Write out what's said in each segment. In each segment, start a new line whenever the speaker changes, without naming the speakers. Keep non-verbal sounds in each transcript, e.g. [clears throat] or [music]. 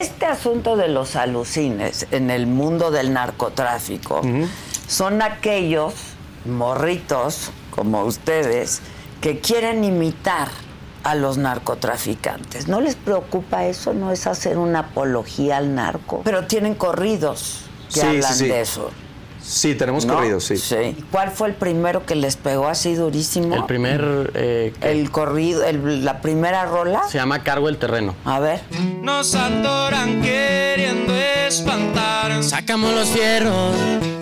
Este asunto de los alucines en el mundo del narcotráfico son aquellos morritos como ustedes que quieren imitar a los narcotraficantes. ¿No les preocupa eso? ¿No es hacer una apología al narco? Pero tienen corridos que
Sí, sí,
hablan
sí.
de eso.
Sí, tenemos
¿no?
corridos, sí.
¿Y ¿Cuál fue el primero que les pegó así durísimo?
El primer eh, que
El corrido, el- la primera rola.
se llama Cargo el Terreno.
A ver.
Nos atoran queriendo espantar. Sacamos los fierros,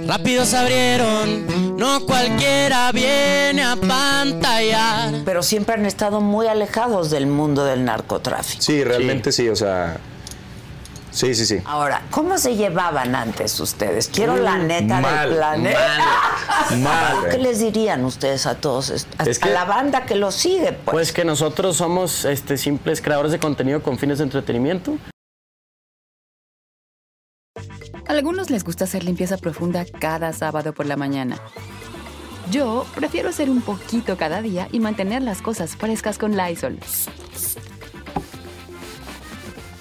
rápido se abrieron. No cualquiera viene a pantallar.
Pero siempre han estado muy alejados del mundo del narcotráfico.
Sí, realmente sí. o sea. Sí, sí, sí.
Ahora, ¿cómo se llevaban antes ustedes? Quiero la neta
Mal,
del planeta.
Ah,
mal, mal.
¿Qué les dirían ustedes a todos? est- A,
Es
a
que-
la banda que los sigue, pues.
Pues que nosotros somos este, simples creadores de contenido con fines de entretenimiento.
Algunos les gusta hacer limpieza profunda cada sábado por la mañana. Yo prefiero hacer un poquito cada día y mantener las cosas frescas con Lysol.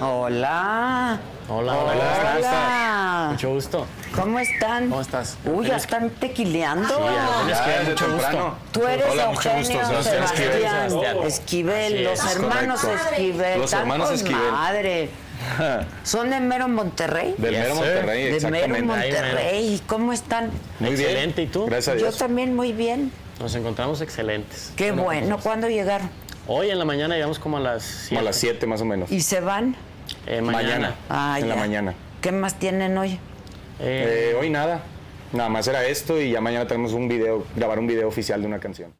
Hola.
Hola,
Hola.
Mucho gusto.
¿Cómo están?
¿Cómo estás?
Uy, ya están tequileando.
Es que mucho gusto.
Tú eres
Hola, mucho
Eugenio
gusto, Sebastián Esquivel.
Sebastián
Sebastián.
Esquivel,
Así
los
es,
hermanos
correcto.
Esquivel.
Los
tan
hermanos
con
Esquivel.
Madre. ¿Son de mero Monterrey?
[laughs] Del
Yes,
mero
sir.
Monterrey,
de mero
exactamente.
Ahí, mero.
Monterrey. ¿Cómo están?
Muy bien.
Excelente, ¿y tú?
Gracias a
Yo
Dios.
también muy bien.
Nos encontramos excelentes.
Qué bueno. ¿Cuándo llegaron?
Hoy en la mañana llegamos como a las
Como
7.
a las 7 más o menos.
¿Y se van?
mañana.
Ah,
en la
ya.
mañana.
¿Qué más tienen hoy?
Eh,
Eh, hoy nada. Nada más era esto y ya mañana tenemos un video, grabar un video oficial de una canción.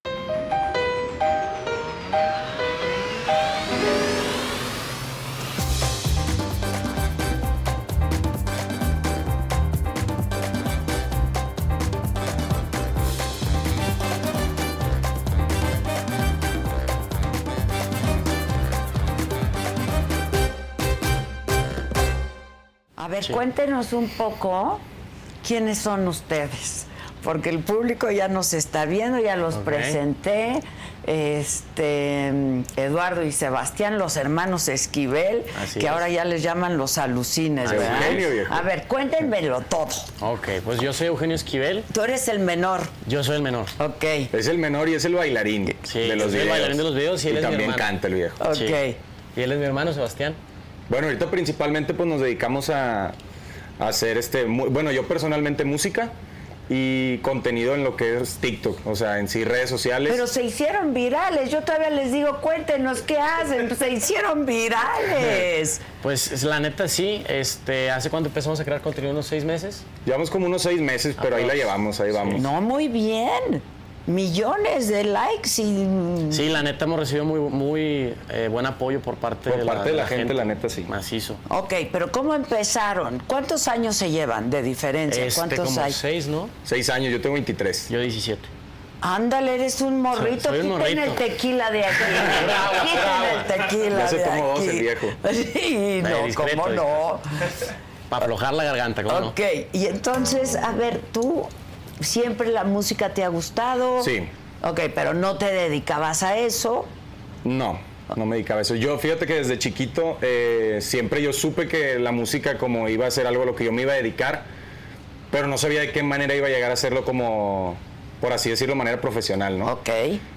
A ver, cuéntenos un poco quiénes son ustedes, porque el público ya nos está viendo, ya los
Ok.
presenté. Este Eduardo y Sebastián, los hermanos Esquivel,
Así
que
es.
ahora ya les llaman los alucines,
Así
¿verdad?
Eugenio, viejo.
A ver, cuéntenmelo todo.
ok, pues yo soy Eugenio Esquivel.
Tú eres el menor,
Yo soy el menor.
ok,
Es el menor y es el bailarín
Sí,
de los
es el
videos.
bailarín de los videos y él es mi
también
hermano.
canta el viejo.
ok.
Sí. Y él es mi hermano, Sebastián.
Bueno, ahorita principalmente pues nos dedicamos a, a hacer este, mu- bueno, yo personalmente música y contenido en lo que es TikTok, o sea, en sí redes sociales.
Pero se hicieron virales, yo todavía les digo, cuéntenos qué hacen, Pues, se hicieron
[laughs]
virales.
Pues es- la neta sí, este, ¿hace cuánto empezamos a crear contenido? ¿Unos seis meses?
Llevamos como unos seis meses, pero ahí la llevamos, ahí vamos.
No, muy bien. millones de likes y
Sí, la neta hemos recibido muy, muy eh, buen apoyo por parte,
Por parte de la gente, la neta, sí.
Macizo.
Ok, pero ¿cómo empezaron? ¿Cuántos años se llevan de diferencia?
Este,
¿Cuántos
como
hay?
seis, ¿no?
Seis años, yo tengo 23.
Yo 17.
Ándale, eres un morrito.
Soy- soy un
Quiten el
morrito.
tequila de aquí.
[laughs] Bravo,
Quiten el tequila
Ya se
de
tomó dos
aquí.
el viejo.
[laughs] Sí, no,
Eh, discreto,
¿cómo no?
Para aflojar la garganta, ¿cómo
Ok, y entonces, a ver, tú siempre la música te ha gustado.
Sí.
Ok, pero no te dedicabas a eso.
No, no me dedicaba a eso. Yo, fíjate que desde chiquito eh, siempre yo supe que la música como iba a ser algo a lo que yo me iba a dedicar, pero no sabía de qué manera iba a llegar a hacerlo como, por así decirlo, de manera profesional, ¿no?
Ok.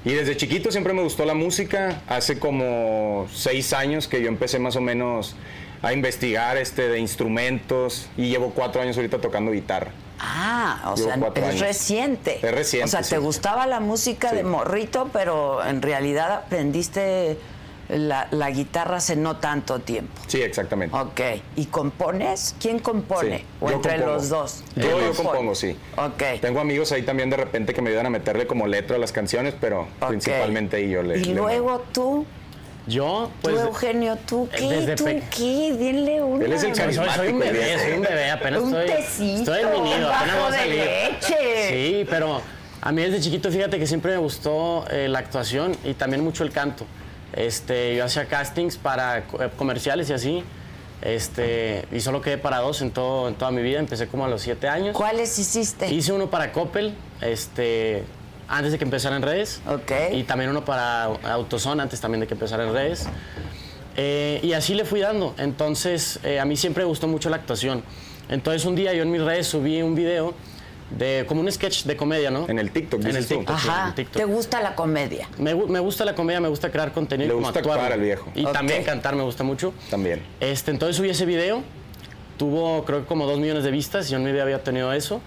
Y desde chiquito siempre me gustó la música. Hace como seis años que yo empecé más o menos a investigar este de instrumentos y llevo cuatro años ahorita tocando guitarra.
Ah, o
Llevo
sea,
cuatro
es
años.
reciente.
Es reciente,
O sea,
sí.
te gustaba la música
Sí.
de morrito, pero en realidad aprendiste la, la guitarra hace no tanto tiempo.
Sí, exactamente.
Ok. ¿Y compones? ¿Quién compone?
Sí,
¿O
yo
entre
compongo.
los dos?
Yo-
¿Quién
yo
compone?
compongo, sí.
Ok.
Tengo amigos ahí también de repente que me ayudan a meterle como letra a las canciones, pero
ok.
principalmente ahí yo le.
Y
le-
luego tú,
no? Yo,
tú,
pues.
Eugenio, tú, ¿qué?
desde
¿Tú
pe-
qué? Dile una.
Él es el
Soy, soy un
carismático, el
bebé,
viejo.
soy un bebé, apenas
Un
estoy.
tecito,
estoy en mi nido,
un vaso
apenas voy a
de
salir.
leche.
Sí, pero a mí desde chiquito, fíjate que siempre me gustó eh, la actuación y también mucho el canto. Este, yo hacía castings para co- eh, comerciales y así. Este, y solo quedé para dos en, todo, en toda mi vida. Empecé como a los siete años.
¿Cuáles hiciste?
[laughs] Hice uno para Coppel, este, antes de que empezara en redes.
Ok.
Y también uno para Autozone, antes también de que empezara en redes. Eh, y así le fui dando. Entonces, eh, a mí siempre me gustó mucho la actuación. Entonces, un día yo en mis redes subí un video de como un sketch de comedia, ¿no?
En el TikTok,
En el
dices tú.
TikTok. sí, en
Ajá.
el TikTok.
¿Te gusta la comedia?
Me, gu- me gusta la comedia, me gusta crear contenido. y
Le
como
gusta
actuarlo.
actuar al viejo.
Y
Ok.
también cantar me gusta mucho.
También.
Este, entonces subí ese video, tuvo creo que como dos millones de vistas, yo en mi vida había tenido eso.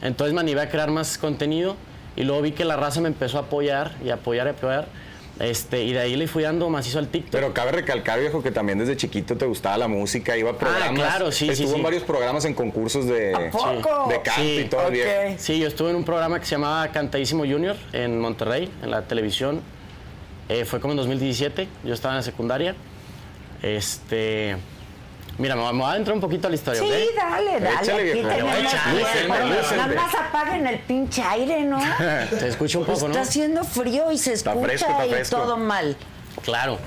Entonces me animé a crear más contenido y luego vi que la raza me empezó a apoyar y apoyar y apoyar. Este, y de ahí le fui dando macizo al TikTok.
Pero cabe recalcar, viejo, que también desde chiquito te gustaba la música,
Ah,
iba a programas.
claro, sí, sí,
Estuvo en
sí.
varios programas en concursos de,
¿A poco?
de canto
Sí.
y todo,
Ok.
viejo.
Sí, yo estuve en un programa que se llamaba Cantadísimo Junior en Monterrey, en la televisión. Eh, fue como en 2017, yo estaba en la secundaria. Este, mira, me voy- me voy a adentrar un poquito a la historia,
Sí,
¿ok?
dale, dale.
Échale,
aquí
viejo.
tenemos
Échale,
tiempo.
échale,
Nada
échale.
más apaguen el pinche aire, ¿no?
Se escucha [laughs] un poco, ¿no?
Está haciendo frío y se escucha
fresco, está
y
fresco.
todo mal.
Claro.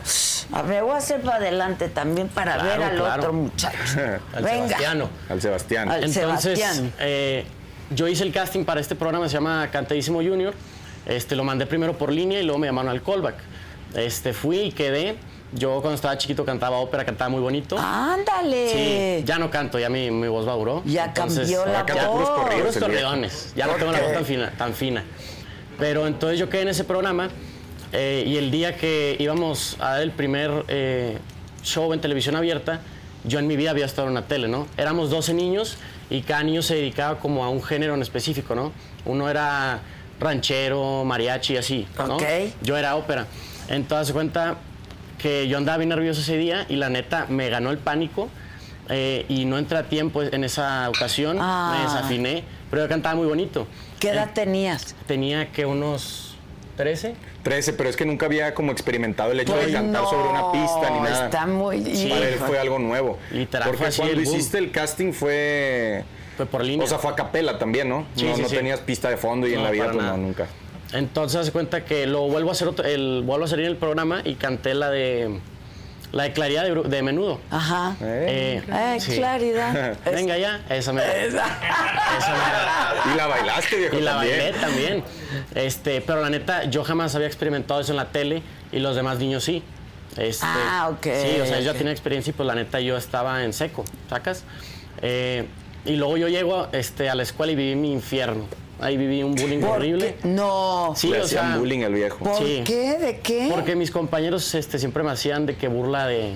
A ver, voy a hacer para adelante también para
Claro,
ver al
claro.
otro muchacho.
[laughs] Al
Venga.
Sebastiano.
Al Sebastián.
Al-
Entonces,
Sebastián.
eh, yo hice el casting para este programa, se llama Cantadísimo Junior. Este, lo mandé primero por línea y luego me llamaron al callback. Este, fui y quedé. Yo cuando estaba chiquito cantaba ópera, cantaba muy bonito.
Ah, Ándale.
Sí, ya no canto, ya mi, mi voz maduró.
Ya cambió la
ahora canta puros
voz.
corridos.
Puros
el viejo.
corredones. Ya no
¿Por
tengo la
qué?
voz tan fina, tan fina. Pero entonces yo quedé en ese programa eh, y el día que íbamos a dar el primer eh, show en televisión abierta, yo en mi vida había estado en una tele, ¿no? Éramos 12 niños y cada niño se dedicaba como a un género en específico, ¿no? Uno era ranchero, mariachi y así, ¿no?
Ok.
Yo era ópera. Entonces, se cuenta que yo andaba bien nervioso ese día y la neta me ganó el pánico eh, y no entré a tiempo en esa ocasión.
Ah.
Me desafiné, pero yo cantaba muy bonito.
¿Qué edad
Eh,
tenías?
tenía que unos 13.
13, pero es que nunca había como experimentado el hecho
Pues
de cantar
no,
sobre una pista ni nada.
está muy-
Para él
hijo.
fue algo nuevo.
Literal,
Porque
fue así
cuando
el boom.
hiciste el casting fue.
Fue por línea.
O sea, fue a capela también, ¿no?
Sí,
no
sí,
no
sí.
tenías pista de fondo y en
No,
la vida
para
pues
nada.
no,
[laughs]
nunca.
Entonces hace cuenta que lo vuelvo a hacer otro- el vuelvo a salir en el programa y canté la de la de claridad de, Bru- de menudo.
Ajá.
Eh,
Ay,
sí.
Ah.
[laughs]
claridad. Eh,
Venga ya, esa me.
Y la bailaste, viejo,
Y la
también.
bailé también. Este, pero la neta, yo jamás había experimentado eso en la tele y los demás niños sí. Este,
Ah, ok,
Sí, o sea, yo
ok.
tenía experiencia y pues la neta yo estaba en seco, ¿sacas? Eh, y luego yo llego este, a la escuela y viví mi infierno. Ahí viví un bullying
¿Por
horrible.
qué? No.
Sí,
Le
o
hacían
sea,
bullying al viejo.
¿Por
sí.
qué? ¿De qué?
Porque mis compañeros este, siempre me hacían de que burla de,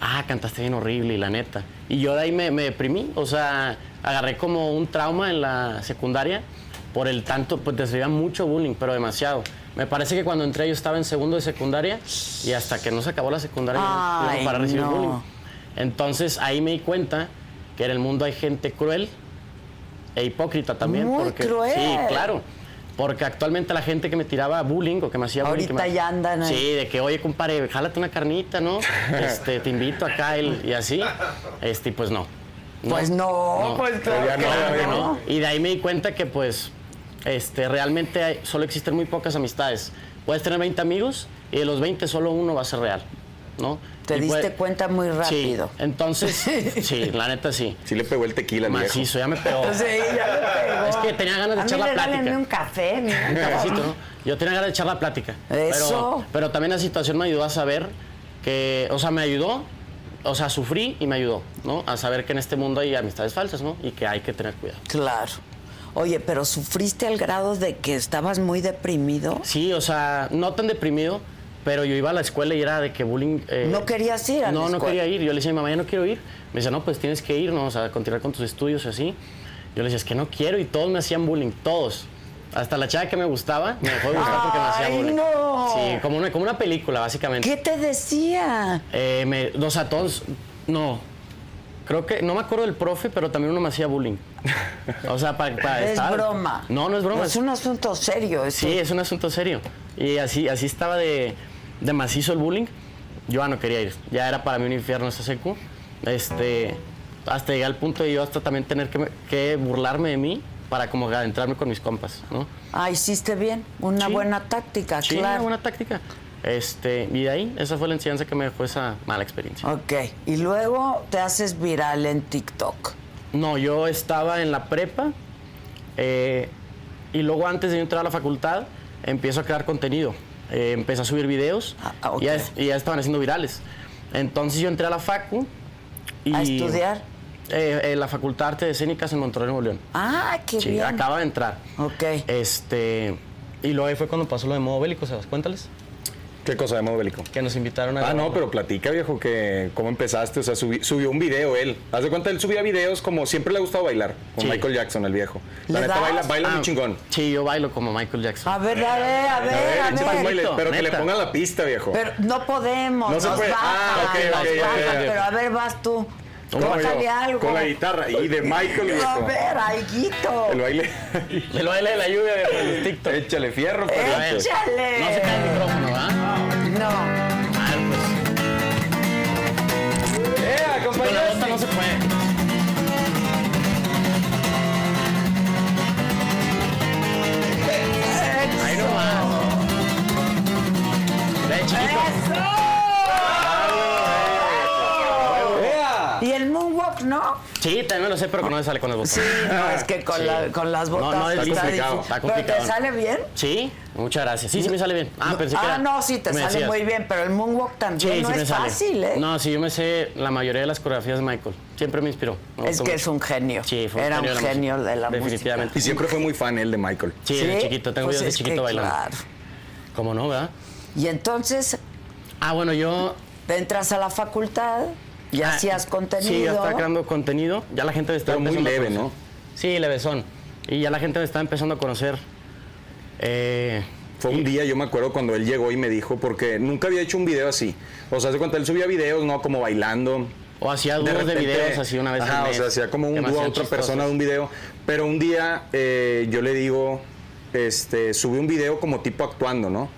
ah, cantaste bien horrible, y la neta. Y yo de ahí me, me deprimí, o sea, agarré como un trauma en la secundaria por el tanto, pues recibía mucho bullying, pero demasiado. Me parece que cuando entré yo estaba en segundo de secundaria y hasta que no se acabó la secundaria yo no
Ay,
pude para recibir
no.
bullying. Entonces ahí me di cuenta que en el mundo hay gente cruel e hipócrita también.
Muy
porque,
cruel.
Sí, claro. Porque actualmente la gente que me tiraba bullying o que me hacía bullying. que me-
Ahorita ya andan ahí.
Sí, de que, oye, compadre, jálate una carnita, ¿no? Este, te invito acá el- y así. Este, y pues no.
Pues no, pues claro
ya
que
no, ya
no.
no.
Y de ahí me di cuenta que, pues, este, realmente hay- solo existen muy pocas amistades. Puedes tener 20 amigos y de los 20 solo uno va a ser real, ¿no?
Te
Y
diste
puede-
cuenta muy
Sí,
rápido. [laughs]
entonces, sí, la neta sí.
Sí le pegó el tequila al viejo.
Macizo, ya me pegó.
Sí, ya le pegó.
Es que tenía ganas de
A
echar
mí
la
regálenme
plática.
un café,
[laughs]
mira.
Un cafecito, ¿no? Yo tenía ganas de echar la plática.
Eso.
Pero, pero también la situación me ayudó a saber que, o sea, me ayudó, o sea, sufrí y me ayudó, ¿no? A saber que en este mundo hay amistades falsas, ¿no? Y que hay que tener cuidado.
Claro. Oye, pero sufriste al grado de que estabas muy deprimido.
Sí, o sea, no tan deprimido, pero yo iba a la escuela y era de que bullying. eh,
No querías ir a la
No, no
escuela.
quería ir. Yo le decía a mi mamá, ya no quiero ir. Me decía, no, pues tienes que ir, ¿no? O sea, continuar con tus estudios y así. Yo le decía, es que no quiero y todos me hacían bullying, todos. Hasta la chava que me gustaba me dejó de gustar porque me hacía
¡Ay,
bullying.
no!
Sí, como una, como una película, básicamente.
¿Qué te decía?
Eh, me, o sea, todos, no. Creo que, no me acuerdo del profe, pero también uno me hacía bullying. O sea, para...
Es broma.
No, no es broma.
Es un asunto serio. eso.
Sí, es un asunto serio. Y así, así estaba de, de macizo el bullying. Yo ya no quería ir. Ya era para mí un infierno ese secu. Este, hasta llegar al punto de yo hasta también tener que, me- que burlarme de mí para como adentrarme con mis compas, ¿no?
Ah, hiciste bien. Una
Sí.
buena táctica,
Sí,
Ah, claro.
era buena táctica. Este, y de ahí, esa fue la enseñanza que me dejó esa mala experiencia.
Ok. Y luego te haces viral en TikTok.
No, yo estaba en la prepa eh, y luego antes de yo entrar a la facultad empiezo a crear contenido. Eh, empecé a subir videos
Ah, ah, ok.
y, ya, es- y ya estaban haciendo virales. Entonces yo entré a la facu y...
¿A estudiar?
Eh, eh, la Facultad de Artes Escénicas en Monterrey, Nuevo León.
Ah, qué
Sí,
bien.
acaba de entrar.
Ok.
Este... Y luego ahí fue cuando pasó lo de modo bélico, Sebas, cuéntales.
¿Qué cosa de modo bélico?
Que nos invitaron a...
Ah,
grabar.
no, pero platica, viejo, que cómo empezaste. O sea, subi- subió un video él. Haz de cuenta, él subía videos como siempre le ha gustado bailar. Con
Sí.
Michael Jackson, el viejo.
¿Le
La neta,
das?
baila, baila
Ah,
muy chingón.
Sí, yo bailo como Michael Jackson.
A ver, a ver, a
A
ver,
ver,
a
échate un
ver.
baile, pero que le
neta.
pongan la pista, viejo.
Pero no podemos.
No se
nos
puede.
bajan,
Ah, ok,
nos
ok, ok,
bajan,
ok.
Pero a ver, vas tú.
¿Cómo
Tócale
bailó?
algo.
Con la guitarra. Y de Michael,
A
viejo.
ver, alguito.
El baile.
El baile de la lluvia de
eh.
los
[laughs]
TikTok.
Échale fierro, pero.
¡Échale!
No se cae el micrófono,
Ah.
¿verdad?
No.
Ah, pues...
¡Eh,
Con la bota
acompañaste!
no se puede. Ahí nomás. Ve, chiquito.
Eh. Y el moonwalk, ¿no?
Sí, también me lo sé, pero que no me sale con las botas.
Sí, no, es que con,
sí.
la- con las
No, no,
botas está
está complicado,
difícil.
está
¿Pero te
complicado.
sale bien?
Sí, muchas gracias. Sí, sí me sale bien. Ah, pensé que
ah,
era-
no, sí, te
me
sale
decías.
muy bien, pero el moonwalk
Sí,
también no
sí me
es
sale.
fácil, ¿eh?
No, sí, yo me sé la mayoría de las coreografías de Michael. Siempre me inspiró. Me
es
gustó
que
mucho.
es un genio.
Sí, fue
Era un genio de la música.
Definitivamente.
Y siempre fue muy fan él de Michael.
Sí, desde chiquito. Tengo
pues
videos de
es que
chiquito bailando.
Claro.
¿Cómo no, verdad?
Y entonces
Ah, bueno, yo
entras a la facultad y
Ah,
hacías contenido.
Sí, ya estaba creando contenido. Ya la gente me estaba
Pero muy
empezando a
leve,
conocer.
¿no?
Sí, levesón. Y ya la gente me estaba empezando a conocer. Eh,
Fue un día, yo me acuerdo cuando él llegó y me dijo, porque nunca había hecho un video así. O sea, hace cuenta, él subía videos, ¿no? Como bailando.
o hacía dúos de,
repente-
videos así una vez al
Ajá,
mes,
o sea, hacía como un
que me
dúo a
hacían
otra
chistosos.
persona de un video. Pero un día eh, yo le digo, este, subí un video como tipo actuando, ¿no?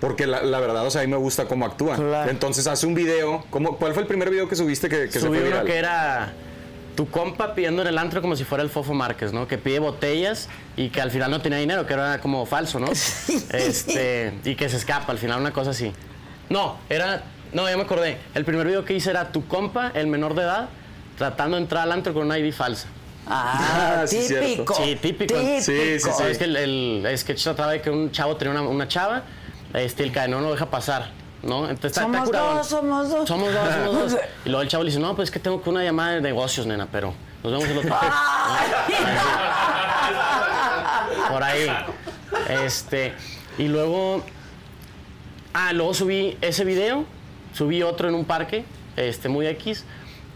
Porque la, la verdad, o sea, a mí me gusta cómo actúa.
Claro.
Entonces hace un video. ¿cómo, ¿Cuál fue el primer video que subiste que, que se fue
Subí uno
viral?
que era tu compa pidiendo en el antro como si fuera el Fofo Márquez, ¿no? Que pide botellas y que al final no tenía dinero, que era como falso,
[laughs]
¿no? Este, y que se escapa, al final una cosa así. No, era... No, ya me acordé. El primer video que hice era tu compa, el menor de edad, tratando de entrar al antro con una ID falsa.
Ah,
Ah, sí,
típico.
cierto.
Sí, típico.
Típico.
Sí, sí, sí.
Es que el, el sketch trataba de que un chavo tenía una, una chava, este, el cadenón no lo deja pasar, ¿no? Entonces está, está
Somos
curadón.
dos, somos dos.
Somos dos, somos dos. Y luego el chavo le dice, no, pues es que tengo que una llamada de negocios, nena, pero nos vemos el otro Por ahí. Este, y luego... Ah, luego subí ese video, subí otro en un parque, este, muy X.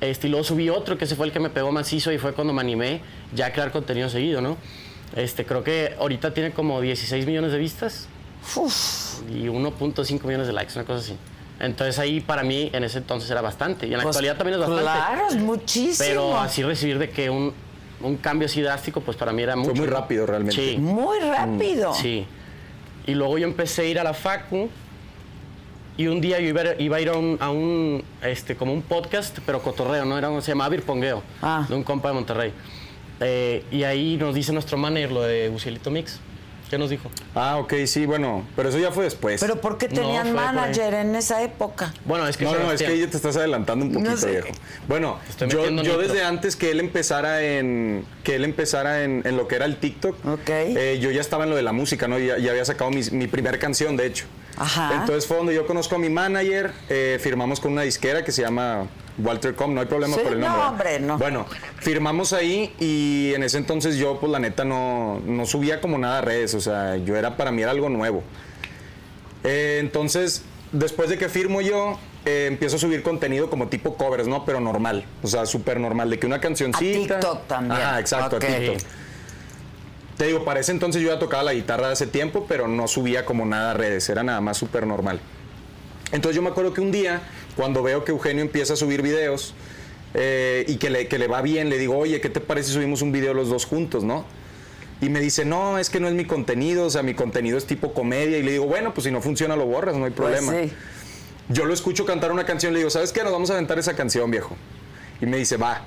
Este, y luego subí otro que ese fue el que me pegó macizo y fue cuando me animé ya a crear contenido seguido, ¿no? Este, creo que ahorita tiene como 16 millones de vistas
[laughs] Uf,
y 1.5 millones de likes, una cosa así. Entonces ahí para mí en ese entonces era bastante y en la
pues,
actualidad también es bastante.
Claro, es muchísimo.
Pero así recibir de que un un cambio así drástico, pues para mí era mucho.
muy
¿no?
rápido realmente.
Sí.
Muy rápido.
Sí. Y luego yo empecé a ir a la facu y un día yo iba, a- iba a ir a un, a un, este, como un podcast, pero cotorreo, ¿no? Era un, se llamaba Virpongueo,
Ah.
de un compa de Monterrey. Eh, y ahí nos dice nuestro manager lo de Bucielito Mix. ¿Qué nos dijo?
Ah, ok, sí, bueno, pero eso ya fue después.
Pero ¿por qué
No,
tenían
fue por ahí.
manager en esa época?
Bueno, es que...
no, no, no, es que
Sebastián-
ahí te estás adelantando un poquito,
No sé.
viejo. Bueno,
Estoy
yo,
metiendo
yo
nitro.
desde antes que él empezara en que él empezara en, en lo que era el TikTok,
Ok.
eh, yo ya estaba en lo de la música, ¿no? Y Ya, ya había sacado mis- mi, primera canción, de hecho.
Ajá.
Entonces fue donde yo conozco a mi manager, eh, firmamos con una disquera que se llama Walter Com, no hay problema
Sí,
por el
no,
nombre. ¿eh?
hombre, no.
Bueno, firmamos ahí y en ese entonces yo, pues la neta, no, no subía como nada a redes, o sea, yo era, para mí era algo nuevo. Eh, entonces, después de que firmo yo, eh, empiezo a subir contenido como tipo covers, ¿no? Pero normal, o sea, súper normal, de que una cancioncita...
TikTok también.
Ajá, exacto,
Ok.
a TikTok. Te digo, para ese entonces yo ya tocaba la guitarra de hace tiempo, pero no subía como nada a redes, era nada más súper normal. Entonces yo me acuerdo que un día, cuando veo que Eugenio empieza a subir videos eh, y que le, que le va bien, le digo, oye, ¿qué te parece si subimos un video los dos juntos, no? Y me dice, no, es que no es mi contenido, o sea, mi contenido es tipo comedia. Y le digo, bueno, pues si no funciona lo borras, no hay
Pues
problema.
sí.
Yo lo escucho cantar una canción, le digo, ¿sabes qué? Nos vamos a aventar esa canción, viejo. Y me dice, va.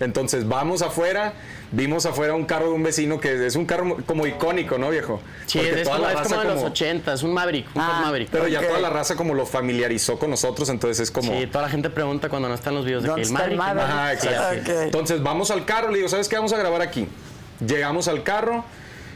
Entonces vamos afuera, vimos afuera un carro de un vecino que es un carro como icónico, ¿no, viejo?
Sí,
Porque
es,
toda
como,
la
es
raza
como de los
como-
80, es un Maverick, un Ford
Ah,
Maverick.
Pero
Ok.
ya toda la raza como lo familiarizó con nosotros, entonces es como...
Sí, toda la gente pregunta cuando no están los videos de que
¿Dónde
el
está el
Maverick.
Maverick?
Ajá, exacto.
Ok.
Entonces vamos al carro, le digo, ¿sabes qué? Vamos a grabar aquí. Llegamos al carro,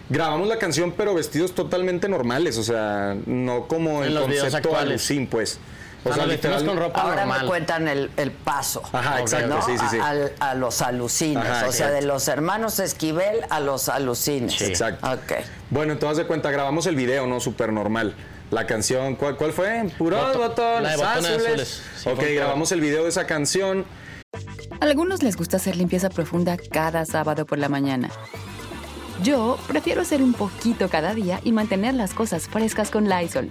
grabamos la canción, pero vestidos totalmente normales, o sea, no como
En
el
los videos
concepto
actuales.
alucin, pues. O
Ah,
sea,
nos vestimos
literal-
con ropa
Ahora
normal.
me cuentan el, el paso.
Ajá,
¿no?
exacto, sí, sí, sí.
Al- A, los alucines.
Ajá,
o sea,
exacto.
de los hermanos Esquivel a los alucines.
Sí.
Exacto.
Ok.
Bueno, entonces de cuenta, grabamos el video, ¿no? Súper normal. La canción, ¿cuál, cuál fue? Puros
Boto- la de
botones
Botones
azules.
Azules. Sí,
ok,
fue un
grabamos el video de esa canción.
Algunos les gusta hacer limpieza profunda cada sábado por la mañana. Yo prefiero hacer un poquito cada día y mantener las cosas frescas con Lysol.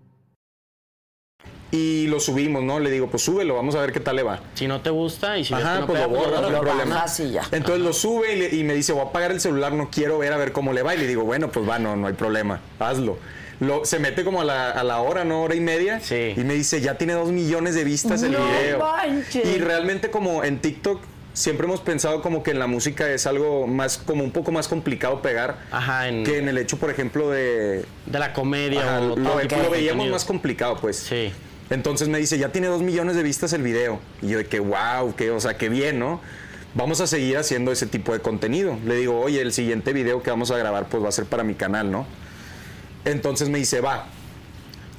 Y lo subimos, ¿no? Le digo, pues súbelo, vamos a ver qué tal le va.
Si no te gusta y si ves que
Ajá,
no
pues
pega,
lo borras, no hay
lo
problema.
bajas y ya.
Entonces lo sube y, le- y me dice, voy a apagar el celular, no quiero ver a ver cómo le va. Y le digo, bueno, pues va, no, no hay problema, hazlo. Lo- se mete como a la, a la hora, ¿no? Hora y media.
Sí.
Y me dice, ya tiene dos millones de vistas el
¡No
video.
manches!
Y realmente como en TikTok siempre hemos pensado como que en la música es algo más, como un poco más complicado pegar
Ajá, en-
que en el hecho, por ejemplo, de...
De la comedia
Ajá,
o
lo,
todo
lo
tipo de
veíamos
contenido.
más complicado, pues.
Sí.
Entonces me dice, ya tiene dos millones de vistas el video. Y yo de que, wow, que, o sea, qué bien, ¿no? Vamos a seguir haciendo ese tipo de contenido. Le digo, oye, el siguiente video que vamos a grabar, pues va a ser para mi canal, ¿no? Entonces me dice, va.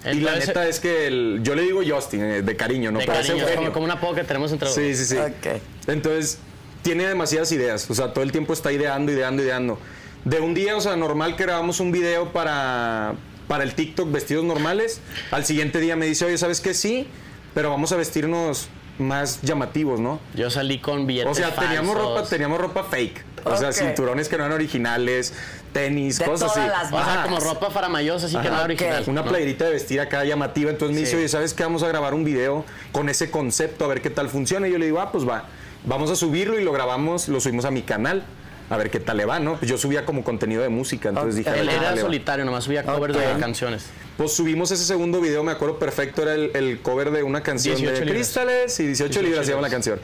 y la
Entonces,
neta es que el- yo le digo Justin, eh, de cariño, ¿no?
de
Pero es
cariño, es
Eugenio.
como, como un apodo que tenemos entre los
Sí, sí, sí.
Ok.
Entonces, tiene demasiadas ideas. O sea, todo el tiempo está ideando, ideando, ideando. De un día, o sea, normal que grabamos un video para, para el TikTok vestidos normales, al siguiente día me dice, oye, ¿sabes qué? Sí, pero vamos a vestirnos más llamativos, ¿no?
Yo salí con billetes
O sea, teníamos
falsos.
ropa, teníamos ropa fake. O sea,
Ok.
cinturones que no eran originales, tenis,
De
cosas
todas
así.
las
O sea,
marcas.
como ropa faramayosa, así que
Ajá,
nada
ok.
original.
Una
¿no?
playerita de vestir acá llamativa. Entonces me dice,
Sí.
oye, ¿sabes qué? Vamos a grabar un video con ese concepto, a ver qué tal funciona. Y yo le digo, ah, pues va, vamos a subirlo y lo grabamos, lo subimos a mi canal, a ver qué tal le va, ¿no? Pues yo subía como contenido de música, entonces dije, a ver
Ah, Él
qué
era
tal le pues va.
solitario, nomás subía covers
Ok.
de canciones.
Pues subimos ese segundo video, me acuerdo perfecto, era el, el cover de una canción de
18 libras.
Cristales y 18, libras se llama la canción.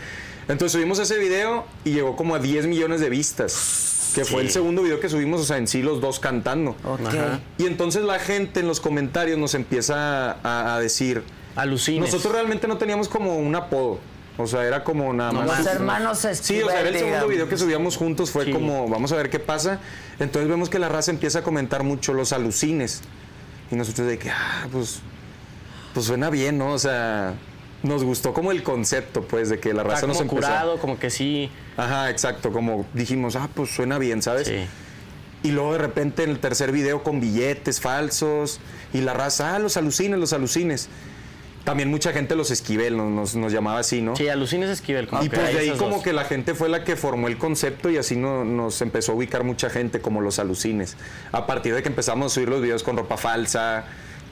Entonces subimos ese video y llegó como a 10 millones de vistas, que fue el segundo video que subimos, o sea, en sí los dos cantando.
Ok.
Ajá.
Y entonces la gente en los comentarios nos empieza a, a- a decir,
Alucines.
Nosotros realmente no teníamos como un apodo. O sea, era como nada
No
más.
Los hermanos
Sí, o sea, era el
Esquivel,
segundo
digamos.
video que subíamos juntos, fue
Sí.
como, vamos a ver qué pasa. Entonces vemos que la raza empieza a comentar mucho los alucines. Y nosotros de que, ah, pues, pues suena bien, ¿no? O sea, nos gustó como el concepto, pues, de que la raza
Está
nos
como
empezó.
curado, como que sí.
Ajá, exacto, como dijimos, ah, pues suena bien, ¿sabes?
Sí.
Y luego de repente en el tercer video con billetes falsos y la raza, ah, los alucines, los alucines. También mucha gente los esquivel, nos, nos- nos llamaba así, ¿no?
Sí, alucines esquivel. como
Y
que
pues de ahí
esas
como
dos.
que la gente fue la que formó el concepto y así no- nos empezó a ubicar mucha gente como los alucines. A partir de que empezamos a subir los videos con ropa falsa,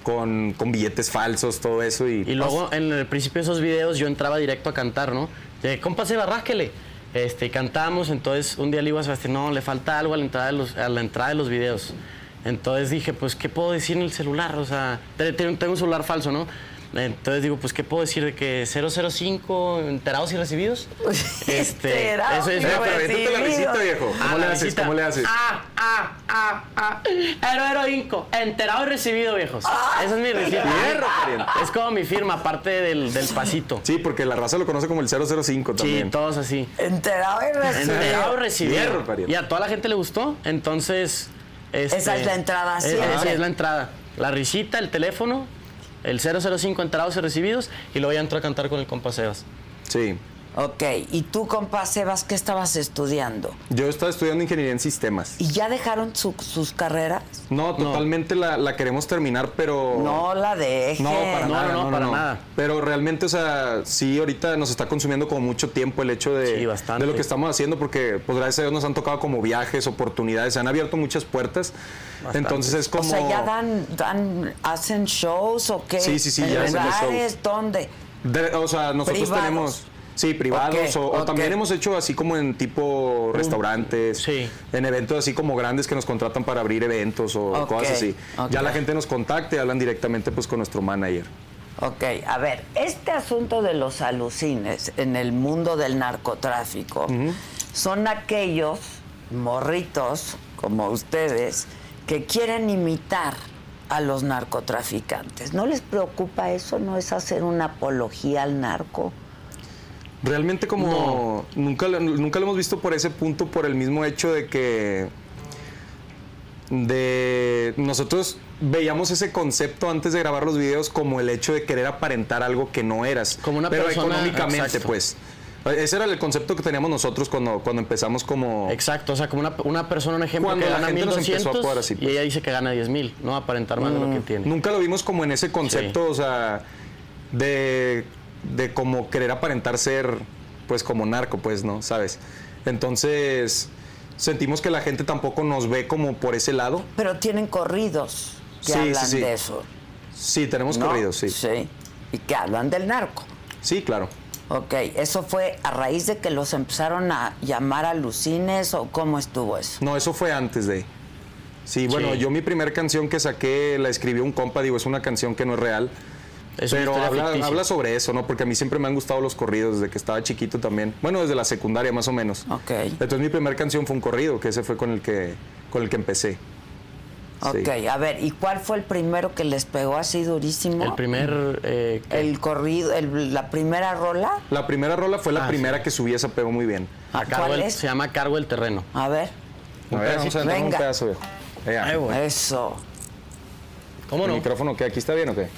con, con billetes falsos, todo eso y...
Y luego en el principio de esos videos yo entraba directo a cantar, ¿no? De compa Seba, rásquele. Este, y cantamos, entonces un día le iba a Sebastián, no, le falta algo a la entrada de los, a la entrada de los videos. Entonces dije, pues, ¿qué puedo decir en el celular? O sea, te- te- tengo un celular falso, ¿no? Entonces digo, pues, ¿qué puedo decir de que 005 enterados y recibidos?
[laughs] Enterados
eso
Este, y
es.
Eh, pero aviéntate la risita, viejo. ¿Cómo
Ah,
le
la
haces?
visita.
¿Cómo le haces?
Ah, ah, ah, ah. Hero, heroinco. Enterado y recibido, viejos. Esa es mi receta.
Fierro, Ah, pariente.
Es como mi firma, aparte del, del pasito.
Sí, porque la raza lo conoce como el 005
Sí,
también.
todos así.
Enterado y recibido.
Enterado y
Fierro,
recibido.
pariente.
ah, Y a toda la gente le gustó, entonces... este,
Esa es la entrada,
es-
siempre.
sí, es la entrada. La risita, el teléfono, el 005 enterados y recibidos, y luego ya entró a cantar con el compa Sebas.
Sí.
Ok, y tú, compa Sebas, ¿qué estabas estudiando?
Yo estaba estudiando ingeniería en sistemas.
¿Y ya dejaron su- sus carreras?
No, totalmente La, la queremos terminar, pero...
No la dejen.
Oh. No, para
No,
nada.
no, no, para nada.
Pero realmente, o sea, sí, ahorita nos está consumiendo como mucho tiempo el hecho de,
Sí, bastante.
de lo que estamos haciendo, porque, pues gracias a Dios, nos han tocado como viajes, oportunidades, se han abierto muchas puertas. Entonces es como.
O sea, ¿ya dan, dan, hacen shows o qué?
Sí, sí, sí,
¿En
ya hacen los
lugares? ¿Dónde?
de- o sea, nosotros
Privados.
tenemos. Sí,
Ok,
privados. o, o
ok.
también hemos hecho así como en tipo restaurantes.
sí.
En eventos así como grandes que nos contratan para abrir eventos o
Ok,
cosas así.
ok.
Ya la gente nos contacta y hablan directamente pues con nuestro manager.
Ok, a ver, este asunto de los alucines en el mundo del narcotráfico son aquellos morritos como ustedes que quieren imitar a los narcotraficantes. ¿No les preocupa eso? ¿No es hacer una apología al narco?
Realmente como nunca, lo- nunca lo hemos visto por ese punto, por el mismo hecho de que de nosotros veíamos ese concepto antes de grabar los videos como el hecho de querer aparentar algo que no eras.
Como una
pero
persona-
económicamente,
exacto.
pues. Ese era el concepto que teníamos nosotros cuando, cuando empezamos como...
Exacto, o sea, como una, una persona, un ejemplo,
Oh. Cuando
que
la
gana
gente nos empezó a
1200
jugar así, pues.
y ella dice que gana 10.000, ¿no? Aparentar más
Mm.
de lo que tiene.
Nunca lo vimos como en ese concepto, o sea, de, de como querer aparentar ser, pues, como narco, pues, ¿no? ¿Sabes? Entonces, sentimos que la gente tampoco nos ve como por ese lado.
Pero tienen corridos que
Sí, sí,
hablan
sí.
de eso.
Sí, tenemos
¿no?
corridos, sí.
Sí, y que hablan del narco.
Sí, claro.
Ok, ¿eso fue a raíz de que los empezaron a llamar alucines o cómo estuvo eso?
No, eso fue antes de. Sí, bueno,
Sí.
yo mi primera canción que saqué la escribió un compa, digo, es una canción que no es real.
Es una
pero
historia
habla,
ficticia.
habla sobre eso, ¿no? Porque a mí siempre me han gustado los corridos desde que estaba chiquito también. Bueno, desde la secundaria más o menos.
Ok.
Entonces mi primera canción fue un corrido, que ese fue con el que, con el que empecé. Sí.
Ok, a ver, ¿y cuál fue el primero que les pegó así durísimo?
El primer... eh, que-
El corrido, el- la primera rola.
La primera rola fue la
Ah,
primera que subí, esa pegó muy bien.
a cargo
¿Cuál
del-
es?
Ah, Se llama Cargo del Terreno.
A ver,
A ver, vamos a entrar un
Venga.
pedazo, viejo. Venga.
Ay, güey.
eso.
¿Cómo
¿El
no?
micrófono qué? ¿Aquí está bien o qué?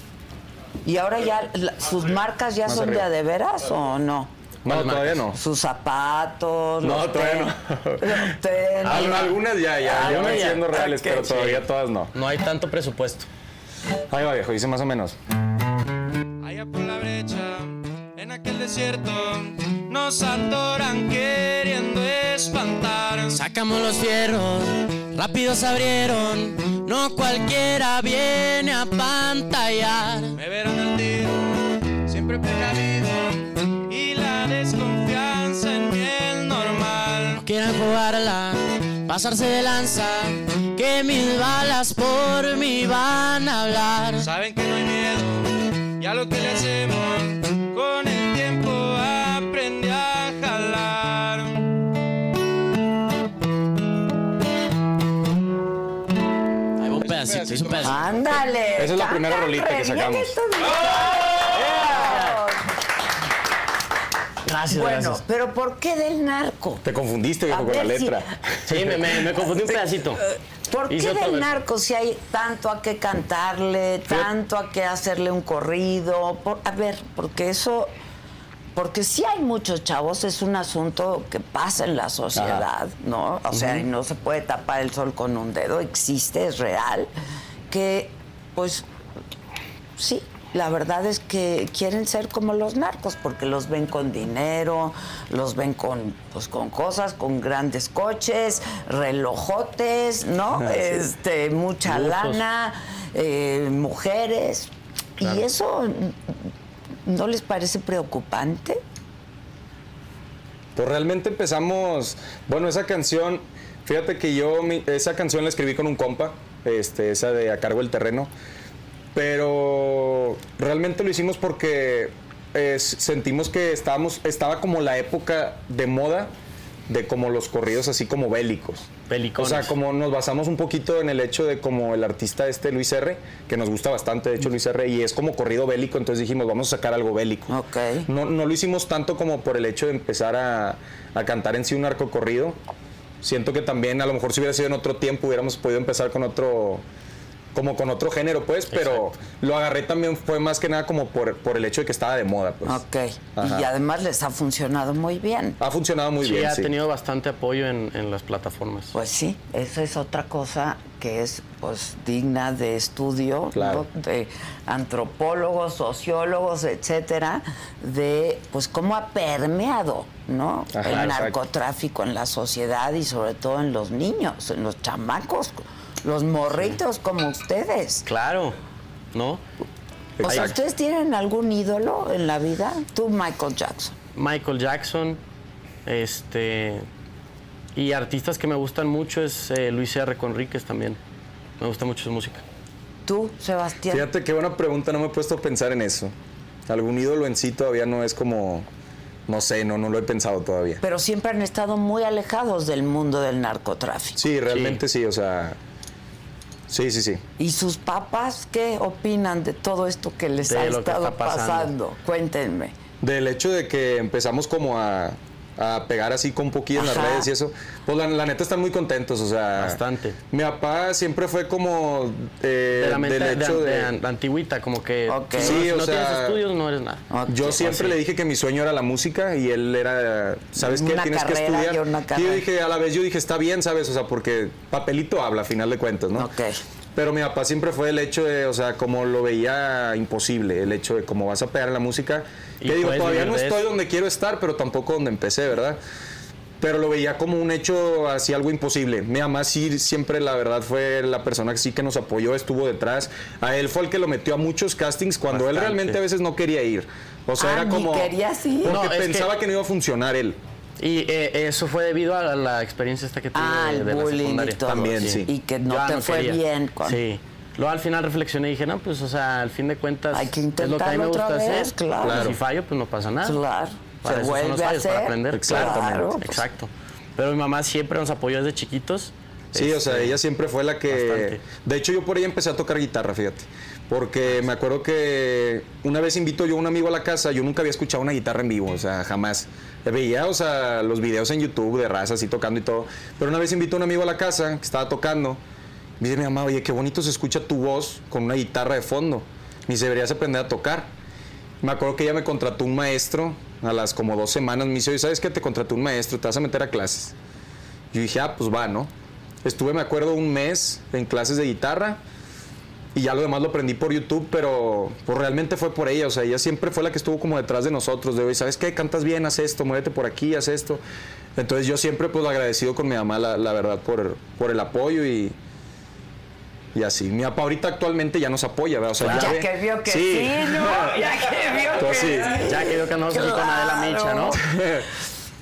¿Y ahora ya la- sus marcas ya
Más
son de
arriba.
a de veras o no?
No,
¿Cuáles
todavía no.
marcas?
Sus zapatos.
No,
los
todavía
tenis,
no.
los tenis.
[laughs] Al- algunas ya, ya, ya
Algunas
van
ya.
siendo reales,
Ok,
pero
sí.
todavía todas no.
No hay tanto presupuesto.
Ahí va, viejo, dice más o menos.
Allá por la brecha, en aquel desierto, nos adoran queriendo espantar. Sacamos los fierros, rápido se abrieron, no cualquiera viene a pantallar. Me verán al tiro, siempre precavido, y la desconfianza en mí es normal. No quieran jugarla, pasarse de lanza, que mis balas por mí van a hablar. Saben que no hay miedo, ya lo que le hacemos, con el tiempo aprendí a jalar. Ahí va un pedacito, es un pedacito.
Ándale. ah,
Esa es la primera rolita que
Mira
sacamos. ¡Oh!
estos-
Ah, Gracias,
bueno,
gracias.
pero ¿por qué del narco?
Te confundiste,
A
viejo, con la
ver si-
letra.
Sí, me, me- me confundí un pedacito. [laughs]
¿Por
Hice
qué
otra
del
vez.
narco si hay tanto a qué cantarle, tanto a qué hacerle un corrido? Por- a ver, porque eso, porque si hay muchos chavos, es un asunto que pasa en la sociedad, ¿no? O sea, y no se puede tapar el sol con un dedo, existe, es real, que pues sí, la verdad es que quieren ser como los narcos, porque los ven con dinero, los ven con, pues, con cosas, con grandes coches, relojotes,
[laughs]
¿no? Este, mucha
Lujos.
lana, eh, mujeres. ¿Y eso no les parece preocupante?
Pues realmente empezamos. Bueno, esa canción, fíjate que yo mi- esa canción la escribí con un compa, este, esa de A cargo del terreno. Pero realmente lo hicimos porque eh, sentimos que estábamos, estaba como la época de moda de como los corridos así como bélicos.
Belicones.
O sea, como nos basamos un poquito en el hecho de como el artista este Luis R, que nos gusta bastante, de hecho Luis R, y es como corrido bélico, entonces dijimos, vamos a sacar algo bélico.
Ok.
No, no lo hicimos tanto como por el hecho de empezar a, a cantar en sí un arco corrido. Siento que también a lo mejor si hubiera sido en otro tiempo hubiéramos podido empezar con otro como con otro género, pues, pero lo agarré también fue más que nada como por, por el hecho de que estaba de moda, pues.
Ok.
Ajá.
Y además les ha funcionado muy bien.
Ha funcionado muy
Sí,
bien,
ha
sí.
tenido bastante apoyo en, en las plataformas.
Pues sí, esa es otra cosa que es pues digna de estudio
Claro.
¿no? de antropólogos, sociólogos, etcétera, de pues cómo ha permeado, ¿no?
Ajá,
el
exacto.
narcotráfico en la sociedad y sobre todo en los niños, en los chamacos, los morritos como ustedes.
Claro, ¿no?
O sea,
Exacto.
¿ustedes tienen algún ídolo en la vida? Tú, Michael Jackson.
Michael Jackson, este. Y artistas que me gustan mucho es eh, Luis R. Conríquez también. Me gusta mucho su música.
Tú, Sebastián.
Fíjate qué buena pregunta, no me he puesto a pensar en eso. Algún ídolo en sí todavía no es como, no sé, no, no lo he pensado todavía.
Pero siempre han estado muy alejados del mundo del narcotráfico.
Sí, realmente sí, o sea, sí, sí, sí.
¿Y sus papás qué opinan de todo esto que les
De
ha
lo que
estado
está
pasando?
pasando.
Cuéntenme.
Del hecho de que empezamos como a, a pegar así con poquillo en las
Ajá.
redes y eso, pues la, la neta están muy contentos, o sea.
Bastante.
Mi papá siempre fue como eh,
de la mente
del
de,
hecho
de
de...
an- antigüita, como que
Ok.
si
Sí,
no,
o
no tienes
sea, Ah.
estudios, no eres nada.
Ok.
Yo siempre le dije que mi sueño era la música y él era, ¿sabes qué?
Una
Tienes que
carrera
estudiar.
y una
yo
carrera.
dije, a la vez yo dije, está bien, ¿sabes? O sea, porque papelito habla, a final de cuentas, ¿no?
Ok.
Pero mi papá siempre fue el hecho de, o sea, como lo veía imposible, el hecho de cómo vas a pegar en la música.
Y
Que digo,
puedes
todavía
vivir
no
de
estoy
eso.
donde quiero estar, pero tampoco donde empecé, ¿verdad? Pero lo veía como un hecho, así algo imposible. Mi mamá sí siempre, la verdad, fue la persona que sí que nos apoyó, estuvo detrás. A él fue el que lo metió a muchos castings cuando él
Bastante.
realmente a veces no quería ir. O sea,
Ah,
era
ni
como...
quería, sí.
Porque
No, es que-
pensaba que... no iba a funcionar él.
Y eh, eso fue debido a la, la experiencia esta que tuve
Ah,
de,
el
de la
bullying y
secundaria.
todo.
También, sí.
Y que no
Yo
te fue
quería.
bien. con-
Sí. Luego al final reflexioné y dije, no, pues, o sea, al fin de cuentas,
Hay que
es lo que a mí me
intentarlo otra
gusta
vez,
hacer.
claro.
Y Si fallo, pues no pasa nada.
Claro.
Para
Se
eso son los
vuelve a
fallos, para
hacer.
aprender. pues.
Exactamente.
Claro. pues,
Exacto. Pero mi mamá siempre nos apoyó desde chiquitos.
Sí, o sea,
Este,
ella siempre fue la que...
bastante.
De hecho, yo por ella empecé a tocar guitarra, fíjate. Porque me acuerdo que una vez invito yo a un amigo a la casa, yo nunca había escuchado una guitarra en vivo, o sea, jamás. Veía, o sea, los videos en YouTube de raza así tocando y todo. Pero una vez invito a un amigo a la casa que estaba tocando. Me dice mi mamá, oye, qué bonito se escucha tu voz con una guitarra de fondo. Ni se deberías aprender a tocar. Me acuerdo que ella me contrató un maestro a las como dos semanas. Me dice, oye, ¿sabes qué? Te contrató un maestro, te vas a meter a clases. Yo dije, ah, pues va, ¿no? Estuve, me acuerdo, un mes en clases de guitarra y ya lo demás lo aprendí por YouTube, pero pues, realmente fue por ella. O sea, ella siempre fue la que estuvo como detrás de nosotros, de hoy, ¿sabes qué? Cantas bien, haz esto, muévete por aquí, haz esto. Entonces yo siempre pues agradecido con mi mamá, la, la verdad, por, por el apoyo y, y así. Mi papá ahorita actualmente ya nos apoya, ¿verdad? O sea,
Ya
ve-
que vio que sí, ¿no? Ya que vio
Entonces,
que
sí. [laughs]
Ya que yo que no salí con Adela Micha, ¿no?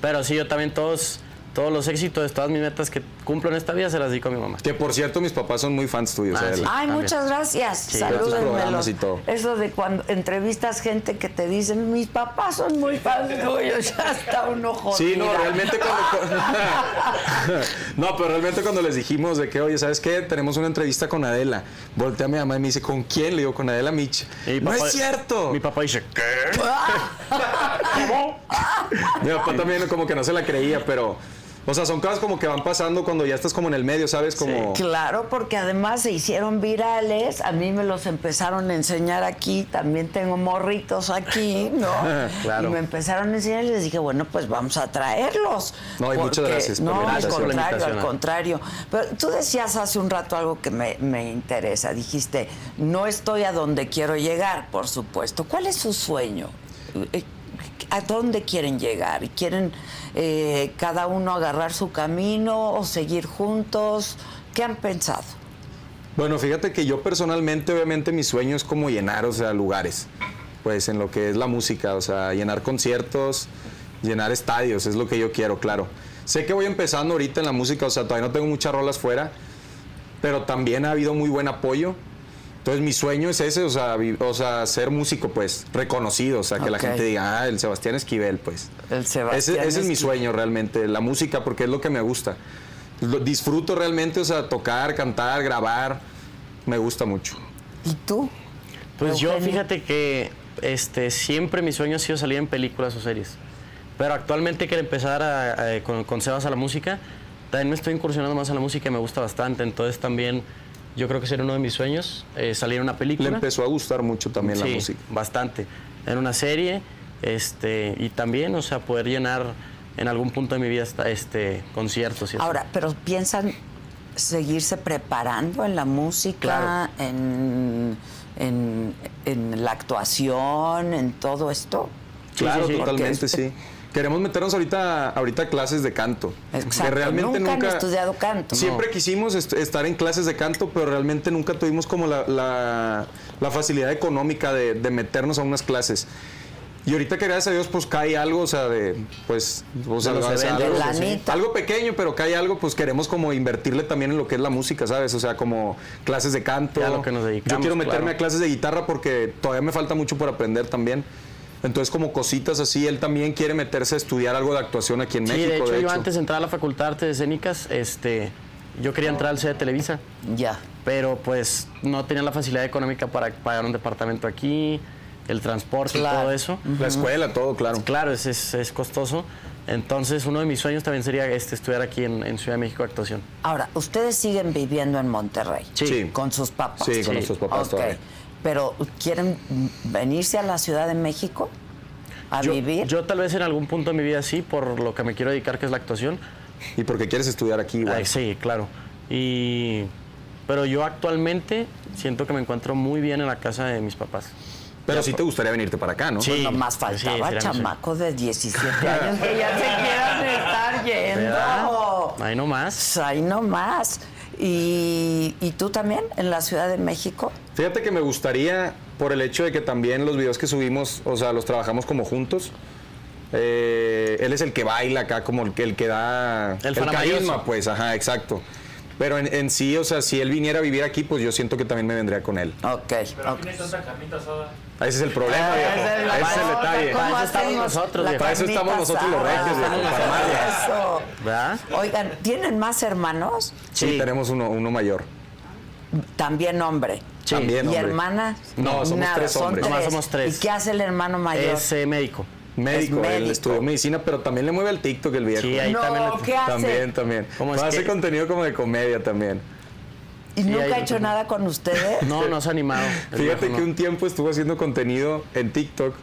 Pero sí, yo también todos, todos los éxitos, todas mis metas que cumplo en esta vida se las dedico a mi mamá.
Que por cierto, mis papás son muy fans tuyos. eh,
Ah,
Adela.
sí.
Ay,
También.
muchas gracias.
Veo tus
Salúdenmelos.
programas y todo.
Eso de cuando entrevistas gente que te dicen, mis papás son muy fans tuyos, ya está uno jodido.
Sí, no, realmente cuando... [laughs] no, pero realmente cuando les dijimos de que, oye, ¿sabes qué? Tenemos una entrevista con Adela. Voltea a mi mamá y me dice, ¿con quién? Le digo, con Adela Mitch.
Y
no
papá-
es cierto.
Mi
Mi,
papá dice, ¿qué?
papá también como que no se la creía, pero... O sea, son cosas como que van pasando cuando ya estás como en el medio, ¿sabes? Como...
Claro, porque además se hicieron virales, a mí me los empezaron a enseñar aquí, también tengo morritos aquí, ¿no?
Claro.
Y me empezaron a enseñar y les dije, bueno, pues vamos a traerlos.
No, y muchas
Porque-
gracias por
No, al
la invitación.
contrario, al
Ana.
contrario. Pero tú decías hace un rato algo que me, me interesa, dijiste, no estoy a donde quiero llegar, por supuesto. ¿Cuál es su sueño? Eh, ¿A dónde quieren llegar? ¿Quieren eh, cada uno agarrar su camino o seguir juntos? ¿Qué han pensado?
Bueno, fíjate que yo personalmente, obviamente, mi sueño es como llenar, o sea, lugares, pues en lo que es la música, o sea, llenar conciertos, llenar estadios, es lo que yo quiero, claro. Sé que voy empezando ahorita en la música, o sea, todavía no tengo muchas rolas fuera, pero también ha habido muy buen apoyo. Entonces mi sueño es ese, o sea, vi- o sea ser músico, pues, reconocido, o sea, que la
Ok.
gente diga, ah, el Sebastián Esquivel, pues.
El Sebastián
Ese, ese es mi
Esquivel.
sueño realmente, la música, porque es lo que me gusta. Lo- disfruto realmente, o sea, tocar, cantar, grabar, me gusta mucho.
¿Y tú?
Pues yo
Eugenio.
fíjate que este, siempre mi sueño ha sido salir en películas o series. Pero actualmente que empezar a- a- con, con Sebas a la música, también me estoy incursionando más a la música y me gusta bastante. Entonces también yo creo que sería uno de mis sueños eh, salir en una
Le
película.
empezó a gustar mucho también
Sí,
la música.
bastante. En una serie este, y también, o sea, poder llenar en algún punto de mi vida esta- este, conciertos. y así.
Ahora, pero piensan seguirse preparando en la música,
Claro.
en, en- en la actuación, en todo esto.
Sí,
claro,
sí, sí.
totalmente,
Porque-
sí. Queremos meternos ahorita, ahorita a clases de canto.
Exacto, nunca han estudiado canto, ¿no?
Siempre quisimos est- estar en clases de canto, pero realmente nunca tuvimos como la, la- la facilidad económica de, de meternos a unas clases. Y ahorita que gracias a Dios pues cae algo, o sea, de pues, o sea,
los
o sea,
eventos,
algo,
de lanita.
algo pequeño, pero cae algo, pues queremos como invertirle también en lo que es la música, ¿sabes? O sea, como clases de canto.
Ya lo que nos
Yo
dedicamos,
quiero meterme
claro.
a clases de guitarra porque todavía me falta mucho por aprender también. Entonces, como cositas así, él también quiere meterse a estudiar algo de actuación aquí en
Sí,
México.
de hecho, yo antes de entrar a la Facultad de Artes Escénicas, este, yo quería entrar al C de Televisa.
Ya.
pero pues no tenía la facilidad económica para pagar un departamento aquí, el transporte,
Claro.
y todo eso.
La escuela, todo, claro.
Claro, es, es, es costoso. Entonces, uno de mis sueños también sería este, estudiar aquí en, en Ciudad de México actuación.
Ahora, ustedes siguen viviendo en Monterrey.
Sí. Sí.
Con sus papás.
Sí, con nuestros papás
Ok.
todavía.
Pero, ¿quieren venirse a la Ciudad de México a
yo,
vivir?
yo tal vez en algún punto de mi vida sí, por lo que me quiero dedicar, que es la actuación.
Y porque quieres estudiar aquí, igual.
Ah, sí, claro. Y, pero yo actualmente siento que me encuentro muy bien en la casa de mis papás.
Pero sí te gustaría venirte para acá, ¿no?
Sí.
No más
sí,
faltaba
sería mi sueño.
chamaco de
[laughs]
17 años que ya se quieran estar
¿Verdad?
yendo.
Ahí nomás.
Pues ahí nomás. ¿Y, ¿Y tú también en la Ciudad de México?
Fíjate que me gustaría, por el hecho de que también los videos que subimos, o sea, los trabajamos como juntos. Eh, él es el que baila acá, como el que, el que da
El faramayoso.
carisma, pues, ajá, exacto. Pero en, en sí, o sea, si él viniera a vivir aquí, pues yo siento que también me vendría con él.
Ok. ok.
Ese es el problema,
Ah,
viejo.
esa es la
Ese es el
cosa,
detalle.
¿cómo
Para eso estamos
hacemos
nosotros,
la
viejo.
Para eso estamos
carnita
nosotros los
asada?
regios, viejo, para
Eso.
¿Verdad?
Oigan, ¿tienen más hermanos?
Sí,
Sí.
tenemos uno, uno mayor.
También hombre.
Sí.
También,
¿Y
hombre.
hermana?
No, somos
Nada,
tres
son
hombres.
Nomás somos tres.
¿Y qué hace el hermano mayor?
Es eh, médico.
Médico,
Es
él
médico.
estudió medicina, pero también le mueve el TikTok el viejo.
Sí, ahí
no,
también lo-
¿qué hace?
También, también.
¿Cómo es
hace
que-
contenido como de comedia también.
¿Y
Sí,
nunca
ahí
ha
lo
hecho
tengo.
nada con ustedes?
No, no se ha animado. el
Fíjate
viejo,
que
no.
un tiempo estuvo haciendo contenido en TikTok,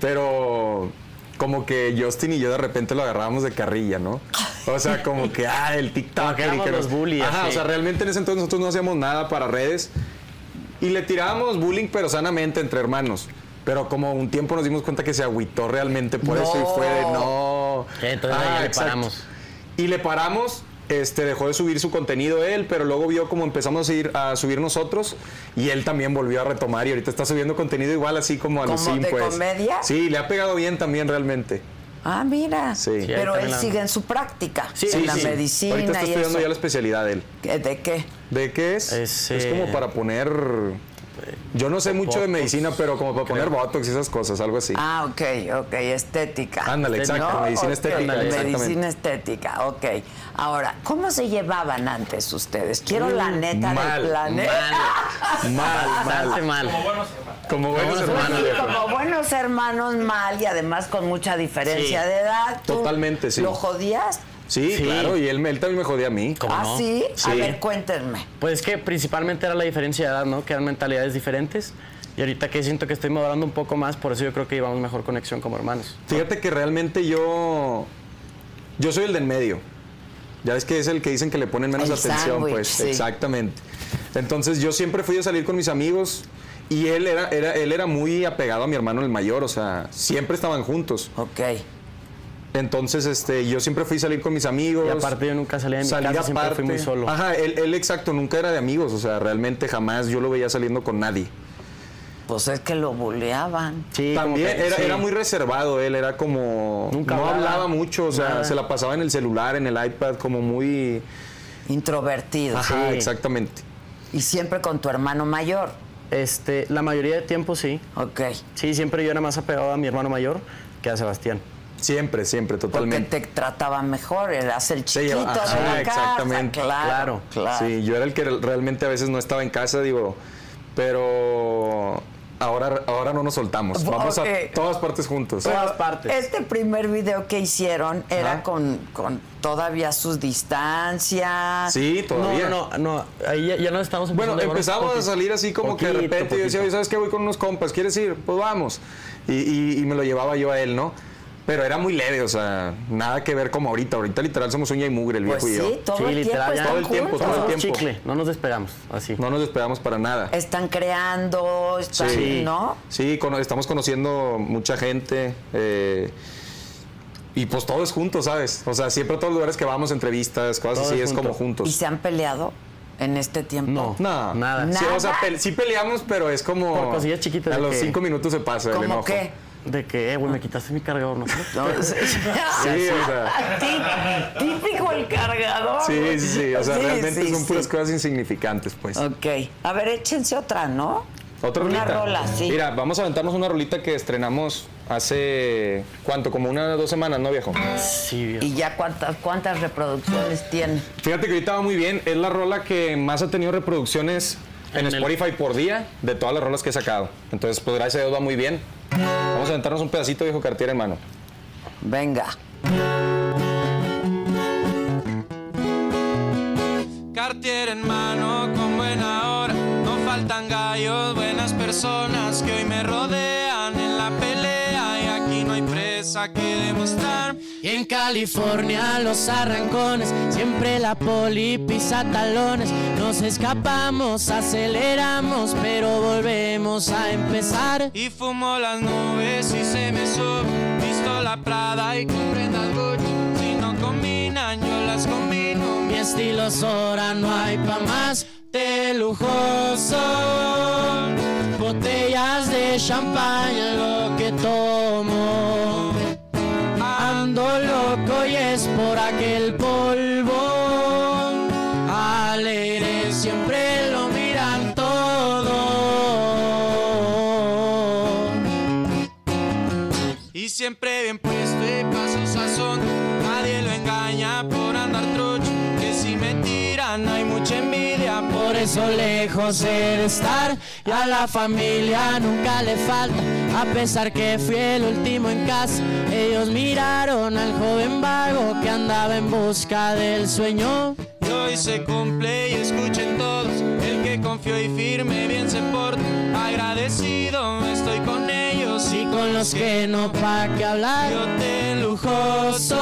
pero como que Justin y yo de repente lo agarrábamos de carrilla, ¿no? O sea, como
[laughs]
que, ah, el TikTok.
Como que éramos
el
los bullies,
Ajá,
sí.
o sea, realmente en ese entonces nosotros no hacíamos nada para redes y le tirábamos bullying, pero sanamente entre hermanos. Pero como un tiempo nos dimos cuenta que se agüitó realmente por eso y fue de no. Ah,
Entonces, ahí ya le paramos.
Y le paramos, este, dejó de subir su contenido él, pero luego vio cómo empezamos a, ir- a subir nosotros y él también volvió a retomar y ahorita está subiendo contenido igual así como a
¿Como
Lucín,
de
pues.
comedia?
Sí, le ha pegado bien también realmente.
Ah, mira.
Sí. Sí,
Pero
ahí
él
está la-
sigue en su práctica.
Sí,
en
sí,
la
sí.
medicina
Ahorita está
y
estudiando
eso.
ya la especialidad de él.
¿Qué- ¿De qué?
¿De qué es?
Es,
Es,
eh,
como para poner. Yo no sé mucho de
botox,
medicina, pero como para poner botox y esas cosas, algo así.
Ah, ok, ok, estética. Este,
Ándale, exacto, medicina
Ok,
estética,
Medicina
exactamente.
estética, ok. Ahora, ¿cómo se llevaban antes ustedes? Quiero la neta
Mm, mal,
del planeta.
mal,
Bastante
mal.
mal.
Como buenos
Como
hermanos.
buenos
Sí,
viejo.
como buenos hermanos mal y además con mucha diferencia
Sí.
de edad. ¿Tú
Totalmente, sí.
¿Lo jodías?
Sí,
Sí.
claro, y él, me- él también me jodía a mí.
¿Cómo
¿Ah,
no?
sí? A
Sí.
ver, cuéntenme.
Pues es que principalmente era la diferencia de edad, ¿no? Que eran mentalidades diferentes. Y ahorita que siento que estoy madurando un poco más, por eso yo creo que llevamos mejor conexión como hermanos.
Fíjate que realmente yo. Yo soy el del medio. Ya ves que es el que dicen que le ponen menos
El
atención,
sándwich,
pues.
sí.
Exactamente. Entonces yo siempre fui a salir con mis amigos y él era, era- él era muy apegado a mi hermano el mayor, o sea, siempre estaban juntos.
Ok.
Entonces, este, yo siempre fui a salir con mis amigos.
Y aparte yo nunca salía de mi
Pues, Salí
casa, siempre fui muy solo.
Ajá, él, él exacto, nunca era de amigos, o sea, realmente jamás yo lo veía saliendo con nadie.
Pues es que lo buleaban.
Sí, como
También
que-
era,
sí.
era muy reservado, él era como...
Nunca
no
hablaba, Ah.
hablaba, mucho, o sea,
nada.
se la pasaba en el celular, en el iPad, como muy...
Introvertido.
Ajá,
Sí.
exactamente.
Y siempre con tu hermano mayor.
Este, la mayoría de tiempo sí.
Ok.
Sí, siempre yo era más apegado a mi hermano mayor que a Sebastián.
Siempre, siempre,
Porque
totalmente.
te trataba mejor, eras el
Se
chiquito
lleva-
de la
ajá,
exactamente.
exactamente.
Claro, claro.
Claro,
Sí, yo era el que re- realmente a veces no estaba en casa, digo, pero ahora, ahora no nos soltamos.
Bu-
Vamos
ok.
a todas partes juntos.
Pero
todas partes.
Este primer video que hicieron era
Ajá.
con, con todavía sus distancias.
Sí, todavía.
No, no, no, no, ahí ya, ya nos estamos
Bueno,
empezando a llevar Pues un
empezamos a
poquito.
salir así como que de
Poquito,
repente yo decía,
poquito.
"Oye, ¿sabes qué? Voy con unos compas, ¿quieres ir? Pues vamos. Y, y- y me lo llevaba yo a él, ¿no? Pero era muy leve, o sea, nada que ver como ahorita. Ahorita literal somos uña y mugre, el
Pues
viejo y
sí,
yo.
todo
Sí,
el tiempo
literal, ya.
están
Todo el tiempo,
juntos.
todo el
Somos
tiempo.
chicle, no nos despegamos, así.
No nos despegamos para nada.
Están creando, están,
Sí.
¿no?
Sí, cono- estamos conociendo mucha gente. eh, y pues todos juntos, ¿sabes? O sea, siempre a todos los lugares que vamos, entrevistas, cosas
Todos
así, es
juntos.
como
Y
juntos.
se han peleado en este tiempo.
No.
No,
Nada.
Sí, o sea,
Nada.
pe- sí peleamos, pero es como.
Por cosillas chiquitas
A
de
los
que-
cinco minutos se pasa. el
¿Cómo
enojo.
qué?
De que, eh, güey, me quitaste mi cargador,
[laughs]
¿no?
No, sí. [laughs]
Sí, o sea.
Tí- Típico el cargador.
Sí, sí, sí. O sea,
Sí,
realmente
sí,
son puras
sí.
cosas insignificantes, pues.
Ok. A ver, échense otra, ¿no?
Otra
Una
rolita.
rola, sí.
Mira, vamos a aventarnos una rolita que estrenamos hace. ¿Cuánto? Como una dos semanas, ¿no, viejo?
Sí, viejo.
¿Y ya cuántas, cuántas reproducciones tiene?
Fíjate que ahorita va muy bien. Es la rola que más ha tenido reproducciones en,
En el-
Spotify por día de todas las rolas que he sacado. Entonces, pues gracias a Dios va muy bien. Vamos a aventarnos un pedacito, viejo cartier, hermano.
Venga.
Cartier en mano con buena hora. No faltan gallos, buenas personas que hoy me rodean en la pelea. Y aquí no hay presa que demostrar.
Y en California los arrancones, siempre la poli pisa talones. Nos escapamos, aceleramos, pero volvemos a empezar.
Y fumo las nubes y se me sube. Visto la Prada y con prendas Gucci. Si no combinan, yo las combino.
Mi estilo Sora no hay pa' más de lujoso. Botellas de champaña lo que tomo. Ando loco y es por aquel polvo. Alegre siempre lo miran todo.
Y siempre bien puesto y paso sazón. Nadie lo engaña por andar trucho. Que si me tiran hay mucha envidia.
Por eso lejos he de estar y a la familia nunca le falta. A pesar que fui el último en casa, ellos miraron al joven vago que andaba en busca del sueño.
Y hoy se cumple y escuchen todos. El que confió y firme bien se porta. Agradecido estoy con ellos
Y con los que no pa' que hablar,
yo te
lujoso.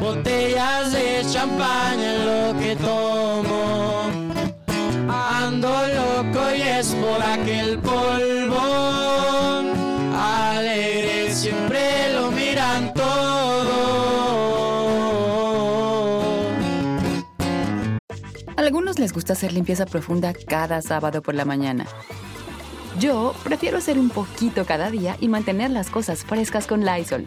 Botellas de champaña es lo que tomo. Ando loco y es por aquel polvo. Alegre siempre lo miran todo.
Algunos les gusta hacer limpieza profunda cada sábado por la mañana. Yo prefiero hacer un poquito cada día y mantener las cosas frescas con Lysol.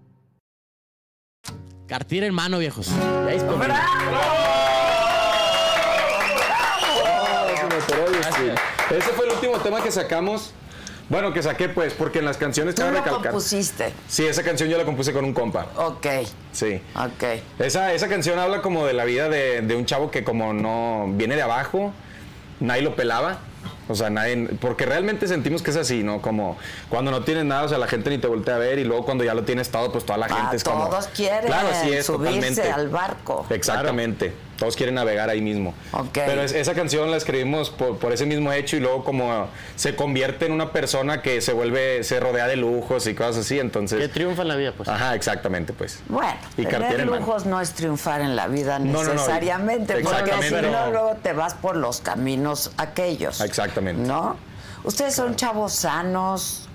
Cartier en mano, viejos. Ya disponible.
Se me atoró, Justin. Ese fue el último tema que sacamos. Bueno, que saqué pues, porque en las canciones
Tú
cabe
lo
recalcar.
compusiste.
Sí, esa canción yo la compuse con un compa.
Ok,
Sí.
ok.
Esa, esa canción habla como de la vida de, de un chavo que como no viene de abajo, nadie lo pelaba. O sea, nadie, porque realmente sentimos que es así, ¿no? Como cuando no tienes nada, o sea, la gente ni te voltea a ver y luego cuando ya lo tienes todo, pues toda la gente
Ah,
es como...
todos quieren
Claro, así es,
subirse
totalmente.
al barco.
Exactamente. Todos quieren navegar ahí mismo.
Ok.
Pero es- esa canción la escribimos por, por ese mismo hecho y luego como se convierte en una persona que se vuelve, se rodea de lujos y cosas así, entonces...
Que triunfa en la vida, pues.
Ajá, exactamente, pues.
Bueno,
Y Cartier
tener
en mano.
lujos no es triunfar en la vida
No, no, no.
necesariamente, porque
Exactamente,
si no,
pero-
luego te vas por los caminos aquellos.
Exactamente.
¿No? Ustedes son chavos sanos.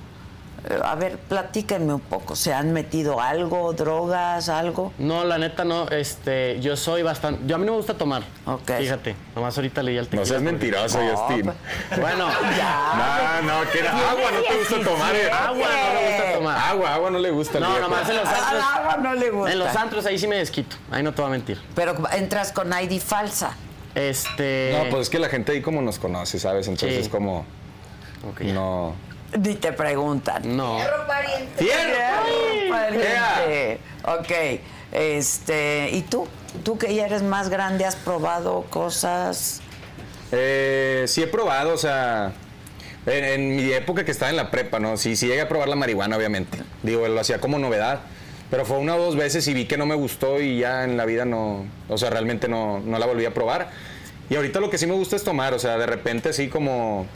Eh, A ver, platíquenme un poco. ¿Se han metido algo, drogas, algo?
No, la neta no, este, yo soy bastante, yo a mí no me gusta tomar.
Ok.
Fíjate, nomás ahorita leí al tequila.
No seas mentiroso, Justin.
[laughs]
Bueno,
No, no, que era- agua no te gusta tomar. eh.
agua no me gusta tomar.
Agua, agua no le gusta. al
No,
viejo.
nomás en los
Al
antros,
agua no le gusta.
en los antros ahí sí me desquito, ahí no te voy a mentir.
Pero entras con ID falsa.
Este,
No, pues es que la gente ahí como nos conoce, ¿sabes? Entonces
Sí.
como
ok, ya.
no...
Ni te preguntan.
No.
pariente.
¡Fierro
pariente. Ok. Este, ¿y tú? Tú que ya eres más grande, ¿has probado cosas?
Eh, sí he probado, o sea, en, en mi época que estaba en la prepa, ¿no? Sí, sí llegué a probar la marihuana, obviamente. Digo, lo hacía como novedad, pero fue una o dos veces y vi que no me gustó y ya en la vida no, o sea, realmente no, no la volví a probar. Y ahorita lo que sí me gusta es tomar, o sea, de repente así como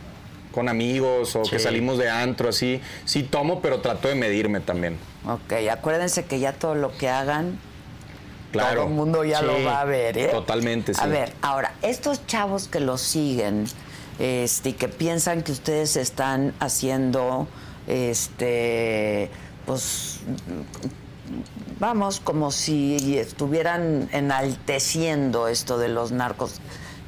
con amigos o que
Sí.
salimos de antro, así, sí tomo, pero trato de medirme también.
Ok, acuérdense que ya todo lo que hagan,
Claro.
todo el mundo ya
Sí,
lo va a ver, ¿eh?
totalmente, sí.
A ver, ahora, estos chavos que los siguen este, y que piensan que ustedes están haciendo, este, pues, vamos, como si estuvieran enalteciendo esto de los narcos.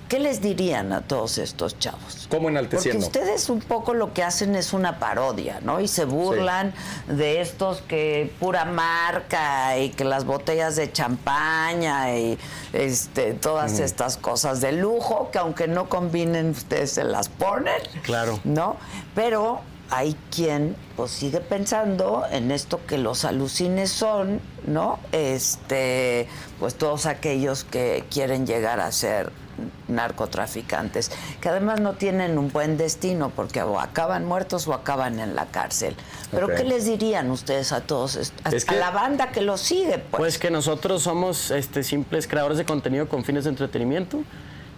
¿Qué les dirían a todos estos chavos?
¿Cómo
Porque
enalteciendo?
ustedes un poco lo que hacen es una parodia, ¿no? Y se burlan de estos que pura marca y que las botellas de champaña y este todas estas cosas de lujo que aunque no combinen ustedes se las ponen. [laughs]
Claro.
¿No? Pero hay quien pues sigue pensando en esto que los alucines son, ¿no? Este, pues todos aquellos que quieren llegar a ser narcotraficantes, que además no tienen un buen destino porque o acaban muertos o acaban en la cárcel. Pero
Ok.
¿qué les dirían ustedes a todos est- a,
Es
a
que-
la banda que los sigue, pues?
Pues que nosotros somos este, simples creadores de contenido con fines de entretenimiento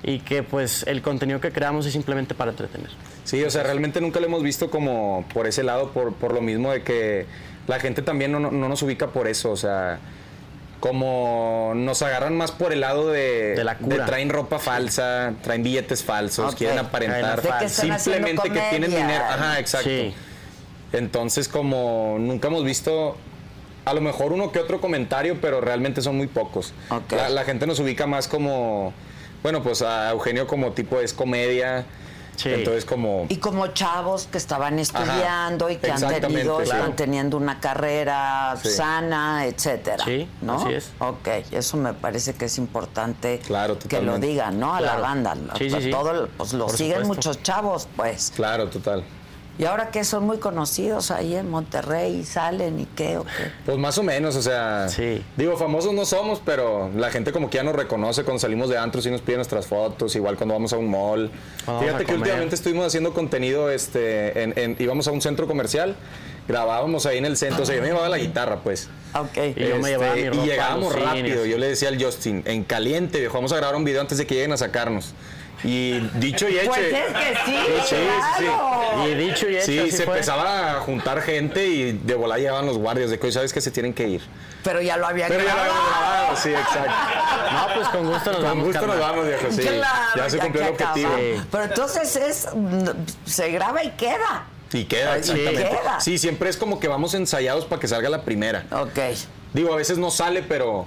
y que pues el contenido que creamos es simplemente para entretener.
Sí, o sea, realmente nunca lo hemos visto como por ese lado, por, por lo mismo de que la gente también no, no- no nos ubica por eso, o sea, como nos agarran más por el lado de,
De la cura.
traen ropa falsa, traen billetes falsos,
Ok.
quieren
Traen
aparentar,
de que
están haciendo
simplemente que tienen
comedia.
dinero, ajá, exacto.
Sí.
Entonces, como nunca hemos visto, a lo mejor uno que otro comentario, pero realmente son muy pocos.
Ok.
La, la gente nos ubica más como, bueno, pues a Eugenio como tipo es comedia.
Sí.
Entonces como...
Y como chavos que estaban estudiando y que han
exactamente,
tenido,
claro.
están teniendo una carrera
Sí.
sana, etcétera.
Sí,
¿no?
así es.
Ok, eso me parece que es importante
Claro,
que lo
totalmente.
digan, ¿no? A la
Claro.
banda.
Sí, sí, sí.
Todo, pues lo
Por
siguen
supuesto.
muchos chavos, pues.
Claro, total.
Y ahora que son muy conocidos ahí en Monterrey y salen y qué o qué.
Pues más o menos, o sea.
Sí.
Digo, famosos no somos, pero la gente como que ya nos reconoce cuando salimos de antros y nos piden nuestras fotos, igual cuando vamos a un mall.
Cuando vamos
Fíjate
a
que
comer.
últimamente estuvimos haciendo contenido, este, en- en- íbamos a un centro comercial, grabábamos ahí en el centro, o sea, yo me llevaba la guitarra, pues. Este,
Ok.
Y yo me llevaba mi
y
ropa,
llegábamos
alucines.
rápido. Yo le decía al Justin, en caliente, viejo, vamos a grabar un video antes de que lleguen a sacarnos. Y
[laughs]
dicho y hecho.
Pues es que sí,
Sí, sí, sí.
claro.
Y dicho y hecho,
Sí,
así
se
fue.
empezaba a juntar gente y de volar llegaban los guardias de que hoy sabes que se tienen que ir.
Pero ya lo había
Pero ya lo
grabado.
habíamos grabado, sí, exacto.
No, pues con gusto Ah. nos
Con
vamos,
gusto nos
carnal.
vamos, viejo, sí.
Claro,
ya se
ya
cumplió el
que
objetivo.
acaba. Pero entonces es mm, se graba y queda.
Y queda,
Sí.
exactamente.
Queda.
Sí, siempre es como que vamos ensayados para que salga la primera.
Ok.
Digo, a veces no sale, pero,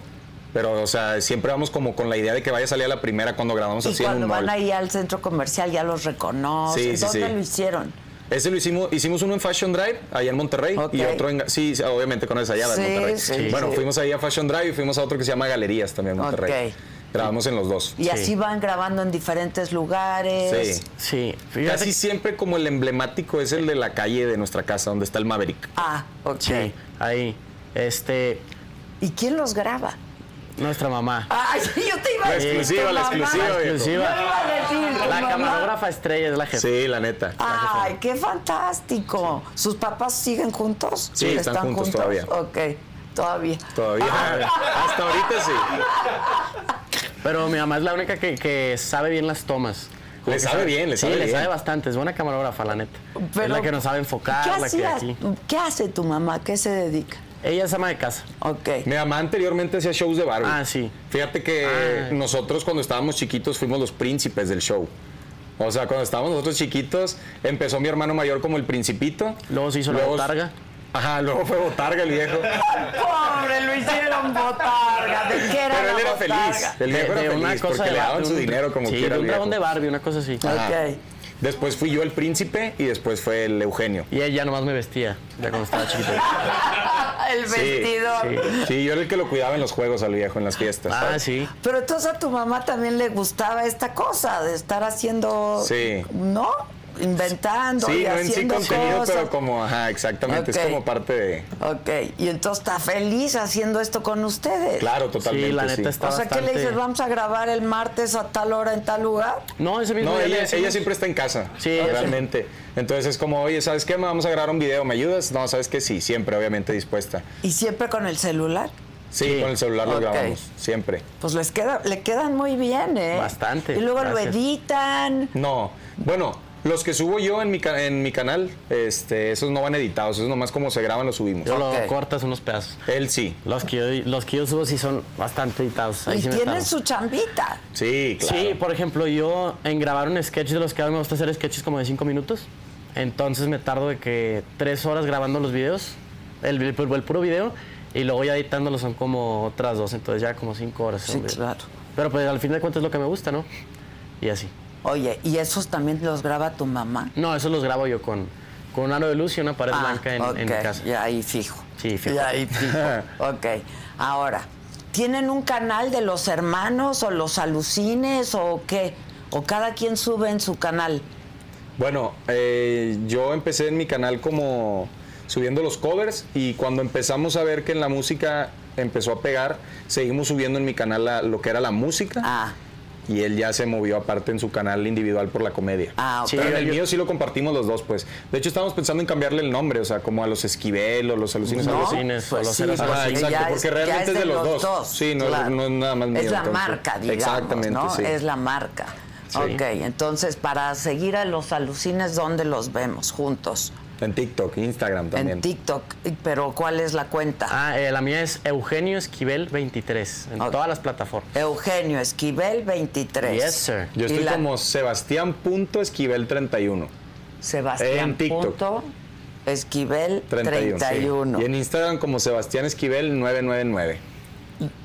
pero, o sea, siempre vamos como con la idea de que vaya a salir a la primera cuando grabamos
Y
así en
cuando
un
van
mall.
ahí al centro comercial ya los reconocen.
Sí, sí,
¿Dónde
sí.
lo hicieron?
Ese lo hicimos, hicimos uno en Fashion Drive, allá en Monterrey,
Ok.
y otro en, sí, sí, obviamente con esa allá
Sí,
en Monterrey.
sí,
bueno,
sí.
fuimos ahí a Fashion Drive y fuimos a otro que se llama Galerías también en Monterrey.
Ok.
Grabamos en los dos.
Y así van grabando en diferentes lugares.
Sí.
Sí, fíjate
Casi
que-
siempre como el emblemático es el de la calle de nuestra casa, donde está el Maverick.
Ah, ok.
sí, ahí. Este,
¿Y quién los graba?
nuestra mamá.
Ay, [laughs] sí, yo te iba a
La
decir.
exclusiva,
tu
la
mamá.
exclusiva, viejo.
Yo iba a decir. tu
La
mamá.
camarógrafa estrella es la jefa.
Sí, la neta.
Ah.
Ay, qué fantástico. ¿Sus papás siguen juntos?
Sí, están juntos todavía.
Ok, todavía.
Todavía.
Ah.
Hasta ahorita sí.
Pero mi mamá es la única que, que sabe bien las tomas. Como
Le
que
sabe bien, le
sí,
sabe
le
bien.
sabe bastante. Es buena camarógrafa, la neta. es
Pero-
la que nos sabe
Ah,
enfocar,
¿Qué,
la que
hacías-
aquí.
¿Qué hace tu mamá? ¿Qué se dedica?
Ella es ama de casa.
Ok.
Mi mamá anteriormente hacía shows de Barbie.
Ah, sí.
Fíjate que
Ah.
nosotros cuando estábamos chiquitos fuimos los príncipes del show. O sea, cuando estábamos nosotros chiquitos, empezó mi hermano mayor como el principito.
Luego se hizo la botarga.
Ajá, luego fue botarga el viejo.
Pobre, lo hicieron botarga. ¿De qué era
Pero él
la
era
botarga?
feliz. El viejo era
De- de una
feliz
cosa
porque
de
le
Barbie,
daban su
un-
dinero como
sí,
quiera.
de
al
un
viejo.
dragón de Barbie, una cosa así.
Ah.
Ajá.
Ok.
Después fui yo el príncipe y después fue el Eugenio.
Y ella nomás me vestía, ya cuando
[laughs]
estaba chiquita.
Ah, El vestidor.
Sí, sí, yo era el que lo cuidaba en los juegos al viejo, en las fiestas.
Ah, sí.
Pero entonces a tu mamá también le gustaba esta cosa de estar haciendo,
Sí.
¿no? Inventando
Sí,
y
no en sí
haciendo
contenido,
cosas.
pero como, ajá, exactamente,
Ok.
es como parte de...
Ok, y entonces está feliz haciendo esto con ustedes.
Claro, totalmente,
Sí, la neta
sí.
está
o sea, ¿qué le
bastante-
dices? Vamos a grabar el martes a tal hora en tal lugar.
No, ese mismo
No,
día le
ella,
decimos-
ella siempre está en casa,
Sí, ella
realmente. Entonces es como, oye, ¿sabes qué? Ma, Vamos a grabar un video, ¿me ayudas? No, ¿sabes qué? Sí, siempre, obviamente, dispuesta.
Y siempre con el celular.
Sí,
Sí.
con el celular lo
Ok.
grabamos, siempre.
Pues les queda, le quedan muy bien, ¿eh?
Bastante,
Y luego lo
gracias.
editan.
No, bueno, los que subo yo en mi, ca- en mi canal, este, esos no van editados, esos nomás como se graban los subimos.
Yo
Ok.
lo cortas unos pedazos.
Él sí,
Los que, yo, los que yo subo sí son bastante editados. Ahí
Y
sí me
tienen
tardo.
su chambita.
sí, claro.
Sí, por ejemplo, yo en grabar un sketch de los que a mí me gusta hacer sketches como de 5 minutos. Entonces me tardo de que 3 horas grabando los videos, el, el pu- el puro video, y luego ya editándolo son como otras dos, entonces ya como 5 horas.
Sí,
hombre.
claro.
Pero pues al fin de cuentas es lo que me gusta, ¿no? Y así.
Oye, ¿y esos también los graba tu mamá?
No, eso los grabo yo con, con un aro de luz y una pared blanca en, en mi
Ah, ok,
casa.
Y ahí fijo.
Sí, fijo.
Y ahí
[laughs]
fijo. ok. Ahora, ¿tienen un canal de los hermanos o los alucines o qué? ¿O cada quien sube en su canal?
Bueno, eh, yo empecé en mi canal como subiendo los covers y cuando empezamos a ver que en la música empezó a pegar, seguimos subiendo en mi canal la- lo que era la música
Ah,
y él ya se movió aparte en su canal individual por la comedia.
ah, ok.
Sí,
Pero en
yo-
el
yo-
mío sí lo compartimos los dos, pues. De hecho, estábamos pensando en cambiarle el nombre, o sea, como a los Esquivel o los Alucines.
No,
algo así.
alucines,
pues
o los
sí,
eras-
Ajá,
porque
Ah, exacto,
ya
porque
ya
realmente es de los dos. Sí, no es- no es nada más mío,
Es la
entonces.
marca, digamos,
Exactamente,
¿no?
sí.
Es la marca. Ok, entonces para seguir a los alucines, ¿dónde los vemos? Juntos.
En TikTok, Instagram también.
En TikTok. Y- Pero ¿cuál es la cuenta?
Ah, eh, la mía es Eugenio Esquivel 23, en
Ok.
todas las plataformas.
Eugenio Esquivel 23.
Yes, sir.
Yo
Y
estoy
la-
como Sebastián.esquivel31.
Sebastián
en TikTok.
punto Esquivel 31.
31. sí. Y en Instagram como Sebastián Esquivel 999.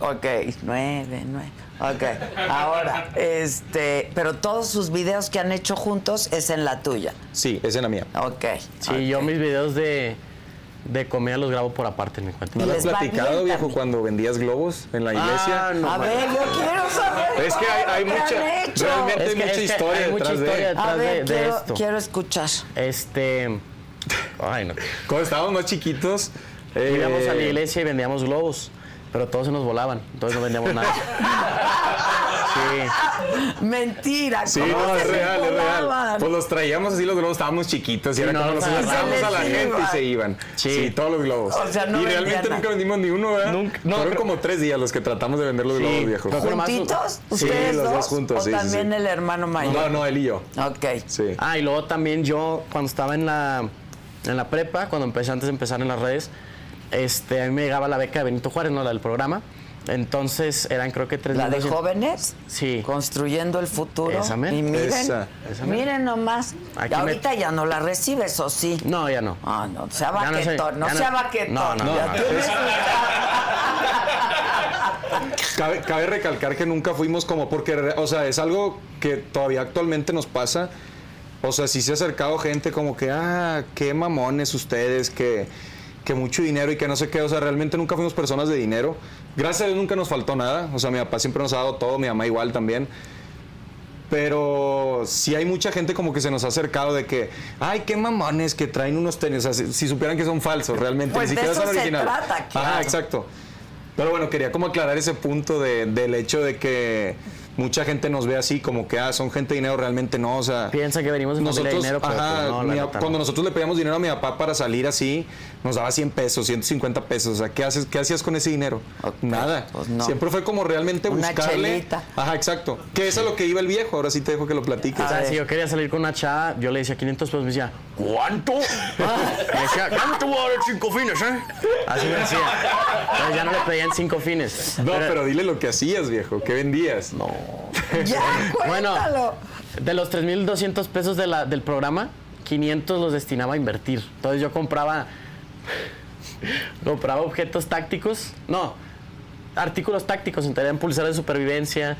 Ok, 9, 9. Ok, ahora, este, pero todos sus videos que han hecho juntos es en la tuya.
Sí, esa es la mía.
Ok.
Sí, yo mis videos de, de comida los grabo por aparte en mi cuenta.
¿No lo
les
has
va
platicado,
bien
viejo,
también.
cuando vendías globos en la iglesia?
Ah, no,
A ver, yo quiero saber.
Es que hay, hay
todo lo que
mucha,
han hecho.
realmente hay
Es que-
mucha
es que
historia
hay mucha
detrás de...
historia.
A
detrás
ver,
de- de
quiero,
esto.
quiero escuchar.
Este, Ay, no.
Cuando estábamos más chiquitos. eh,
Íbamos a la iglesia y vendíamos globos, pero todos se nos volaban, entonces no
[laughs]
vendíamos nada. Sí.
Mentira,
Sí,
¿cómo
no,
se
es
les
real, es real.
volaban?
Pues los traíamos así los globos, estábamos chiquitos y
Sí,
era
no,
como los
se les
agarramos a la
iban.
gente y se iban.
Sí.
Sí, todos los globos.
O sea, no
y
vendían
realmente
nada.
nunca vendimos ni uno, ¿verdad?
Nunca, no,
Fueron
creo-
como tres días los que tratamos de vender los
Sí,
globos viejos.
creo que nomás-
¿Juntitos?
Sí,
¿Ustedes
los dos
dos?
juntos,
¿O
sí, sí,
también
sí.
el hermano
No,
mayor?
no, él y yo.
Ok.
Sí.
Ah, y luego también yo, cuando estaba en la, en la prepa, cuando empecé antes de empezar en las redes, este, a mí me llegaba la beca de Benito Juárez, no la del programa. Entonces eran creo que tres
¿La de jóvenes?
Sí.
Construyendo el futuro.
Esa mera.
Y miren,
Esa,
esa mera.
miren nomás.
Aquí
Y
me-
ahorita ya no la recibes, ¿o sí?
No, ya no.
Ah, no, sea
Ya no sé,
baquetón, no,
ya no-
sea baquetón.
No, no,
Ya
no.
tienes tu edad.
[laughs] Cabe, cabe recalcar que nunca fuimos como, porque, re- o sea, es algo que todavía actualmente nos pasa. O sea, si se ha acercado gente como que, ah, qué mamones ustedes, que, que mucho dinero y que no sé qué. O sea, realmente nunca fuimos personas de dinero. Gracias a Dios nunca nos faltó nada. O sea, mi papá siempre nos ha dado todo, mi mamá igual también. Pero sí hay mucha gente como que se nos ha acercado de que, ay, qué mamones que traen unos tenis. O sea, si, si supieran que son falsos, realmente.
Pues
ni
de
siquiera
eso
son
se
originales.
trata, claro.
Ajá, exacto. Pero bueno, quería como aclarar ese punto de- del hecho de que mucha gente nos ve así, como que, ah, son gente de dinero, realmente no, o sea...
Piensa que venimos en familia de dinero, pero
ajá,
pues, no, la
mi-
neta, no.
cuando nosotros le pedíamos dinero a mi papá para salir así, nos daba 100 pesos, 150 pesos. O sea, ¿qué, haces, qué hacías con ese dinero?
Ok,
Nada.
pues no.
Siempre fue como realmente
Una
buscarle.
chelita.
Ajá, exacto. Que es a lo que iba el viejo. Ahora sí te dejo que lo platiques.
O
A
sea,
ver.
si yo quería salir con una chava, yo le decía 500 pesos, me decía, ¿cuánto? Me decía, ya no te voy a dar cinco fines, ¿eh? Así me decía. Entonces ya no le pedían cinco fines.
no, pero, dile lo que hacías, viejo. ¿Qué vendías? No.
[laughs] ya,
Bueno,
cuéntalo.
de los 3.200 pesos de la- del programa, 500 los destinaba a invertir. Entonces yo compraba, [laughs] compraba objetos tácticos, no, artículos tácticos, entrarían pulseras de supervivencia,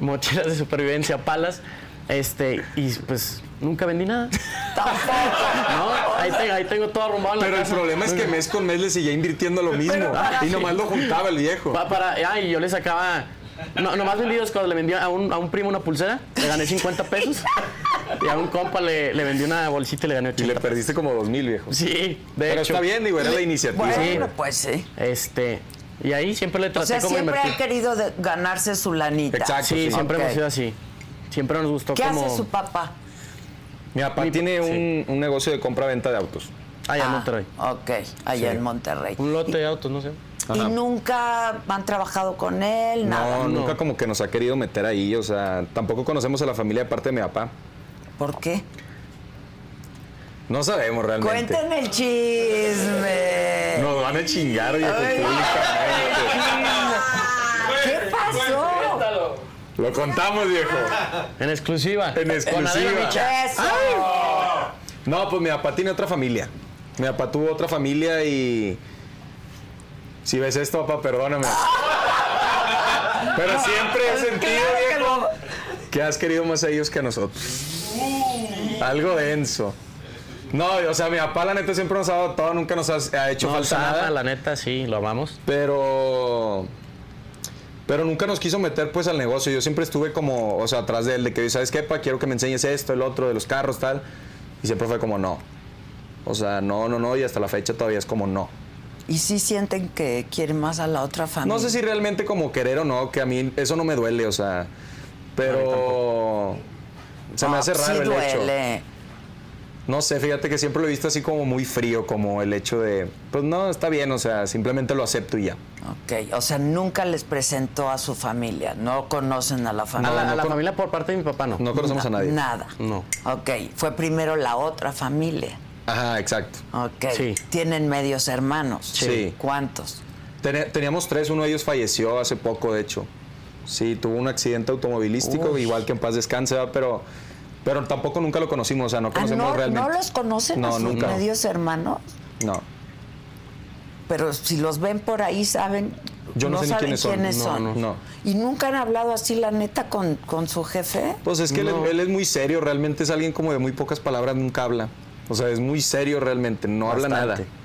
mochilas de supervivencia, palas, este, y pues nunca vendí
[laughs]
nada. No, ahí, te- ahí tengo todo arrumbado en la
Pero el
casa.
problema es que mes con mes le seguía invirtiendo lo mismo. Y nomás lo juntaba el viejo.
Va para, ay, yo le sacaba. No, nomás vendí dos cosas. Le vendí a un, a un primo una pulsera, le gané
[laughs]
50 pesos. Y a un compa le, le vendí una bolsita y le gané
Y
80.
le perdiste como dos mil, viejo.
Sí, de
Pero
hecho.
está bien, digo, era la iniciativa.
Bueno, pues sí.
Este, y ahí siempre le
O
traté
sea,
como
siempre han
invertir.
querido de- ganarse su lanita.
Exacto.
Sí,
Sí.
siempre
Ok.
hemos sido así. Siempre nos gustó
¿Qué
como.
hace su papá?
Mi papá
Mi-
tiene un, un negocio de compra-venta de autos.
Ah, ya
Ah,
no trae.
Ok, allá en Monterrey.
Un lote de autos, no sé.
Y nunca han trabajado con él, nada.
No,
no.
nunca como que nos ha querido meter ahí. O sea, tampoco conocemos a la familia de parte de mi papá.
¿Por qué?
No sabemos realmente.
Cuenten el chisme.
Nos van a chingar, viejo,
Ay,
públicamente.
¿Qué pasó?
Lo contamos, viejo.
En exclusiva.
En
Con Adela
exclusiva.
Micha.
Eso.
No, pues mi papá tiene otra familia. Mi papá tuvo otra familia y. Si ves esto, papá, perdóname. Pero siempre he sentido,
Claro que
viejo,
lo-
que has querido más a ellos que a nosotros. Algo denso. No, o sea, mi papá, la neta, siempre nos ha dado todo, nunca nos ha, ha hecho
No,
falta
Sama,
nada.
la neta, sí, lo amamos.
Pero. Pero nunca nos quiso meter pues al negocio. Yo siempre estuve como, o sea, atrás de él, de que, ¿sabes qué, pa? Quiero que me enseñes esto, el otro, de los carros, tal. Y siempre fue como, no. O sea, no, no, no. Y hasta la fecha todavía es como, no.
Y sí sienten que quieren más a la otra familia.
No sé si realmente como querer o no, que a mí eso no me duele, o sea. Pero. Se me
Ah,
hace
sí
raro el hecho.
duele.
No sé, fíjate que siempre lo he visto así como muy frío, como el hecho de, pues no, está bien, o sea, simplemente lo acepto y ya.
Ok, o sea, nunca les presentó a su familia, no conocen a la
A
familia.
la, a la familia por parte de mi papá, no.
No conocemos a nadie.
Nada.
No.
Ok, fue primero la otra familia.
Ajá, exacto.
Ok.
Sí.
Tienen medios hermanos.
Sí.
¿Cuántos?
Tene- Teníamos tres, uno de ellos falleció hace poco, de hecho. Sí, tuvo un accidente automovilístico,
Uy.
igual que en paz descanse, ¿verdad? pero, pero tampoco nunca lo conocimos, o sea, no
Ah,
conocemos
no,
realmente.
no los conocen a
No,
sus
nunca.
medios hermanos,
No.
pero si los ven por ahí saben.
Yo no sé ni
saben
quiénes son.
quiénes
No,
son.
no. No.
¿Y nunca han hablado así la neta con, con su jefe?
Pues es que él es-
No.
Él, es muy serio, realmente es alguien como de muy pocas palabras, nunca habla. O sea, es muy serio realmente, no habla nada.
Bastante.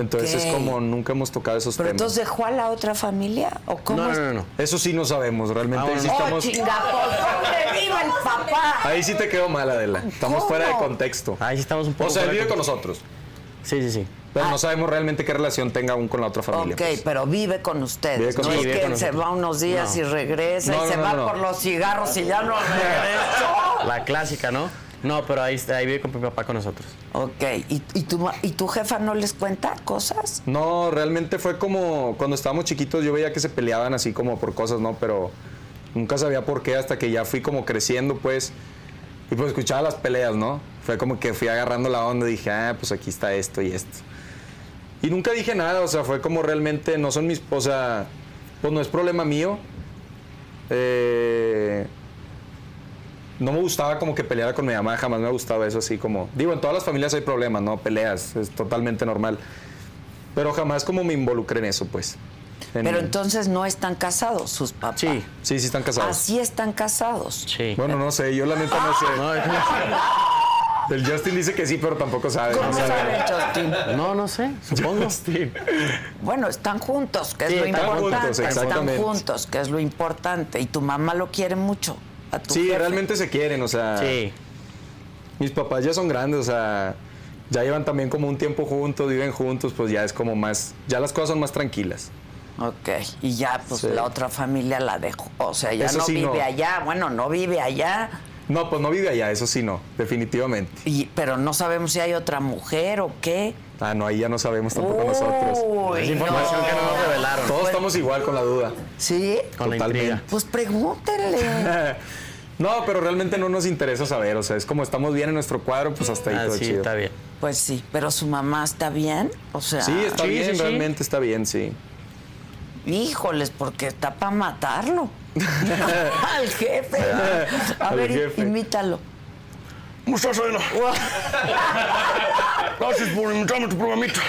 Entonces,
Ok.
como nunca hemos tocado esos
¿Pero
temas.
entonces dejó a la otra familia? ¿O cómo?
No, no,
es?
no, no.
Eso sí no sabemos, realmente ahí sí
¡Oh,
estamos...
chinga, por favor, viva el papá!
Ahí sí te quedó mal, Adela. Estamos
¿Cómo?
fuera de contexto.
Ahí sí estamos un poco
O sea, él
fuera de
vive con
contexto.
nosotros,
Sí, sí, sí.
pero no sabemos realmente qué relación tenga aún con la otra familia.
Ah. Ok,
pues.
pero vive con ustedes.
Vive con
no es
nosotros.
que
Vive
él
con
se va unos días y regresa
No,
y
no,
se
no,
va
no.
por los cigarros y ya no
[laughs]
regresó.
La clásica, ¿no? No, pero ahí, está- ahí vive con mi papá con nosotros.
ok, ¿Y, y, tu, ma- ¿y tu jefa no les cuenta cosas?
No, realmente fue como cuando estábamos chiquitos, yo veía que se peleaban así como por cosas, ¿no? Pero nunca sabía por qué hasta que ya fui como creciendo, pues. Y pues escuchaba las peleas, ¿no? Fue como que fui agarrando la onda y dije, ah, pues aquí está esto y esto. Y nunca dije nada, o sea, fue como realmente no son mis. O sea, pues no es problema mío. Eh, no me gustaba como que peleara con mi mamá, jamás me ha gustado eso así como. Digo, en todas las familias hay problemas, ¿no? Peleas, es totalmente normal. Pero jamás como me involucré en eso, pues. En-
Pero entonces no están casados sus papás.
Sí.
Sí, sí están casados.
Así están casados.
Sí.
Bueno, no sé, yo la neta no sé.
Ah.
El Justin dice que sí, pero tampoco sabe.
¿Cómo
no sabe.
saben, Justin?
No, no sé,
[laughs]
supongo.
Bueno, están juntos, que es
Sí,
lo
están
importante.
juntos,
están
exactamente.
juntos, que es lo importante. Y tu mamá lo quiere mucho. A tu
Sí,
jefe.
realmente se quieren, o sea.
Sí.
Mis papás ya son grandes, o sea. Ya llevan también como un tiempo juntos, viven juntos, pues ya es como más. Ya las cosas son más tranquilas.
Ok, y ya, pues
Sí.
la otra familia la dejó. O sea, ya
Eso
no
sí,
vive
no.
allá. Bueno, no vive allá.
No, pues no vive allá, eso sí no, definitivamente.
Y, pero no sabemos si hay otra mujer o qué.
Ah, no, ahí ya no sabemos tampoco nosotros.
Uy,
Es información
no.
que no nos revelaron.
Todos estamos igual con la duda.
¿Sí?
Con la intriga.
Pues pregúntenle.
[laughs] No, pero realmente no nos interesa saber, o sea, es como estamos bien en nuestro cuadro, pues hasta ahí
Ah,
todo
sí,
chido.
está bien.
Pues sí, pero su mamá está bien. O sea,
Sí, está
Sí,
bien,
sí, sí.
realmente está bien, sí.
híjoles, porque está para
[laughs]
matarlo. Al jefe. A
Al
ver,
jefe.
imítalo.
Muchacha Adela. Gracias por invitarme a tu programita.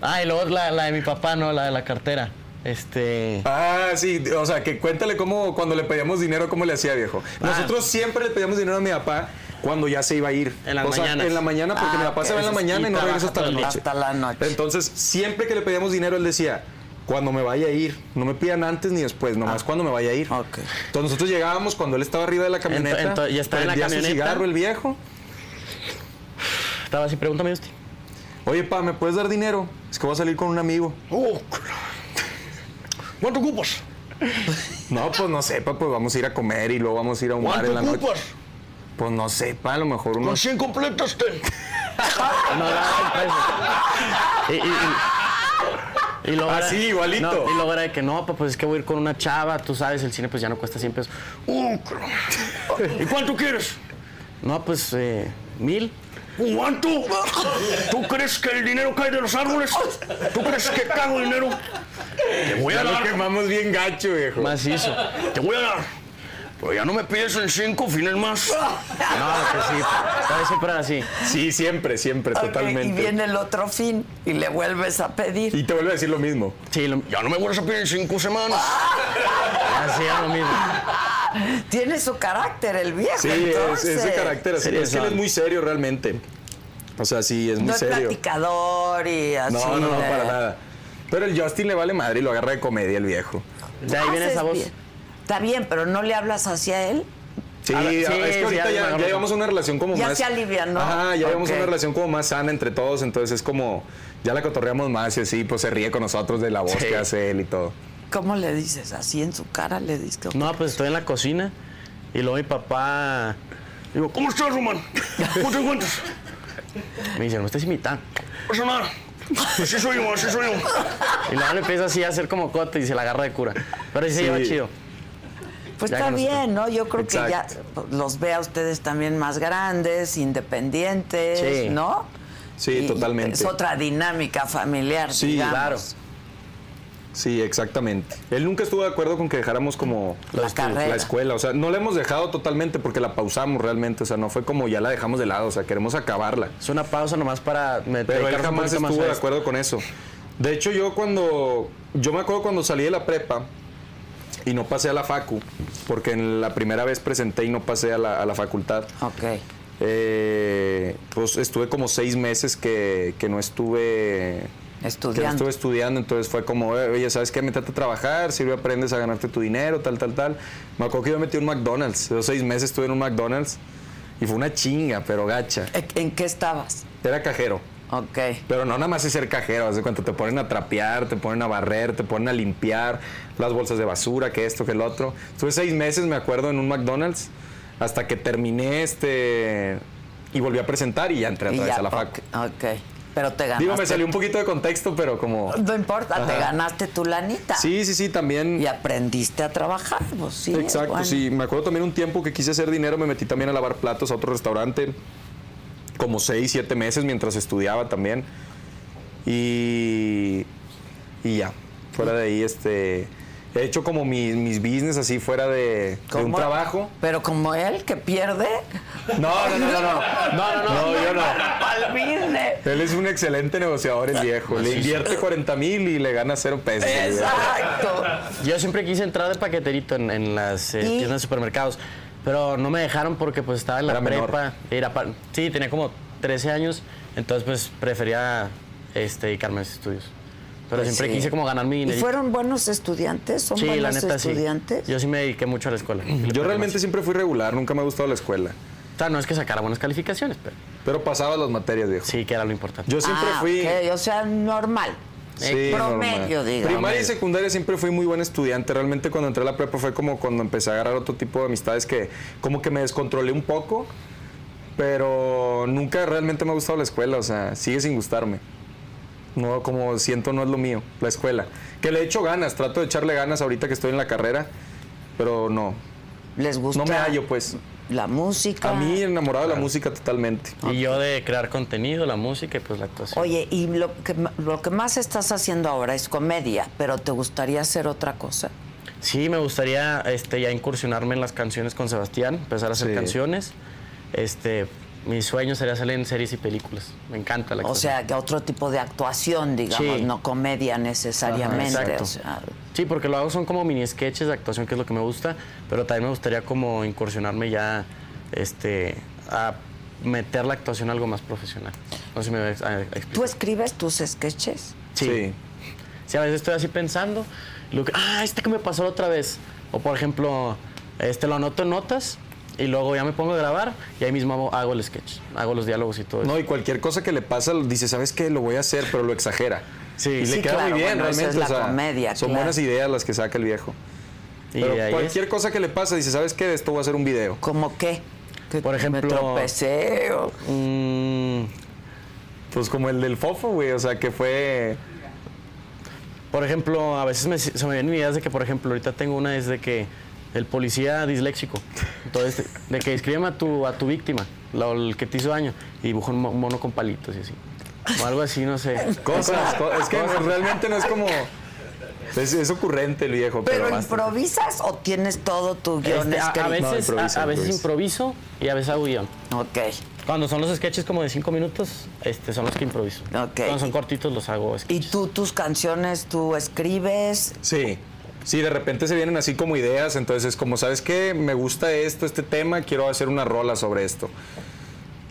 Ah, y luego la, la de mi papá, ¿no? La de la cartera. Este.
Ah, sí, o sea, que cuéntale cómo cuando le pedíamos dinero, cómo le hacía, viejo. Nosotros siempre le pedíamos dinero a mi papá cuando ya se iba a ir.
En las
o sea,
mañanas.
en la mañana, porque
Ah,
mi papá se va en la
ok.
mañana y,
Y
no regresa
trabaja
hasta la
todo el día.
noche.
Hasta la noche.
Entonces, siempre que le pedíamos dinero, él decía, cuando me vaya a ir, no me pidan antes ni después, nomás cuando me vaya a ir.
Ah. Ok.
Entonces nosotros llegábamos cuando él estaba arriba de la camioneta,
ento- ya estaba en la
prendía su
camioneta.
cigarro el viejo.
Estaba así, pregúntame usted.
Oye, pa, ¿me puedes dar dinero? Es que voy a salir con un amigo.
Oh, claro. ¿Cuánto ocupas?
No, pues no sé, pa, pues vamos a ir a comer y luego vamos a ir a un bar
¿Cuánto
en la noche.
ocupas?
Pues no sé, pa, a lo mejor
Con
unos
100 completas te.
Ah, No, la y, y, y- y luego era-
Así, Ah, igualito.
No, y luego era de que no, papá, pues es que voy a ir con una chava, tú sabes, el cine pues ya no cuesta 100 pesos.
Oh, claro. ¿Y cuánto quieres?
No, pues eh, mil.
¿Cuánto? ¿Tú crees que el dinero cae de los árboles? ¿Tú crees que cago dinero? Te voy a
Ya lo
dar.
quemamos bien gacho, viejo.
Macizo.
Te voy a dar. Pero ya no me pides en cinco fines más.
No, pues sí. Todavía siempre era así.
Sí, siempre, siempre,
Ok, Y
totalmente.
viene el otro fin y le vuelves a pedir.
Y te vuelve a decir lo mismo.
Sí, lo,
Ya no me vuelves a pedir en cinco semanas.
así era lo mismo.
Tiene su carácter el viejo.
Sí, es,
entonces.
ese carácter así. Es que él es muy serio realmente. O sea, sí, es muy
No es
serio.
platicador y así.
No, no, no,
de-
para nada. Pero el Justin le vale madre y lo agarra de comedia el viejo.
De ahí viene
Haces
esa voz.
bien. Está bien, pero no le hablas hacia él.
Sí,
Ahora- sí,
es que ahorita
sí, algo me
ya,
agarra.
ya llevamos una relación como
Ya
más.
se alivianó.
Ajá, ya llevamos
Ok.
una relación como más sana entre todos, entonces es como. Ya la cotorreamos más y así, pues se ríe con nosotros de la voz que hace él y todo.
¿Cómo le dices? Así en su cara le dices.
No, pues estoy en la cocina y luego mi papá
Digo, ¿cómo estás, Román? ¿Cómo te encuentras?
me dice, no me estás imitando.
No pasa nada. Así soy yo, así soy yo.
Y luego le empieza así a hacer como cote y se la agarra de cura. Pero sí se
Sí.
lleva chido.
Pues
Ya
está
que nos-
bien, ¿no? Yo creo que
Exacto.
ya los ve a ustedes también más grandes, independientes,
Sí.
¿no?
Sí, totalmente.
Es otra dinámica familiar,
Sí,
digamos.
claro. Sí, exactamente. Él nunca estuvo de acuerdo con que dejáramos como
La
los-
carrera.
la escuela. O sea, no la hemos dejado totalmente porque la pausamos realmente. O sea, no fue como ya la dejamos de lado. O sea, queremos acabarla.
Es una pausa nomás para meter
Pero él jamás estuvo de acuerdo con eso. De hecho, yo cuando. Yo me acuerdo cuando salí de la prepa y no pasé a la FACU, porque en la primera vez presenté y no pasé a la, a la facultad.
Ok.
eh, pues estuve como seis meses que, que no estuve
Estudiando.
que no estuve estudiando, entonces fue como, "Eh, oye, ¿sabes qué? Métete a trabajar, sirve, aprendes a ganarte tu dinero, tal, tal, tal. Me acuerdo que yo me metí en un McDonald's, los seis meses estuve en un McDonald's y fue una chinga, pero gacha.
¿En qué estabas?
Era cajero.
Ok.
Pero no nada más es ser cajero, haz de cuenta, te ponen a trapear, te ponen a barrer, te ponen a limpiar las bolsas de basura, que esto, que el otro. Estuve seis meses, me acuerdo, en un McDonald's, hasta que terminé este... Y volví a presentar y ya entré
Y
otra vez
ya,
a la fac.
ok, ok. Pero te ganaste.
Digo, me salió un poquito de contexto, pero como...
No importa, te
Ajá.
ganaste tu lanita.
Sí, sí, sí, también...
Y aprendiste a trabajar, pues sí.
Exacto,
bueno.
sí. Me acuerdo también un tiempo que quise hacer dinero, me metí también a lavar platos a otro restaurante, como seis, siete meses mientras estudiaba también. Y, y ya, fuera de ahí, este, he hecho como mi- mis business así fuera de, de un
¿Cómo?
trabajo.
Pero como él que pierde.
No, no, no, no, no, no, no,
[laughs]
no, yo no.
Al business.
Él es un excelente negociador, el viejo. Le invierte 40 mil y le gana cero pesos.
Exacto.
Yo siempre quise entrar de paqueterito en, en las eh,
¿Y?
tiendas de supermercados, pero no me dejaron porque pues estaba en la
Era menor.
prepa. Era pa- sí, tenía como 13 años, entonces pues prefería este, dedicarme a mis estudios. Pero
Pues
siempre
sí.
quise como ganar
¿Y
mi dinero.
fueron buenos estudiantes? ¿Son
sí, la
buenos
neta
estudiantes?
sí. Yo sí me dediqué mucho a la escuela.
Yo realmente siempre fui regular, nunca me ha gustado la escuela.
O sea, no es que sacara buenas calificaciones, pero
Pero pasaba las materias, viejo.
sí que era lo importante.
Yo siempre
Ah,
fui...
ok, O sea, normal. promedio,
normal.
digamos.
Primaria y secundaria siempre fui muy buen estudiante. Realmente cuando entré a la prepa fue como cuando empecé a agarrar otro tipo de amistades que como que me descontrolé un poco, pero nunca realmente me ha gustado la escuela, o sea, sigue sin gustarme. No, como siento no es lo mío, la escuela. Que le echo ganas, trato de echarle ganas ahorita que estoy en la carrera, pero no.
¿Les gusta?
No me hallo, pues.
La música.
A mí enamorado de la música totalmente.
Y yo de crear contenido, la música y pues la actuación.
Oye, y lo que, ma- lo que más estás haciendo ahora es comedia, pero ¿te gustaría hacer otra cosa?
Sí, me gustaría este, ya incursionarme en las canciones con Sebastián, empezar a hacer
Sí.
canciones. Este, mi sueño sería salir en series y películas. Me encanta la
O
actuación.
sea, que otro tipo de actuación, digamos,
Sí.
no comedia necesariamente.
Ajá, exacto.
o sea,
Sí, porque lo hago son como mini sketches de actuación, que es lo que me gusta, pero también me gustaría como incursionarme ya este, a meter la actuación a algo más profesional. No sé si me voy a ex- a explicar.
¿Tú escribes tus sketches?
Sí.
Sí.
Sí, a veces estoy así pensando, lo que, ah, este que me pasó la otra vez. O por ejemplo, este lo anoto en notas y luego ya me pongo a grabar y ahí mismo hago, hago el sketch, hago los diálogos y todo eso.
No, y cualquier cosa que le pasa, lo- dice, ¿sabes qué? Lo voy a hacer, pero lo exagera.
Sí.
y le
Sí,
queda
claro,
muy bien,
bueno, esa
realmente.
es la
o sea,
comedia,
son
claro.
buenas ideas las que saca el viejo.
Y
Pero
de ahí es.
cualquier cosa que le pasa, dice, ¿sabes qué? De esto voy a hacer un video.
¿Cómo qué? Que
Por ejemplo-
Me tropecé. o-
Mm, pues como el del fofo, güey. O sea, que fue.
Por ejemplo, a veces me- se me vienen ideas de que, por ejemplo, ahorita tengo una es de que el policía disléxico. Entonces, de que escríbeme a tu, a tu víctima, la- el que te hizo daño, y dibujo un mo- mono con palitos y así. O algo así, no
[laughs]
sé.
Cosas. co- es que realmente no es como. Es, es ocurrente el viejo, pero.
¿Pero
basta.
improvisas o tienes todo tu guión
Este, a, a
escrito?
veces,
No, improvisa,
a- a veces
improvisa.
improviso y a veces hago guión.
Ok.
Cuando son los sketches como de cinco minutos, este, son los que improviso.
Ok.
Cuando son cortitos los hago sketches.
¿Y tú tus canciones, tú escribes?
Sí. Sí, de repente se vienen así como ideas, entonces es como, ¿sabes qué? Me gusta esto, este tema, quiero hacer una rola sobre esto.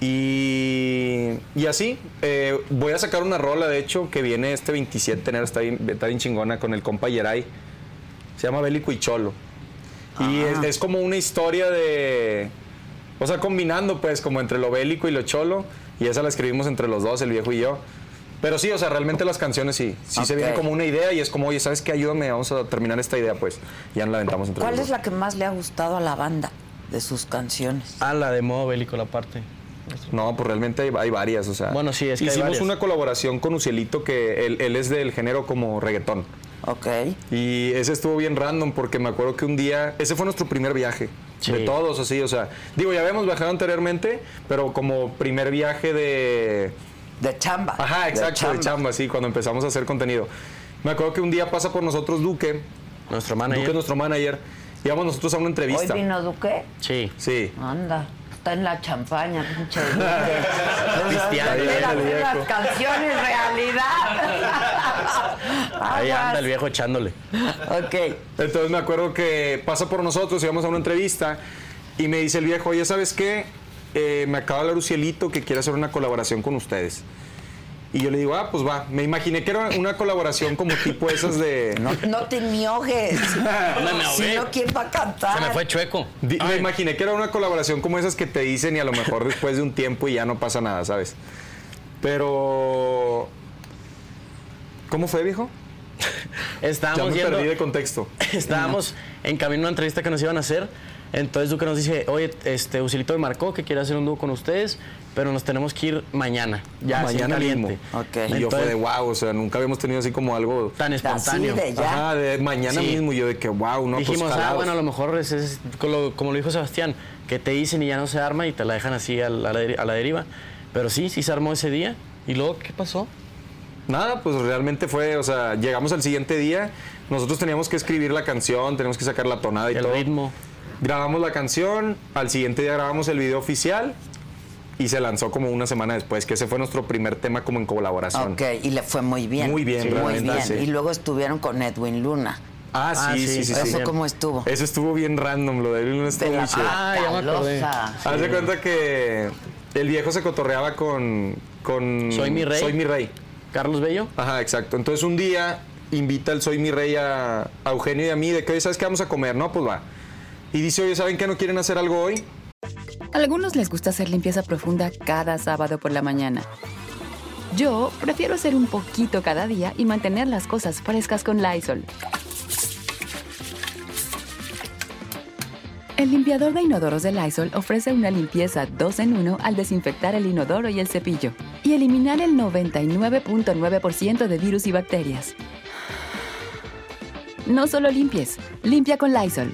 Y, y así, eh, voy a sacar una rola, de hecho, que viene este 27 de enero, está bien, está bien chingona, con el compa Yeray. Se llama Bélico y Cholo. Y es, es como una historia de... O sea, combinando pues como entre lo bélico y lo cholo. Y esa la escribimos entre los dos, el viejo y yo. Pero sí, o sea, realmente las canciones sí. Sí se
Ok.
viene como una idea y es como, oye, ¿sabes qué? Ayúdame, vamos a terminar esta idea, pues. Ya nos la aventamos entre
¿Cuál
los
es la que más le ha gustado a la banda de sus canciones?
Ah, la de modo bélico, la parte.
dos. No, pues realmente hay, hay varias, o sea.
Bueno, sí, es que hay
Hicimos
varias.
una colaboración con Ucielito que él, él es del género como reggaetón.
Ok.
Y ese estuvo bien random porque me acuerdo que un día, ese fue nuestro primer viaje.
Sí.
De todos, así, o sea, digo, ya habíamos viajado anteriormente, pero como primer viaje de...
De chamba.
Ajá, exacto, de chamba,
chamba.
sí, cuando empezamos a hacer contenido. Me acuerdo que un día pasa por nosotros Duque,
Nuestro
Duque
manager.
es nuestro manager, y vamos nosotros a una
Hoy
entrevista.
vino Duque.
Sí.
Sí.
Anda. Está en la champaña, pinche Duque.
[laughs] Cristiano,
Mira,
ahí anda el
mira
viejo.
las canciones realidad.
Ahí anda el
Aguas.
viejo echándole.
Ok.
Entonces me acuerdo que pasa por nosotros, íbamos a una entrevista y me dice el viejo, oye, ¿sabes qué? eh, me acaba de hablar Ucielito que quiere hacer una colaboración con ustedes. Y yo le digo, ah, pues va. Me imaginé que era una colaboración como tipo esas de...
No te miojes.
No me ahogué.
si no, ¿quién va a cantar?
Se me fue chueco.
Di- me imaginé que era una colaboración como esas que te dicen y a lo mejor después de un tiempo y ya no pasa nada, ¿sabes? Pero... ¿Cómo fue, viejo? Ya
Estábamos
me
yendo-
perdí de contexto.
[laughs] Estábamos en camino a una entrevista que nos iban a hacer. Entonces Duque nos dice, oye, este Usilito me marcó que quiere hacer un dúo con ustedes, pero nos tenemos que ir mañana, ya así
Mañana mismo.
caliente.
Ok.
Y yo fue de
Entonces,
wow, o sea, nunca habíamos tenido así como algo...
tan espontáneo.
de ya.
Ajá, de mañana
Sí.
mismo. Y yo de que wow, no,
Dijimos,
pues
ah,
jalados".
bueno, a lo mejor es, es con lo- como lo dijo Sebastián, que te dicen y ya no se arma y te la dejan así a la, a la deri- a la deriva. Pero sí, sí se armó ese día. ¿Y luego qué pasó?
Nada, pues realmente fue, o sea, llegamos al siguiente día, nosotros teníamos que escribir la canción, teníamos que sacar la tonada y
El
todo.
ritmo.
Grabamos la canción, al siguiente día grabamos el video oficial y se lanzó como una semana después, que ese fue nuestro primer tema como en colaboración.
Ok, y le fue muy bien.
Muy bien,
muy
realmente,
bien.
sí.
Y luego estuvieron con Edwin Luna.
Ah, sí,
Ah, sí,
sí, sí, sí.
¿Eso
bien.
cómo estuvo?
Eso estuvo bien random, lo de él no
De
estuvo
la
muy chido.
Ah, ya me acordé.
patalosa.
Haz de cuenta que el viejo se cotorreaba con, con...
Soy mi rey.
Soy mi rey.
Carlos Bello.
Ajá, exacto. Entonces un día invita al Soy Mi Rey a, a Eugenio y a mí de que, oye, ¿sabes qué vamos a comer? No, pues va. Y dice, oye, ¿saben qué no quieren hacer algo hoy?
Algunos les gusta hacer limpieza profunda cada sábado por la mañana. Yo prefiero hacer un poquito cada día y mantener las cosas frescas con Lysol. El limpiador de inodoros de Lysol ofrece una limpieza 2 en 1 al desinfectar el inodoro y el cepillo y eliminar el 99.9% de virus y bacterias. No solo limpies, limpia con Lysol.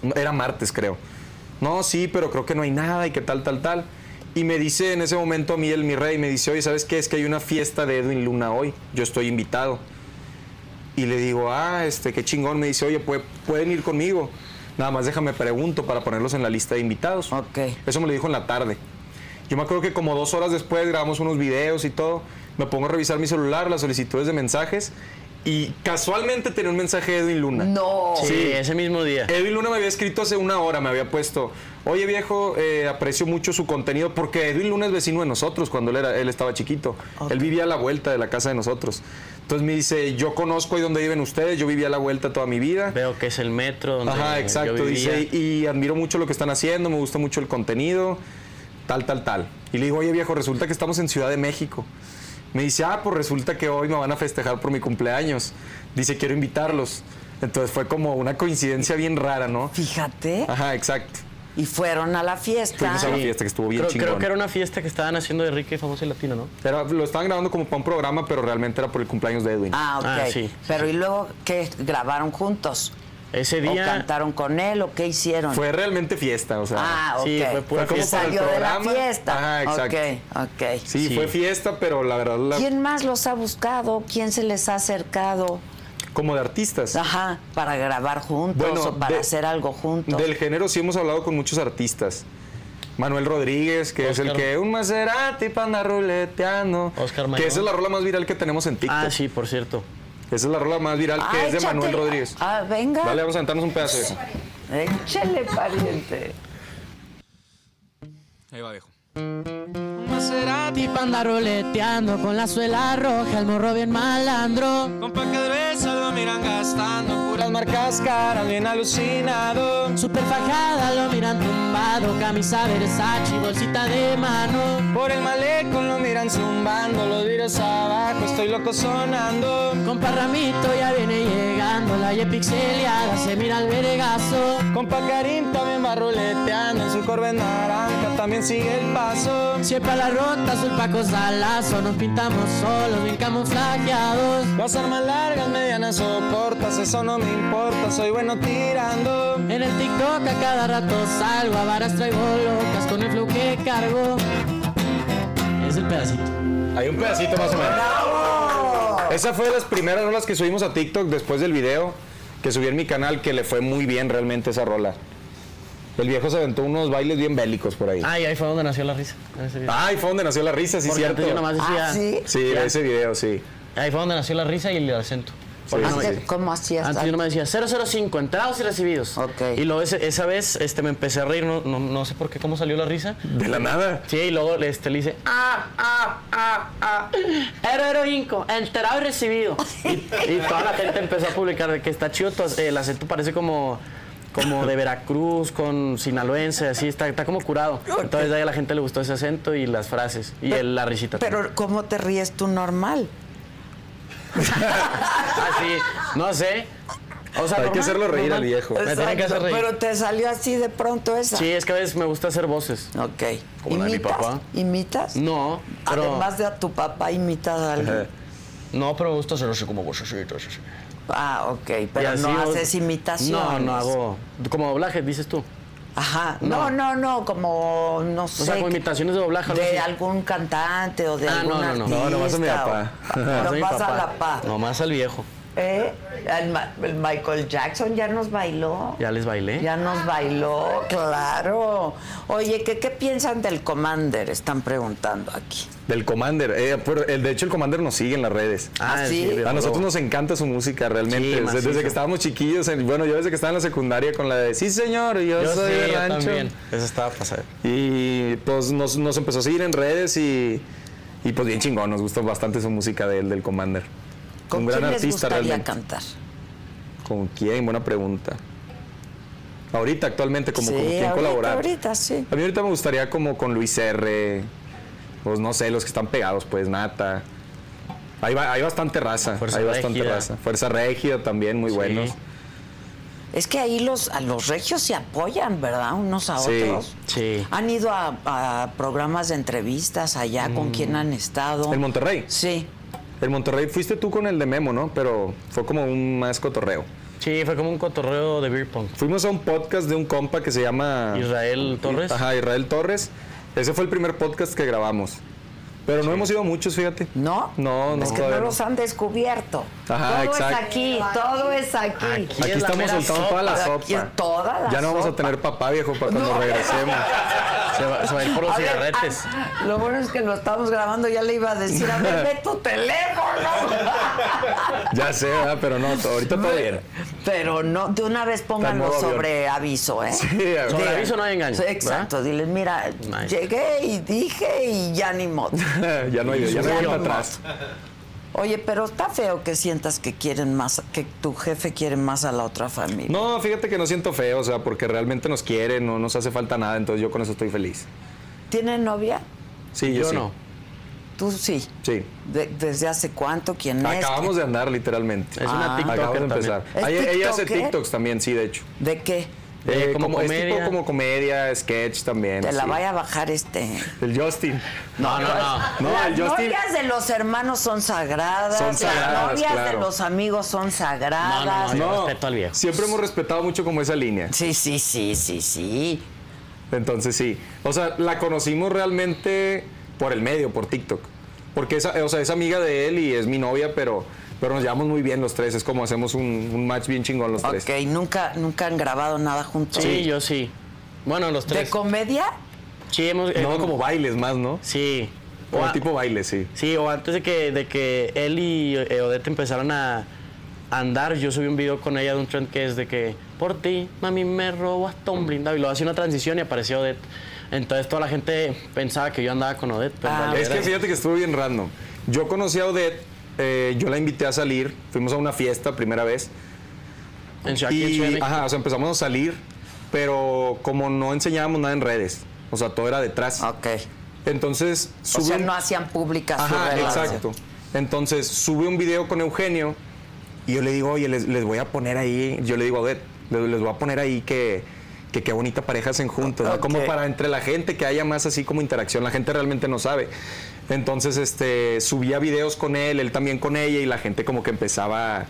No, Era martes, creo. No, sí, pero creo que no hay nada y que tal, tal, tal. Y me dice en ese momento a mí el Mi Rey, me dice, oye, ¿sabes qué? Es que hay una fiesta de Edwin Luna hoy. Yo estoy invitado. Y le digo, ah, este, qué chingón. Me dice, oye, ¿pue- pueden ir conmigo. Nada más déjame pregunto para ponerlos en la lista de invitados.
Ok.
Eso me lo dijo en la tarde. Yo me acuerdo que como dos horas después grabamos unos videos y todo. Me pongo a revisar mi celular, las solicitudes de mensajes. Y casualmente tenía un mensaje de Edwin Luna.
No.
Sí, ese mismo día.
Edwin Luna me había escrito hace una hora, me había puesto, oye viejo, eh, aprecio mucho su contenido, porque Edwin Luna es vecino de nosotros cuando él, era, él estaba chiquito. Él vivía a la vuelta de la casa de nosotros. Entonces me dice, yo conozco ahí donde viven ustedes, yo vivía a la vuelta toda mi vida.
Veo que es el metro donde
Ajá,
yo
exacto.
vivía.
Dice, y admiro mucho lo que están haciendo, me gusta mucho el contenido, tal, tal, tal. Y le digo, oye viejo, resulta que estamos en Ciudad de México. Me dice, ah, pues resulta que hoy me van a festejar por mi cumpleaños. Dice, quiero invitarlos. Entonces fue como una coincidencia bien rara, ¿no?
Fíjate.
Ajá, exacto.
Y fueron a la fiesta.
Ah. Fuimos a la fiesta que estuvo bien
creo,
chingón.
creo que era una fiesta que estaban haciendo de Ricky Famoso y Latino, ¿no?
Era- lo estaban grabando como para un programa, pero realmente era por el cumpleaños de Edwin.
Ah, ok.
Ah, sí.
Pero ¿y luego qué? ¿Grabaron juntos?
Ese
¿O
día.
cantaron con él o qué hicieron?
Fue realmente fiesta, o sea.
ah, ok.
sí, fue pura
Fue como fiesta. para el
Salió de la
programa.
fiesta.
Ajá, exacto.
Ok, ok.
sí,
sí.
fue fiesta, pero la verdad, la-
¿Quién más los ha buscado? ¿Quién se les ha acercado?
como de artistas.
Ajá, para grabar juntos
Bueno,
o para
de-
hacer algo juntos.
Del género sí hemos hablado con muchos artistas. Manuel Rodríguez, que es el
Oscar.
que un Maserati para andar ruleteando.
Oscar
que
Mayor.
esa es la rola más viral que tenemos en TikTok.
Ah, sí, por cierto.
Esa es la rola más viral
Ah,
que es de
échatela.
Manuel Rodríguez.
Ah, venga.
Dale, vamos a sentarnos un pedazo de eso.
Échale, pariente.
Ahí va, viejo.
Tipo anda roleteando con la suela roja, el morro bien malandro.
Compa que de beso lo miran gastando puras marcas caras, bien alucinado.
Super fajada, lo miran tumbado, camisa Versace, y bolsita de mano.
Por el malecón lo miran zumbando, los vidrios abajo, estoy loco sonando.
Con parramito ya viene llegando, la ye pixeleada, se mira el veregazo.
Compa Karim también va ruleteando, en su corbe naranja también sigue el paso.
Siempre a la ronda, soy Paco Salazo. Nos pintamos solos, bien camuflajeados.
Las armas largas, medianas o cortas, eso no me importa, soy bueno tirando.
En el TikTok a cada rato salgo, a varas traigo locas con el flow que cargo. Es el pedacito.
Hay un pedacito más o menos. Esa fue de las primeras rolas que subimos a TikTok después del video que subí en mi canal, que le fue muy bien realmente esa rola. El viejo se aventó unos bailes bien bélicos por ahí.
Ay, ahí fue donde nació la risa. en ese video.
Ay, Ah, fue donde nació la risa, sí,
Porque
cierto.
antes yo nomás decía.
Ah, sí.
Sí,
Ya.
ese video, sí.
Ahí fue donde nació la risa y el acento. Porque
Sí,
no me-
Antes, Ah, ¿Cómo hacías?
Antes Ah, yo no me decía 005, entrados y recibidos.
Ok.
Y luego ese- esa vez este, me empecé a reír, no, no, no sé por qué, cómo salió la risa.
De la nada.
Sí, y luego este, le hice, ah, ah, ah, ah, hero heroinco, enterado y recibido. Y, y toda la gente empezó a publicar de que está chido, tu ac- el acento parece como, como de Veracruz, con sinaloense, así, está, está como curado. Entonces ahí a la gente le gustó ese acento y las frases, y el- la risita. también.
Pero ¿cómo te ríes tú normal?
Así, Ah, no sé. O sea,
Hay que
normal,
hacerlo reír
normal.
al viejo.
Me tiene que hacer
Exacto,
reír.
Pero te salió así de pronto esa.
Sí, es que a veces me gusta hacer voces.
Ok.
Como la de mi papá.
¿Imitas?
No,
Ah,
pero.
Además de a tu papá, imitas a alguien.
No, pero me gusta hacer así como vocecitas. así.
Ah, ok.
Y
Pero
así
no
hago-
haces imitaciones.
No, no hago. Como doblaje, dices tú.
Ajá. No,
No.
no, no, como, no sé.
O sea, como
que-
imitaciones de doblaje. algo
de
así.
algún cantante o de
Ah,
algún
no, no, no.
artista.
No, nomás a mi papá.
[laughs]
o-
Nomás a mi
Nomás a
papá.
la pa.
Nomás al viejo.
¿Eh? El, Ma- el Michael Jackson ya nos bailó.
Ya les bailé.
Ya nos bailó, claro. Oye, ¿qué, ¿qué piensan del Commander? Están preguntando aquí.
Del Commander. Eh, por- el, de hecho, el Commander nos sigue en las redes.
¿Ah, sí?
de
A nosotros
huevo.
nos encanta su música realmente.
Sí,
Desde- desde,
macizo.
que estábamos chiquillos, en- bueno, yo desde que estaba en la secundaria con la de Sí, señor, yo,
Yo
soy
sí,
de
yo
rancho.
también. Eso estaba pasado.
Y pues nos, nos empezó a seguir en redes y, y, pues bien chingón, nos gusta bastante su música del, del Commander.
¿Con
Un
quién
gran
les
artista
gustaría
realmente.
cantar?
¿Con quién? Buena pregunta. Ahorita, actualmente, como
sí,
con quién
ahorita,
colaborar.
ahorita, sí.
A mí ahorita me gustaría como con Luis R. Pues no sé, los que están pegados, pues Nata. Hay, ba- hay bastante raza.
Fuerza
hay bastante
Régida.
raza. Fuerza Régida también, muy
Sí.
buenos.
Es que ahí los, a los regios se apoyan, ¿verdad? Unos a
Sí,
otros.
sí.
¿Han ido a, a programas de entrevistas allá? ¿Con quién han estado?
El Mm. Monterrey.
Sí.
El Monterrey fuiste tú con el de Memo, ¿no? Pero fue como un más cotorreo.
Sí, fue como un cotorreo de beer pong.
Fuimos a un podcast de un compa que se llama...
Israel Torres.
Ah. Ajá, Israel Torres. Ese fue el primer podcast que grabamos. Pero no hemos ido muchos, fíjate.
¿No?
No, no,
Es que
todavía
no
no.
los han descubierto.
Ajá,
todo es
exacto.
aquí, todo es aquí.
Aquí.
Aquí
es la
estamos
mera
soltando toda la
sopa.
sopa.
Aquí es toda la
ya no vamos a
sopa.
tener papá, viejo, para cuando
No.
regresemos.
Se va, se va a ir por los
A ver,
cigarretes.
ah, lo bueno es que lo estamos grabando, ya le iba a decir, a ver, ve tu
[laughs]
teléfono.
Ya sé, ¿verdad? pero no, ahorita todo bien.
Pero no, de una vez pónganlo
modo avión.
sobre aviso, ¿eh?
Sí, a ver.
Sobre aviso no hay engaño,
Sí, Exacto, diles, mira,
Nice.
llegué y dije y ya ni modo.
[laughs] ya no hay, ya no hay vuelta
Sucedió.
atrás.
Oye, pero está feo que sientas que quieren más, que tu jefe quiere más a la otra familia.
No, fíjate que no siento feo, o sea, porque realmente nos quieren, no nos hace falta nada, entonces yo con eso estoy feliz.
¿Tiene novia?
Sí, yo,
Yo
sí.
no.
Tú sí.
Sí.
De- ¿Desde hace cuánto? ¿Quién es?
Acabamos de andar, literalmente.
Es una TikToker
Acabamos de empezar.
también.
Ah. ¿Es
Ay, ella hace
TikToker?
TikToks también, sí, de hecho.
¿De qué?
Eh, como
es tipo
comedia.
como comedia, sketch también.
Te la
sí.
vaya a bajar este.
El Justin.
No, no, no.
No,
Las
el Justin.
novias de los hermanos son sagradas.
Son
las
sagradas,
novias de
claro.
los amigos son sagradas.
No, no, no, yo
No,
respeto al viejo.
siempre hemos respetado mucho como esa línea.
Sí, sí, sí, sí, sí.
Entonces sí. O sea, la conocimos realmente por el medio, por TikTok. Porque esa, o sea, es amiga de él y es mi novia, pero, pero nos llevamos muy bien los tres. Es como hacemos un, un match bien chingón los tres.
Ok, nunca, nunca han grabado nada juntos.
Sí, yo sí. Bueno, los
¿De
tres.
comedia?
Sí, hemos. eh,
No como bailes más, ¿no?
Sí.
Como
O-
tipo baile, sí.
Sí, o antes de que, de que él y eh, Odette empezaran a andar, yo subí un video con ella de un trend que es de que por ti, mami, me robo hasta un blindado. Y luego hacía una transición y apareció Odette. Entonces toda la gente pensaba que yo andaba con Odette. Pero en
Ah,
realidad
Es que
era-
fíjate que estuvo bien random. Yo conocí a Odette, eh, yo la invité a salir, fuimos a una fiesta primera vez.
en Ciudad- aquí en Ciudad
Y
de México.
ajá, o sea, empezamos a salir, pero como no enseñábamos nada en redes, o sea, todo era detrás.
Ah,
Ok.
Entonces,
O
subí
sea,
un-
no hacían pública su
Ajá,
relación.
exacto. Entonces, sube un video con Eugenio y yo le digo, oye, les, les voy a poner ahí, yo le digo a Odette, les, les voy a poner ahí que, que qué bonita pareja hacen juntos, ¿no? Como
Ok.
para entre la gente que haya más así como interacción, la gente realmente no sabe. Entonces, este, subía videos con él, él también con ella y la gente como que empezaba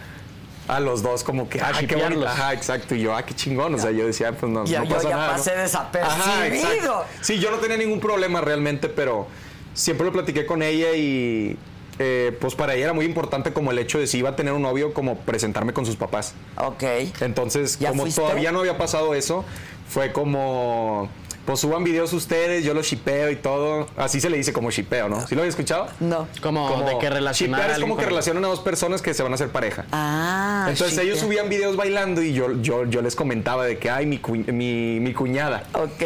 a los dos como que, ah, qué
Hypearlos.
bonita, ajá, exacto, y yo, ah, qué chingón, o sea, yo decía, pues no,
Ya-
no
yo
pasa
ya
nada, ¿no?
pasé desapercibido.
Ajá, exacto. sí, yo no tenía ningún problema realmente, pero siempre lo platiqué con ella y eh, pues para ella era muy importante como el hecho de si iba a tener un novio, como presentarme con sus papás.
Ok.
Entonces,
¿Ya
como
fuiste?
todavía no había pasado eso, fue como, pues suban videos ustedes, yo los shipeo y todo. Así se le dice como shipeo, ¿no? ¿Sí lo había escuchado?
No.
Como, de que relacionar
shipear
a
es
alguien
como que
con-
relacionan a dos personas que se van a hacer pareja.
Ah.
Entonces
sí,
ellos
ya.
subían videos bailando y yo, yo, yo les comentaba de que, ay, mi, cu- mi, mi cuñada.
Ok.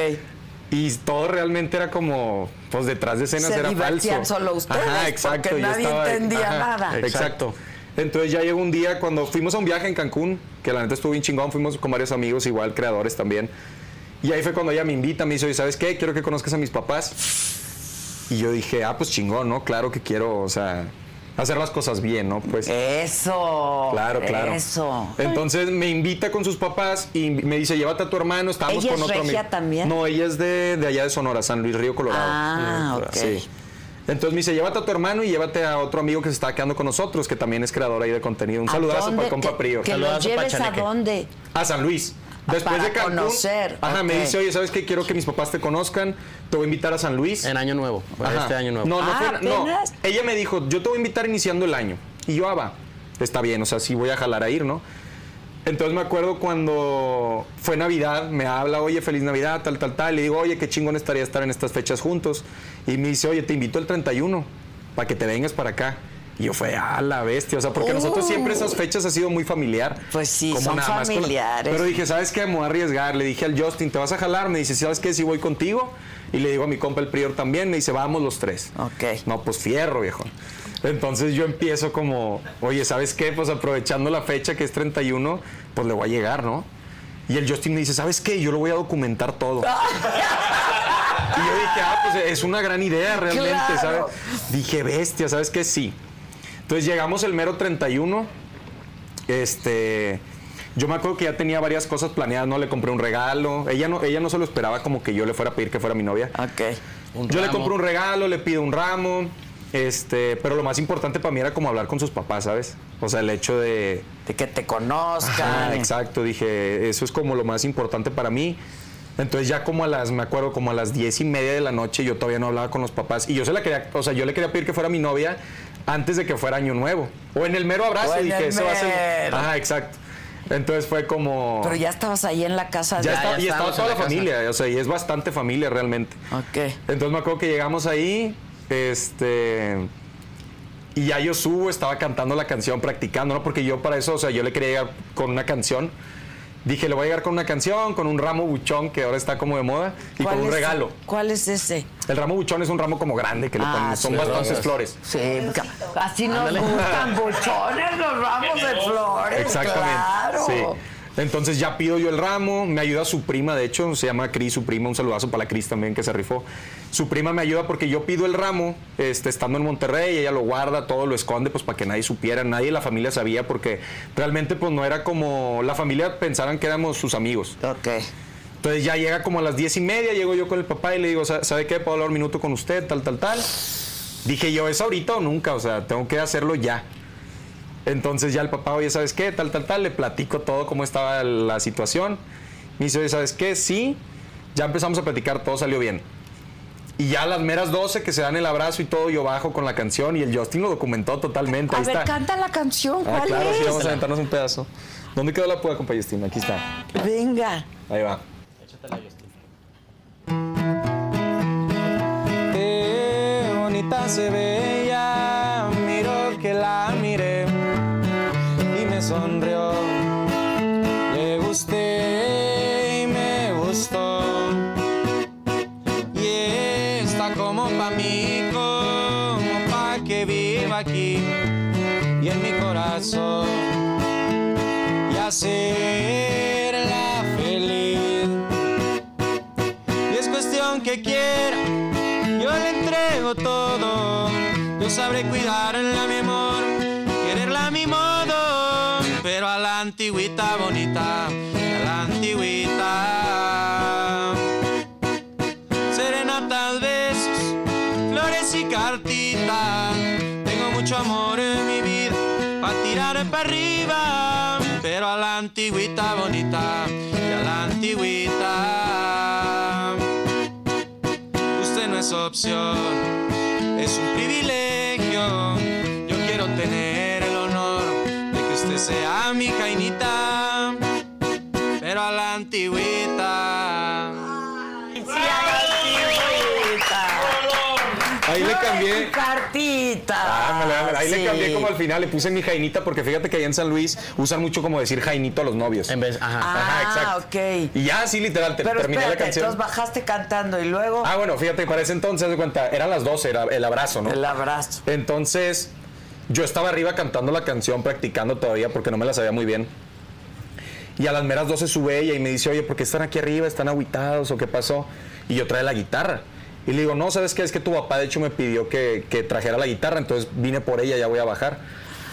Y todo realmente era como, pues detrás de escenas
Se
era
divertían
falso.
solo ustedes, porque
yo
nadie entendía nada.
Exacto. Entonces ya llegó un día cuando fuimos a un viaje en Cancún, que la neta estuvo bien chingón, fuimos con varios amigos, igual creadores también. Y ahí fue cuando ella me invita, me dice, oye, ¿sabes qué? Quiero que conozcas a mis papás. Y yo dije, ah, pues chingón, ¿no? Claro que quiero, o sea, hacer las cosas bien, ¿no? Pues.
Eso.
Claro, claro.
Eso.
Entonces me invita con sus papás y me dice, llévate a tu hermano, estábamos
¿Ella
con
es
otro
regia
amigo.
también?
No, ella es de, de allá de Sonora, San Luis Río, Colorado.
Ah, ok.
Entonces me dice, llévate a tu hermano y llévate a otro amigo que se está quedando con nosotros, que también es creador ahí de contenido. Un
¿A
saludazo
dónde
para el compa
que-
Prio.
Que
Saludazo
los lleves
para
a
Chaneque.
dónde.
A San Luis. Después
para
de Cancún,
conocer,
Ajá, me
ok.
dice, oye, ¿sabes qué? Quiero que mis papás te conozcan. Te voy a invitar a San Luis.
En año nuevo, para
Ajá.
este año nuevo.
No, no,
Ah,
fue- no.
apenas.
Ella me dijo, yo te voy a invitar iniciando el año. Y yo, ah, va, está bien, o sea, sí voy a jalar a ir, ¿no? Entonces me acuerdo cuando fue Navidad, me habla, oye, feliz Navidad, tal, tal, tal. Le digo, oye, qué chingón estaría estar en estas fechas juntos. Y me dice, oye, te invito el 31 para que te vengas para acá. Y yo fue, ah, la bestia. O sea, porque nosotros siempre esas fechas ha sido muy familiar.
Oh. Pues sí, son
nada más con la-
familiares.
Pero dije, ¿sabes qué? Me voy a arriesgar. Le dije al Justin, ¿te vas a jalar? Me dice, ¿sabes qué? Si voy contigo. Y le digo a mi compa el prior también. Me dice, vamos los tres.
Ok.
No, pues fierro, viejo. Entonces yo empiezo como, oye, ¿sabes qué? Pues aprovechando la fecha que es 31, pues le voy a llegar, ¿no? Y el Justin me dice, ¿sabes qué? Yo lo voy a documentar
[laughs]
todo. y yo dije, ah, pues es una gran idea realmente,
Claro.
¿sabes? Dije, bestia, ¿sabes qué? Sí. Entonces llegamos el mero 31. Este. Yo me acuerdo que ya tenía varias cosas planeadas, ¿no? Le compré un regalo. Ella no, ella no se lo esperaba como que yo le fuera a pedir que fuera mi novia.
Ok.
Un
yo le
ramo.
compro un regalo, le pido un ramo. Este, pero lo más importante para mí era como hablar con sus papás, ¿sabes? O sea, el hecho de.
De que te conozcan.
Ah, exacto, dije, eso es como lo más importante para mí. Entonces ya como a las, me acuerdo, como a las diez y media de la noche yo todavía no hablaba con los papás y yo se la quería, o sea, yo le quería pedir que fuera mi novia antes de que fuera Año Nuevo. O en el mero abrazo,
O en
dije,
el
eso va a ser...
mero.
Ajá, exacto. Entonces fue como...
Pero ya estabas ahí en la casa
Ya,
de.
está- y estaba
estábamos
toda
en
la,
la casa.
familia, o sea, y es bastante familia realmente.
Ok.
Entonces me acuerdo que llegamos ahí, este. Y ya yo subo, estaba cantando la canción, practicando, ¿no? Porque yo para eso, o sea, yo le quería llegar con una canción. Dije, le voy a llegar con una canción, con un ramo buchón que ahora está como de moda, y
¿Cuál
con un
es-
regalo.
¿Cuál es ese?
El ramo buchón es un ramo como grande que le
Ah,
ponen, son
sí,
bastantes flores.
Sí, ca- así nos gustan buchones los ramos de flores.
Exactamente.
Claro.
Sí. Entonces ya pido yo el ramo, me ayuda su prima, de hecho, se llama Cris, su prima, un saludazo para la Cris también que se rifó. Su prima me ayuda porque yo pido el ramo, este, estando en Monterrey, ella lo guarda, todo lo esconde, pues para que nadie supiera, nadie de la familia sabía, porque realmente pues no era como, la familia pensaran que éramos sus amigos.
Ok.
Entonces ya llega como a las diez y media, llego yo con el papá y le digo, "Sa- ¿sabe qué? ¿Puedo hablar un minuto con usted? Tal, tal, tal. Dije yo, es ahorita o nunca, o sea, tengo que hacerlo ya. Entonces ya el papá, oye, ¿sabes qué? Tal, tal, tal, le platico todo cómo estaba la situación. Me dice, oye, ¿sabes qué? Sí, ya empezamos a platicar, todo salió bien. Y ya a las meras 12 que se dan el abrazo y todo, yo bajo con la canción y el Justin lo documentó totalmente.
A
Ahí
ver,
está.
canta la canción, ¿cuál
ah, claro, sí,
es?
vamos a aventarnos un pedazo. ¿Dónde quedó la puerta, compa Justin? Aquí está.
Venga.
Ahí va.
Qué bonita se veía, miró que la miré y me sonrió. Le gusté y me gustó. Y está como pa' mí, como pa' que viva aquí y en mi corazón. Y hacerla feliz. Y es cuestión que quiera. Yo le entrego todo, yo sabré cuidarla, mi amor, quererla a mi modo, pero a la antigüita bonita, a la antigüita. flores y cartitas. Tengo mucho amor en mi vida para tirar para arriba, pero a la antigüita bonita y a la antigüita. Usted no es opción, es un privilegio. Yo quiero tener el honor de que usted sea mi cainita, pero a la antigüita.
Ahí le cambié.
Cartita.
Ándale, ándale. Ahí le
Sí.
cambié como al final, le puse mi jainita porque fíjate que allá en San Luis usan mucho como decir jainito a los novios.
En vez, ajá.
Ajá,
Ah,
exacto.
ok.
Y ya, sí, literal, te
Pero
terminé
espérate,
la canción.
entonces bajaste cantando y luego
Ah, bueno, fíjate, para ese entonces, haz de cuenta, eran las 12, era el abrazo, ¿no?
el abrazo.
Entonces, yo estaba arriba cantando la canción, practicando todavía porque no me la sabía muy bien. Y a las meras 12 sube ella y me dice, oye, ¿por qué están aquí arriba? ¿Están aguitados o qué pasó? Y yo trae la guitarra. Y le digo, no, ¿sabes qué? Es que tu papá de hecho me pidió que, que trajera la guitarra, entonces vine por ella, ya voy a bajar.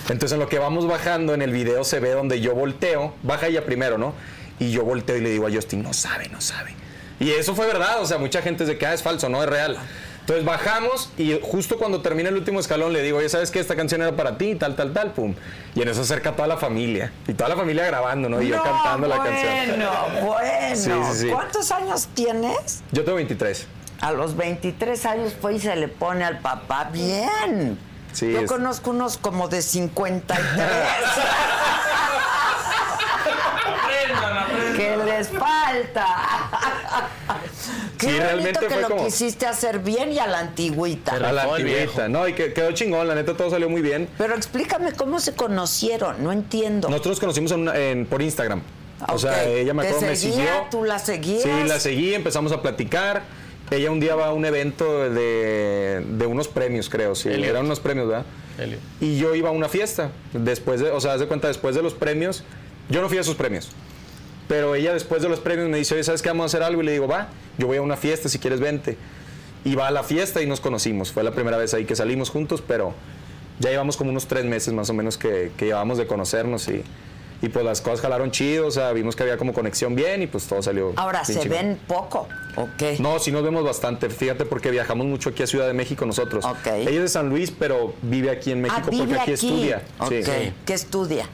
Entonces en lo que vamos bajando, en el video se ve donde yo volteo, baja ella primero, ¿no? Y yo volteo y le digo a Justin, no sabe, no sabe. Y eso fue verdad, o sea, mucha gente es de que ah, es falso, no es real. Entonces bajamos y justo cuando termina el último escalón le digo, oye, ¿sabes qué? Esta canción era para ti, tal, tal, tal, pum. Y en eso acerca toda la familia. Y toda la familia grabando, ¿no? Y yo
No,
cantando la canción.
Bueno, bueno.
Sí, sí, sí.
¿Cuántos años tienes?
Yo tengo 23.
A los 23 años fue y se le pone al papá bien.
Sí,
Yo
es-
conozco unos como de 53. que les falta. Qué
Sí,
bonito
realmente
que
fue
lo
como-
quisiste hacer bien y a la antigüita.
Pero-
A la
rifó el
antigüita. No, y que, quedó chingón, la neta todo salió muy bien.
Pero explícame cómo se conocieron, no entiendo.
Nosotros nos conocimos en una- en- por Instagram. O sea,
Ok.
ella me
¿Te
acuerdo, me
seguía?
siguió.
¿Tú la seguías?
Sí, la seguí, empezamos a platicar. Ella un día va a un evento de, de unos premios, creo. Sí,
Elliot.
eran unos premios, ¿verdad?
Elliot.
Y yo iba a una fiesta. Después de, o sea, haz de cuenta, después de los premios, yo no fui a sus premios. Pero ella después de los premios me dice, oye, ¿sabes qué? Vamos a hacer algo. Y le digo, va, yo voy a una fiesta, si quieres vente. Y va a la fiesta y nos conocimos. Fue la primera vez ahí que salimos juntos, pero ya llevamos como unos tres meses más o menos que, que llevamos de conocernos y, y pues las cosas jalaron chido, o sea, vimos que había como conexión bien y pues todo salió.
Ahora,
bien
¿se
chingón.
ven poco o qué?
No, sí nos vemos bastante, fíjate, porque viajamos mucho aquí a Ciudad de México nosotros.
Ok.
Ella es de San Luis, pero vive aquí en México
ah, vive
porque aquí,
aquí.
estudia.
Ok,
Sí,
¿qué estudia?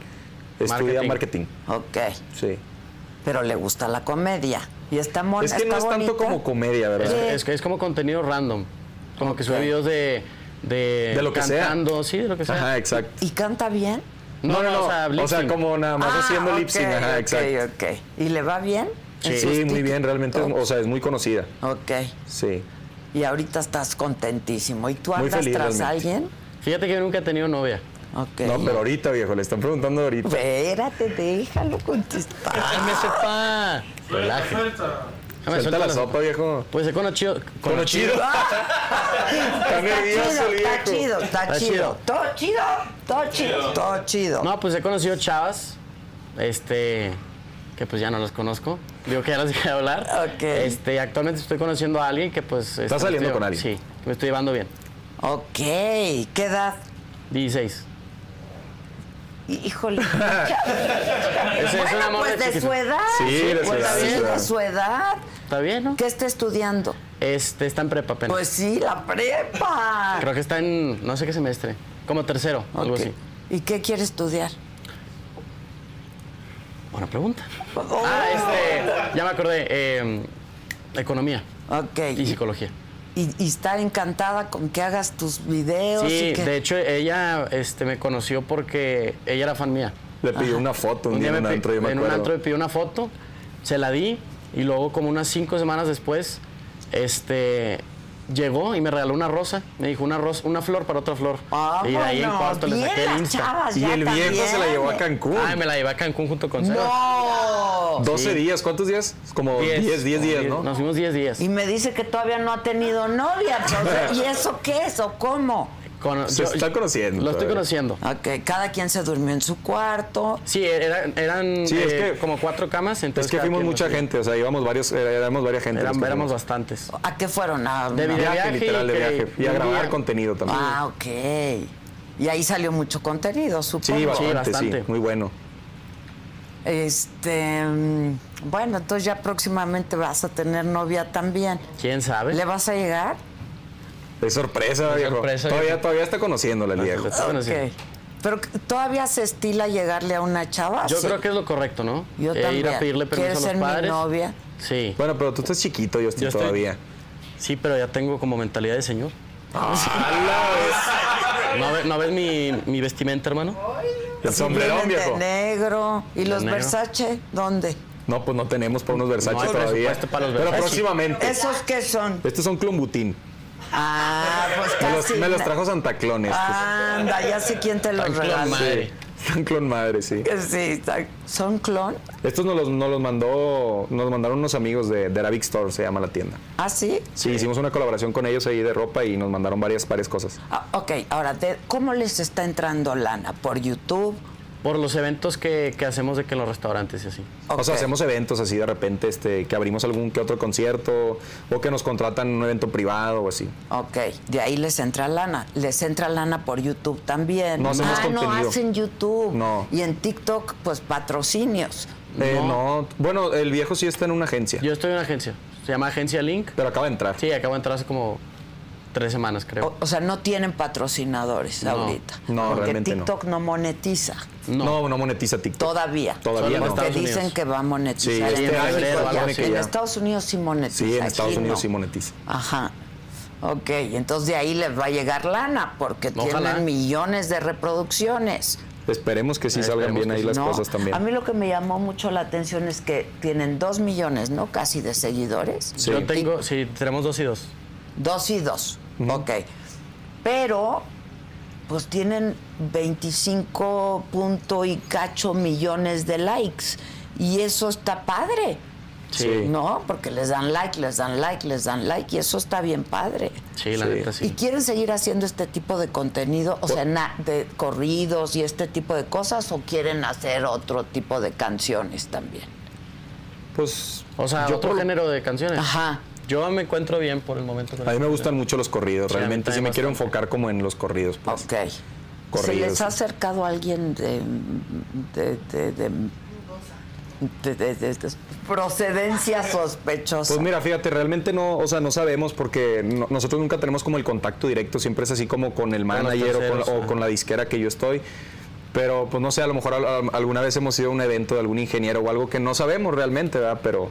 estudia
Marketing.
marketing.
Ok,
Sí.
pero le gusta la comedia. Y está mona,
es que no
está
es
bonita.
tanto como comedia, ¿verdad?
Sí.
Es, que es como contenido random. Como que sube videos de. De,
De lo que sea.
cantando, sí, de lo que sea.
Ajá, exacto.
¿Y canta bien?
No, no, no,
O sea,
lip sync.
como nada más
Ah,
haciendo lip sync.
ok,
Ajá,
ok,
exacto.
ok. ¿Y le va bien?
Sí,
¿En sus
muy
tic-
bien, realmente, es- o sea, es muy conocida.
Ok,
Sí.
y ahorita estás contentísimo. ¿Y tú
Muy
andas
feliz,
tras
realmente.
alguien?
Fíjate que yo nunca he tenido novia.
Ok.
No, pero ahorita, viejo, le están preguntando ahorita.
Espérate, déjalo contestar. [laughs]
¡Ay, me sepa! Relájate. Pues Ah, Suelta,
Suelta la sopa, viejo.
Pues he conocido.
Conocido. [laughs] Está nervioso, el
está
viejo.
chido, está
Está
chido,
chido.
está chido, todo chido, todo chido, todo chido.
No, pues he conocido chavas. Este. Que pues ya no las conozco. Digo que ya las [laughs] dejé de hablar.
Ok.
Este, actualmente estoy conociendo a alguien que pues. este, me
saliendo
estoy-
con alguien?
Sí, me estoy llevando bien.
Ok, ¿qué edad?
16.
[laughs] Híjole.
Es- es un
bueno,
amor
pues
de
de su
chiquito.
edad.
Sí, de su
pues
edad,
sí,
de su
de
edad.
su edad.
¿Está bien, no?
¿Qué está estudiando?
Este, está en prepa apenas.
Pues sí, la prepa.
Creo que está en. No sé qué semestre. Como tercero, algo
Ok.
así.
¿Y qué quiere estudiar?
Buena pregunta.
Oh,
Ah, este. Ya me acordé. eh, economía
Ok.
y psicología.
Y, y estar encantada con que hagas tus videos.
Sí,
y que...
de hecho ella este, me conoció porque ella era fan mía.
Le pidió una foto un, día en un
me pi-
antro, yo me
en un
acuerdo.
antro me pidió una foto, se la di y luego como unas cinco semanas después, este, llegó y me regaló una rosa, me dijo una rosa, una flor para otra flor. y de ahí en
Vámonos,
cuarto le
bien
saqué el
las
Insta.
chavas
y
Ah, Pues ya
el viejo se la
también.
llevó a Cancún.
Ay, me la llevé a Cancún junto con Sara.
¡No!
12 días, ¿cuántos días? Como 10, 10, días, ¿no?
Nos fuimos 10 días.
Y me dice que todavía no ha tenido novia. entonces, ¿Y eso qué es o cómo?
Con-
Se está conociendo
Lo estoy
todavía.
conociendo.
Ok, cada quien se durmió en su cuarto.
Sí, era- eran
Sí, es
eh,
que-
como cuatro camas,
Es
entonces...
que
pues cada
fuimos
quien
mucha
nos-
gente, o sea, íbamos varios, eh, éramos varias gente.
Éramos,
los que
éramos
fuimos.
bastantes.
¿A qué fueron? A
De
una-
video.
Viaje,
Viaje y
literal, de
que-
viaje. Y a
un
grabar
día.
contenido también.
Ah, ok. Y ahí salió mucho contenido, supongo.
sí, bastante, sí,
bastante.
muy bueno.
Este, mm, bueno, entonces ya próximamente vas a tener novia también.
¿Quién sabe?
¿Le vas a llegar?
Es sorpresa, viejo.
sorpresa,
todavía,
viejo. Ah,
todavía está conociéndola el viejo.
Bueno, sí.
Ok. Pero todavía se estila llegarle a una chava.
Yo
Sí.
creo que es lo correcto, ¿no?
Yo
Eh,
también.
Ir a pedirle
¿Quieres
permiso a los
ser mi
padres.
novia?
Sí.
Bueno, pero tú estás chiquito, yo estoy
Yo estoy- [laughs]
todavía.
Sí, pero ya tengo como mentalidad de señor. Ah, ¿No, ve- no ves mi, mi vestimenta, hermano?
El sombrerón,
Vienen
viejo.
De negro. ¿Y los
negro.
Versace? ¿Dónde?
No, pues no tenemos para unos Versace
No hay
todavía.
presupuesto para los
Pero
Versace.
próximamente.
¿Esos qué son?
Estos son clumbutín.
Ah, pues
Me los,
casi. Ah,
me los
na-
trajo Santa este, Clones.
Anda, ya sé quién te los
Tan clon
regaló.
madre.
San Clon Madre, sí.
Sí, tan- ¿Son clon?
Estos nos los, nos los mandó, nos los mandaron unos amigos de, de Arabic Store, se llama la tienda.
¿Ah, sí?
Sí, hicimos una colaboración con ellos ahí de ropa y nos mandaron varias, varias cosas.
Ah, ok, ahora, de- ¿cómo les está entrando lana? ¿Por YouTube?
Por los eventos que, que hacemos de que en los restaurantes y así.
O sea,
Ok.
hacemos eventos así de repente, este, que abrimos algún que otro concierto o que nos contratan en un evento privado o así.
Ok, de ahí les entra lana. Les entra lana por YouTube también.
No hacemos
ah, no
contenido.
hacen YouTube.
No.
Y en TikTok, pues patrocinios.
Eh, no, bueno, el viejo sí está en una agencia,
Yo estoy en una agencia. Se llama Agencia Link.
pero acaba de entrar.
Sí, acabo de entrar hace como tres semanas, creo.
O, o sea, no tienen patrocinadores ahorita.
No,
porque
realmente no.
TikTok no. monetiza
No, no, monetiza TikTok.
todavía.
Todavía
Solo en
no.
Porque
Estados
dicen
Unidos.
Oh, que va a
Sí,
monetizar.
este
en,
año,
México
febrero,
ya.
algo así
En
ya.
Estados Unidos sí monetiza.
Sí, en
aquí
Estados Unidos
no.
sí monetiza.
Ajá. Ok, entonces de ahí les va a llegar lana porque
Ojalá.
tienen millones de reproducciones.
Esperemos que sí salgan
Esperemos
bien
que
ahí
sí.
las
No,
cosas también.
A mí lo que me llamó mucho la atención es que tienen dos millones, ¿no? Casi de seguidores.
Yo tengo, sí, tenemos dos y dos.
Dos y dos.
Ujú.
Ok. Pero, pues tienen 25 punto y cacho millones de likes. Y eso está padre.
Sí.
¿No? Porque les dan like, les dan like, les dan like. Y eso está bien padre.
Sí, la
Sí.
neta
¿Y
sí.
quieren seguir haciendo este tipo de contenido? O sea, na- de corridos y este tipo de cosas, o quieren hacer otro tipo de canciones también.
Pues,
O sea,
yo
otro
por-
género de
Eh.
canciones.
Ajá.
Yo me encuentro bien por el momento.
A
con
mí
el
me
género.
gustan mucho los corridos,
Sí, a mí
realmente sí
también
me quiero
bastante.
enfocar como en los corridos. pues.
Ok. ¿Se
Corridos.
les ha acercado alguien de. de. de. de, de- de- de- de- procedencia sospechosa?
Ah, Pues mira, fíjate, realmente no, o sea, no sabemos porque no- nosotros nunca tenemos como el contacto directo, siempre es así como con el
los
manager o con-
terceros,
o, con,
ajá.
la disquera que yo estoy. Pero pues no sé, a lo mejor al- al- alguna vez hemos ido a un evento de algún ingeniero o algo que no sabemos realmente, ¿verdad? Pero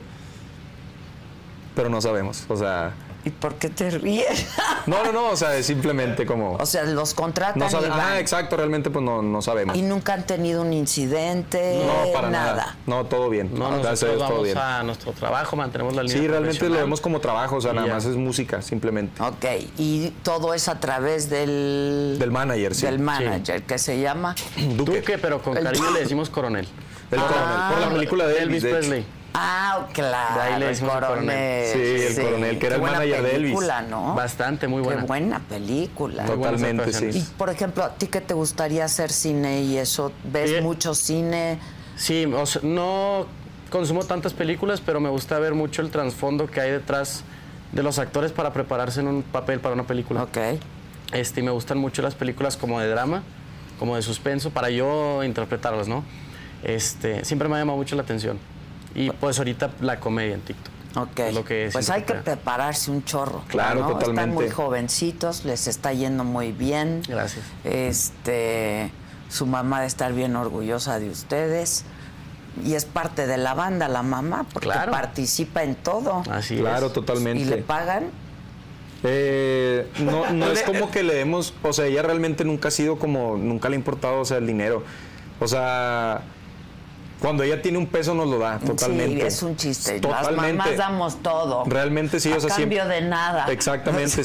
pero no sabemos, o sea,
¿Y por qué te ríes? [laughs]
no, no, no, o sea, es simplemente como
o sea, los contratan
no
y,
sabemos,
van,
ah, exacto, realmente pues no, no sabemos.
y nunca han tenido un incidente,
No, para nada. No, todo bien.
No,
Gracias a
nosotros
Dios, Ah, todo
vamos
bien.
a nuestro trabajo, mantenemos la línea.
Sí, realmente lo
profesional.
vemos como trabajo, o sea,
Y
nada
ya.
más es música, simplemente.
Ok, y todo es a través del.
Del manager, sí.
Del manager, que se llama.
Duque. Ah.
Duque, pero con cariño le decimos coronel.
El coronel.
Ah,
Por la película de Elvis. de hecho.
Presley.
Ah, claro,
De ahí le
el
decimos el
coronel.
coronel.
Sí, el coronel, que era
Qué
el
buena
manager de Elvis.
película, ¿no?
Bastante, muy buena.
Qué buena película.
Muy buenas
Totalmente,
actuaciones.
Y,
sí.
por ejemplo, ¿a ti que te gustaría hacer cine y eso? ¿Ves
Eh.
Sí.
mucho cine?
Sí, o sea, no consumo tantas películas, pero me gusta ver mucho el trasfondo que hay detrás de los actores para prepararse en un papel para una película.
Ok.
Este, y me gustan mucho las películas como de drama, como de suspenso, para yo interpretarlas, ¿no? Este, siempre me ha llamado mucho la atención. Y pues ahorita la comedia en TikTok.
Ok.
Es lo que
pues
siento
hay que
que-
prepararse un chorro. ¿no?
Claro,
Están
totalmente.
muy jovencitos, les está yendo muy bien.
Gracias.
Este, su mamá de estar bien orgullosa de ustedes. Y es parte de la banda, la mamá, porque
Claro.
participa en todo.
Así
Claro,
es.
totalmente.
Y le pagan.
Eh, no,
[laughs]
no es como que le demos, o sea, ella realmente nunca ha sido como, nunca le ha importado, o sea, el dinero. O sea, cuando ella tiene un peso nos lo da, totalmente.
Sí, es un chiste. Las
Totalmente.
mamás damos todo.
Realmente sí,
a
o sea,
cambio de
siempre-
nada.
Exactamente,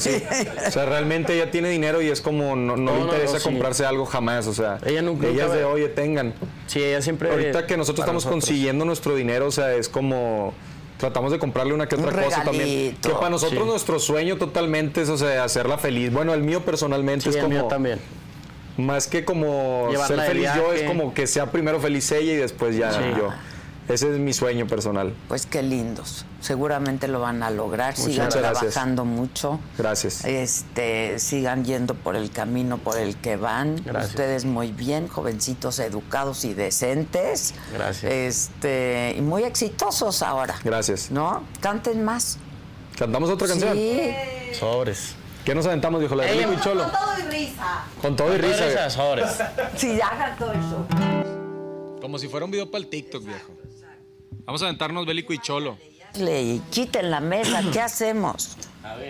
[laughs]
sí. O sea, realmente ella tiene dinero y es como, no, no
No,
le
no,
interesa
no, sí.
comprarse algo jamás, o sea.
Ella nunca-
Ella es
nunca-
de, oye, tengan.
Sí, ella siempre.
Ahorita que nosotros
para
estamos
nosotros.
consiguiendo nuestro dinero, o sea, es como tratamos de comprarle una que
Un
otra cosa también.
regalito.
Que para nosotros nuestro sueño totalmente es, o sea, hacerla feliz. Bueno, el mío personalmente
Sí,
es
el
como
mío también.
más que como
Llevarla de
ser feliz yo es
viaje.
como que sea primero feliz ella y después ya
Sí.
yo. Ese es mi sueño personal.
Pues qué lindos. Seguramente lo van a lograr. sigan
Muchas gracias.
trabajando mucho.
Gracias.
Este, sigan yendo por el camino por el que van.
Gracias.
Ustedes muy bien, jovencitos educados y decentes.
Gracias.
Este, y muy exitosos ahora.
Gracias.
¿No? Canten más.
¿Cantamos otra canción?
Sí.
Sobres.
¿Qué nos aventamos, viejo? La de
Ey,
Rico y Cholo.
Con todo y risa.
Con todo y risa.
Esas sobres.
Si ya gastó el show.
Como si fuera un video para el TikTok, viejo. Vamos a aventarnos Bélico y Cholo.
Le quiten la mesa,
[clears throat]
¿qué hacemos?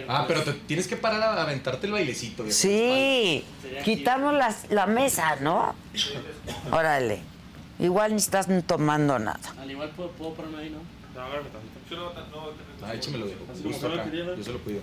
Ah, pero te tienes que parar a aventarte el bailecito, viejo.
Sí, quitamos las- la mesa, ¿no? Órale, igual ni estás tomando nada.
Al igual puedo, puedo ponerme ahí, ¿no?
Ah, échamelo, viejo. Justo acá. Yo se lo cuido.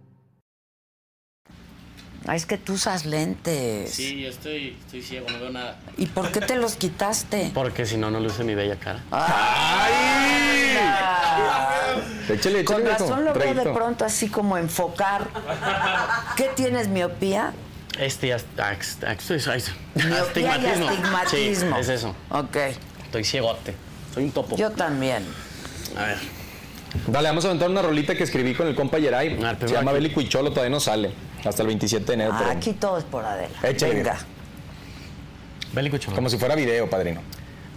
Ah, es que tú usas lentes.
Sí, yo estoy, estoy ciego, no veo nada.
¿Y por qué te los quitaste?
Porque si no, no luce mi bella cara.
Échale, échale,
Con
viejo.
razón lo veo de
Traguito.
pronto así como enfocar. ¿Qué tienes, miopía?
Este, ast- ax- ax- es- es-
Miopía y
astigmatismo.
astigmatismo.
Sí, es eso.
Ok,
Estoy ciegote. Soy un topo.
yo también.
A ver.
Dale, vamos a aventar una rolita que escribí con el compa Yeray.
Ah, pero
Se llama
aquí.
Bélico y Cholo, todavía no sale. Hasta el 27 de enero.
Ah,
pero-
aquí todo es por Adela.
Échale,
Venga.
viejo.
Bélico Cholo.
Como si fuera video, padrino.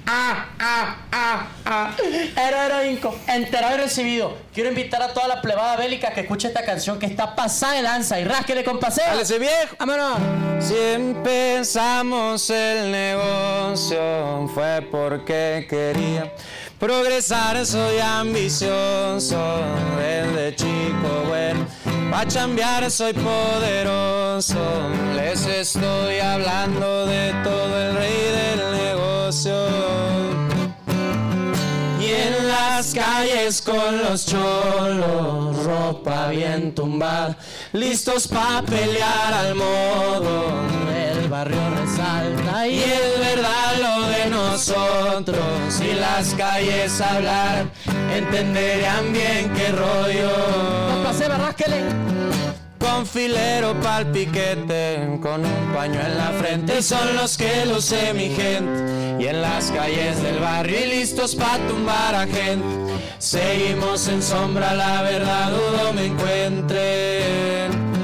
Ah, ah, ah, ah. Héroe heroico, enterado y recibido. Quiero invitar a toda la plebada bélica que escuche esta canción que está pasada de lanza y rásquele con paseo.
¡Dale ese viejo!
¡Vámonos!
Si empezamos el negocio fue porque quería progresar, soy ambicioso desde chico, bueno, pa' chambear soy poderoso, les estoy hablando de todo el rey del negocio y en las calles con los cholos, ropa bien tumbada, listos pa' pelear al modo. El barrio resalta y es verdad lo de nosotros. Si las calles hablaran, entenderían bien qué rollo.
Paseo, rásquele.
Con filero pa'l piquete, con un paño en la frente y son los que luce mi gente. Y en las calles del barrio y listos pa' tumbar a gente. Seguimos en sombra, la verdad dudo me encuentren.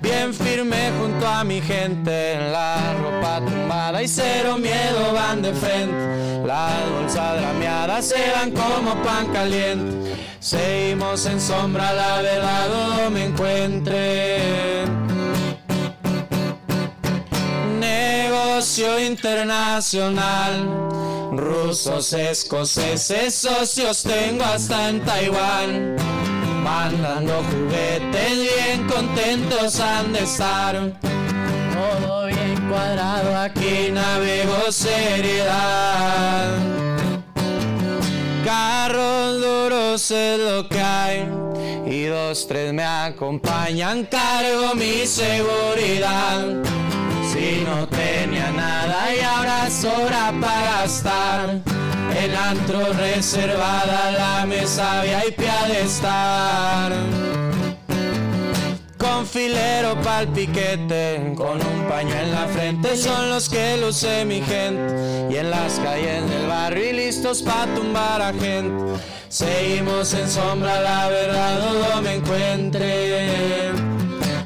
Bien firme junto a mi gente, en la ropa tumbada y cero miedo van de frente. La dulza drameada se van como pan caliente. Seguimos en sombra, la verdad no me encuentren. Negocio internacional, rusos, escoceses, socios tengo hasta en Taiwán mandando juguetes bien contentos han de estar. Todo bien cuadrado, aquí navego seriedad. Carros duros es lo que hay y dos, tres me acompañan, cargo mi seguridad. Si no tenía nada y ahora sobra para gastar. El antro reservada, la mesa VIP ha de estar. Con filero pa'l piquete, con un paño en la frente, son los que luce mi gente. Y en las calles del barrio y listos pa' tumbar a gente. Seguimos en sombra, la verdad dudo me encuentre.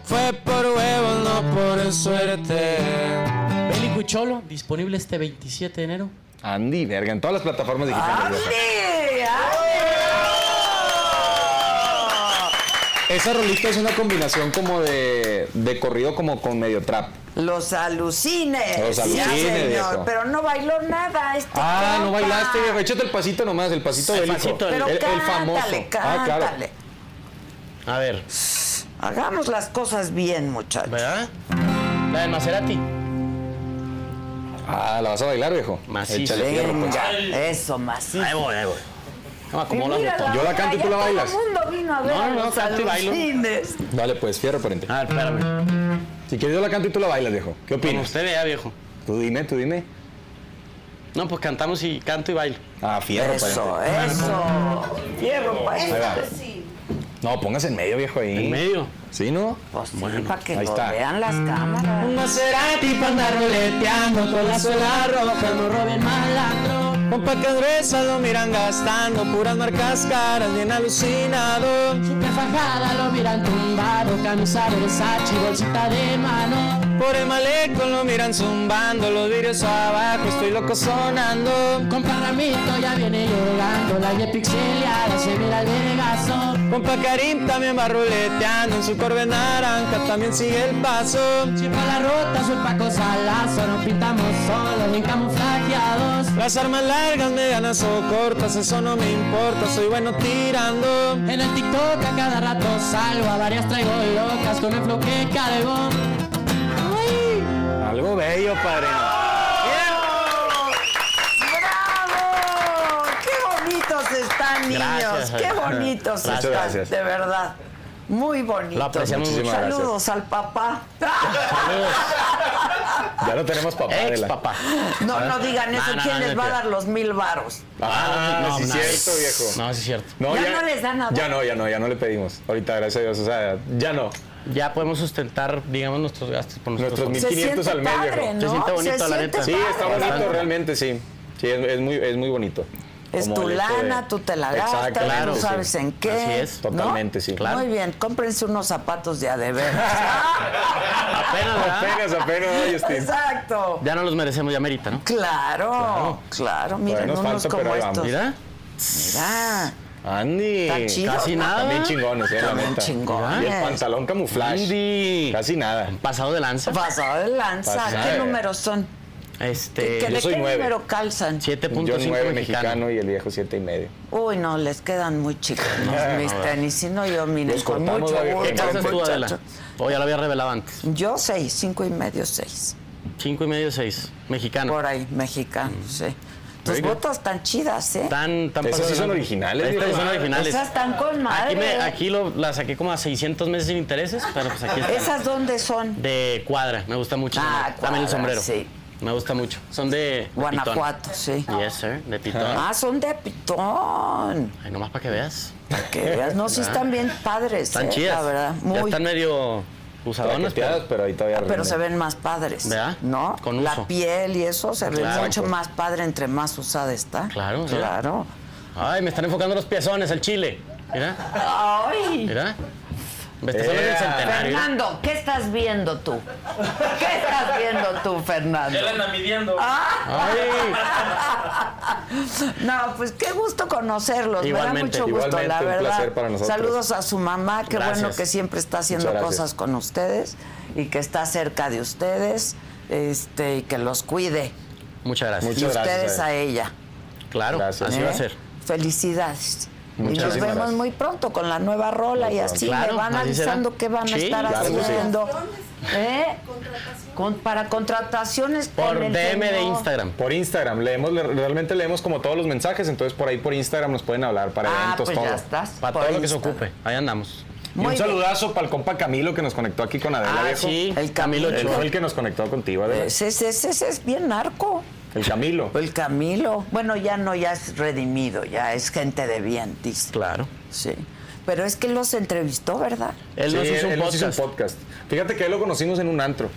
Fue por huevos, no por suerte.
Bélico y Cholo, disponible este 27 de enero.
Andy, verga, en todas las plataformas digitales.
¡Andy!
viejo.
¡Andy!
Esa rolita es una combinación como de, de corrido como con medio trap.
Los alucines.
Los
Ya,
alucines,
señor.
viejo.
Pero no bailó nada este
Ah, no
compa.
bailaste, viejo. Échate el pasito nomás, el Ah, pasito
El
bélico.
pasito,
el,
Ah,
Pero
el
cántale,
famoso.
Cántale,
Ah, claro.
A ver.
Hagamos las cosas bien, muchachos.
¿Verdad? La de Maserati.
Ah, ¿la vas a bailar, viejo?
Macizo.
Échale fierro, pues.
Venga, eso, macizo.
Ahí voy, ahí voy.
Ah,
No, acomodo las botones.
Yo la canto y tú la bailas.
Todo el mundo vino a ver
No,
a
no, no,
los
canto y bailo.
alucines.
Dale, pues, fierro, pariente.
A ver, espérame.
Si quieres yo la canto y tú la bailas, viejo. ¿Qué
Como
opinas?
usted vea, viejo.
Tú dime, tú dime.
No, pues cantamos y canto y bailo.
Ah, fierro,
Eso, eh.
pariente.
eso. Fierro, pa'
Eso
va.
sí.
No, póngase en medio, viejo, ahí.
En medio.
¿Sí, no?
Pues para que
ahí
lo
está.
vean las cámaras.
Un Maserati para andar boleteando con la suela roja, no roben malandro. Compa que gruesas lo miran gastando, puras marcas caras, bien alucinado. Super fajada lo miran tumbado, camisa Versace y bolsita de mano. Por el malecón lo miran zumbando, los vidrios abajo, estoy loco sonando. Compa Ramito ya viene llegando, la ye pixeleada, se mira el vergazo. Compa Karim también va ruleteando, en su corbe naranja también sigue el paso. Chipa la rota, soy Paco Salazo, nos pintamos solos, bien camuflajeados. Las armas largas, medianas o cortas, eso no me importa, soy bueno tirando. En el TikTok a cada rato salgo, a varias traigo locas con el flow que cargo. ¡Ay!
Algo bello, padre.
¡Bravo! ¡Qué bonitos están, niños!
Gracias,
¡Qué
Jaime.
bonitos
Muchas
están!
gracias.
De verdad. Muy bonitos.
Lo apreciamos
muchísimo, gracias.
Saludos al papá.
Ya lo tenemos papá,
Ex
Adela.
papá.
[laughs] No, no digan eso.
No, no,
¿Quién
no,
les
no,
va a
no.
dar los mil varos?
Ah, sí es
no.
cierto, viejo.
No, sí es cierto.
Ya no les da nada.
Ya no, ya no, ya no le pedimos. Ahorita, gracias a Dios, o sea, ya no.
Ya podemos sustentar, digamos, nuestros gastos por
Nuestros
nosotros
mil-
Se
500
siente
al mes, viejo.
padre, ¿no?
Se siente bonito, la
siente
neta.
Sí, está
padre.
bonito, realmente, sí. Sí, es, es muy, es muy bonito.
Es
Como
tu
el hecho de-
lana, tú te la
Exacto,
gastas,
claro,
no
sí.
sabes en qué.
Así es,
¿no?
totalmente, sí. Claro.
[laughs]
Muy bien, cómprense unos zapatos de a de
[laughs]
veras. [laughs]
Apenas, ¿verdad?
Apenas, apenas, Justin.
Exacto.
Ya no los merecemos, ya merita, ¿no?
Claro, claro. Miren,
nos
unos
falta,
como
pero ahí
estos.
vamos.
Mira,
Mira,
Andy.
Está chido,
casi
¿no?
nada.
También chingones, eh, la
También
neta.
chingones.
Y el pantalón camuflaje.
Andy.
Casi nada.
pasado de lanza.
Pasado de lanza.
Pasado
¿Qué
de-
números son?
Este,
¿Que ¿De
soy
qué
nueve.
número calzan?
Yo
7.5
nueve
mexicano.
mexicano y el viejo siete y medio.
Uy, no, les quedan muy chicos
[laughs]
mis tenis. Si no, yo, miren,
Los
con
cortamos,
mucho
David,
¿Qué
Bueno,
calzas
gusto,
tú, Adela?
muchacho.
O Oh, ya lo había revelado antes.
Yo seis, cinco y medio, seis.
5 y medio, 6. Mexicano.
Por ahí, mexicano,
Mm.
sí. Tus
Very good.
botas tan chidas, ¿eh?
Tan, tan
Esas sí son
pasado de lanza.
originales,
Estas
viejo.
son originales.
Esas están con madre.
Aquí, me, aquí lo, la saqué como a 600 meses sin intereses, pero pues aquí está.
¿Esas dónde son?
De cuadra, me gusta mucho.
Ah,
También
cuadra,
el sombrero.
sí.
Me gusta mucho. Son de. de
Guanajuato, sí.
pitón. Yes, sir, de pitón.
Ah, son de pitón.
Ay, nomás para que veas.
Que veas, no, sí están bien padres,
Están
eh,
chidas.
la verdad.
Ya
Muy.
están medio usadonas,
Traqueteadas,
pero.
pero ahí todavía.
Ah, Pero se
rinden.
ven más padres,
¿Verdad?
¿no?
Con
La
uso.
piel y eso se ve
Claro.
mucho más padre entre más usada está.
Claro, sí.
claro.
Ay, me están enfocando los piezones, el chile. Mira,
Ay,
mira. Me estás hablando del
Ea.
centenario.
Fernando, ¿qué estás viendo tú? ¿Qué estás viendo tú, Fernando? Ah.
Ah. Ay,
[laughs] No, pues qué gusto conocerlos. Me
Igualmente,
da mucho gusto,
igualmente,
la
un
verdad.
placer para nosotros.
Saludos a su mamá, qué
Gracias.
bueno que siempre está haciendo
Muchas gracias.
cosas con ustedes y que está cerca de ustedes, este, y que los cuide.
muchas gracias.
y
Muchas gracias, eh.
ustedes a ella.
Claro,
Gracias.
así
¿eh?
va a ser.
Felicidades. y nos
Muchísimas
vemos
gracias.
muy pronto con la nueva rola y así
Claro,
me van
así será.
avisando qué van a
Sí,
estar
claro que sí.
haciendo. ¿Eh? Con- para contrataciones con
Por
el
DM de
señor.
Instagram.
Por Instagram, leemos, le- realmente leemos como todos los mensajes, entonces por ahí por Instagram nos pueden hablar para
Ah,
eventos,
pues
todo.
ya estás.
Para
por
todo lo que se
Instagram.
ocupe. Ahí andamos.
Y
Muy
un
bien.
saludazo para el compa Camilo que nos conectó aquí con Adela,
Ah,
viejo.
sí.
El
Camilo
Camilo.
Él
Eh,
Ochoa.
fue el que nos conectó contigo, Adela.
Ese, ese- ese- ese Pues es bien narco.
El Camilo.
El Camilo. Bueno, ya no, ya es redimido, ya es gente de bien, dice.
Claro.
Sí. Pero es que los entrevistó, ¿verdad?
Él
Sí,
nos hizo un
él
podcast.
podcast. Fíjate que lo conocimos en un antro.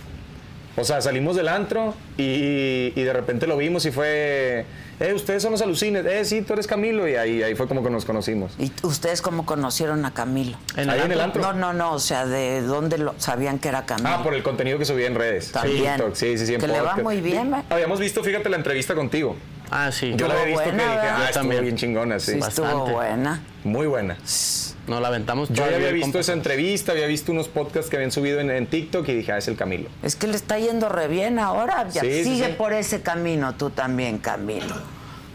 O sea, salimos del antro y, y de repente lo vimos y fue, eh, ustedes son los alucines, eh, sí, tú eres Camilo. Y ahí, ahí fue como que nos conocimos.
¿Y ustedes cómo conocieron a Camilo?
En
ahí
el
en el antro.
antro.
No, no, no, o sea, ¿de dónde lo sabían que era Camilo?
Ah, por el contenido que subía en redes.
También.
Sí, TikTok, sí, sí, sí, en
Que le va
podcast.
muy bien, ¿eh?
Habíamos visto, fíjate, la entrevista contigo.
Ah, sí.
Yo la había visto
buena,
que dije,
¿verdad?
ah,
Yo
estuvo
también.
bien chingona, sí.
sí, estuvo
bastante.
buena.
Muy buena.
Nos la aventamos.
Yo
todo
ya
el
había
día,
visto
compa.
esa entrevista, había visto unos podcasts que habían subido en, en TikTok y dije, ah, es el Camilo.
Es que le está yendo re bien ahora. ya.
Sí, sí,
Sigue
sí.
por ese camino tú también, Camilo.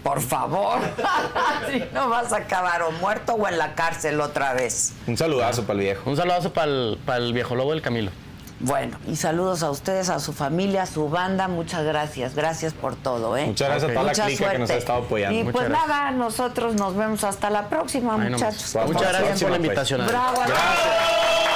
Por favor. [laughs] si no vas a acabar o muerto o en la cárcel otra vez.
Un saludazo para el viejo.
Un saludazo para el, viejo lobo del Camilo.
Bueno, y saludos a ustedes, a su familia, a su banda. Muchas gracias. Gracias por todo, ¿eh?
Muchas gracias a toda la
Mucha
clica que nos ha estado apoyando.
Y
Muchas
pues
gracias.
nada, nosotros nos vemos hasta la próxima,
Ahí nomás.
muchachos.
Vamos.
Muchas
Hasta la
gracias por la
próxima, pues.
invitación. Adela.
Bravo.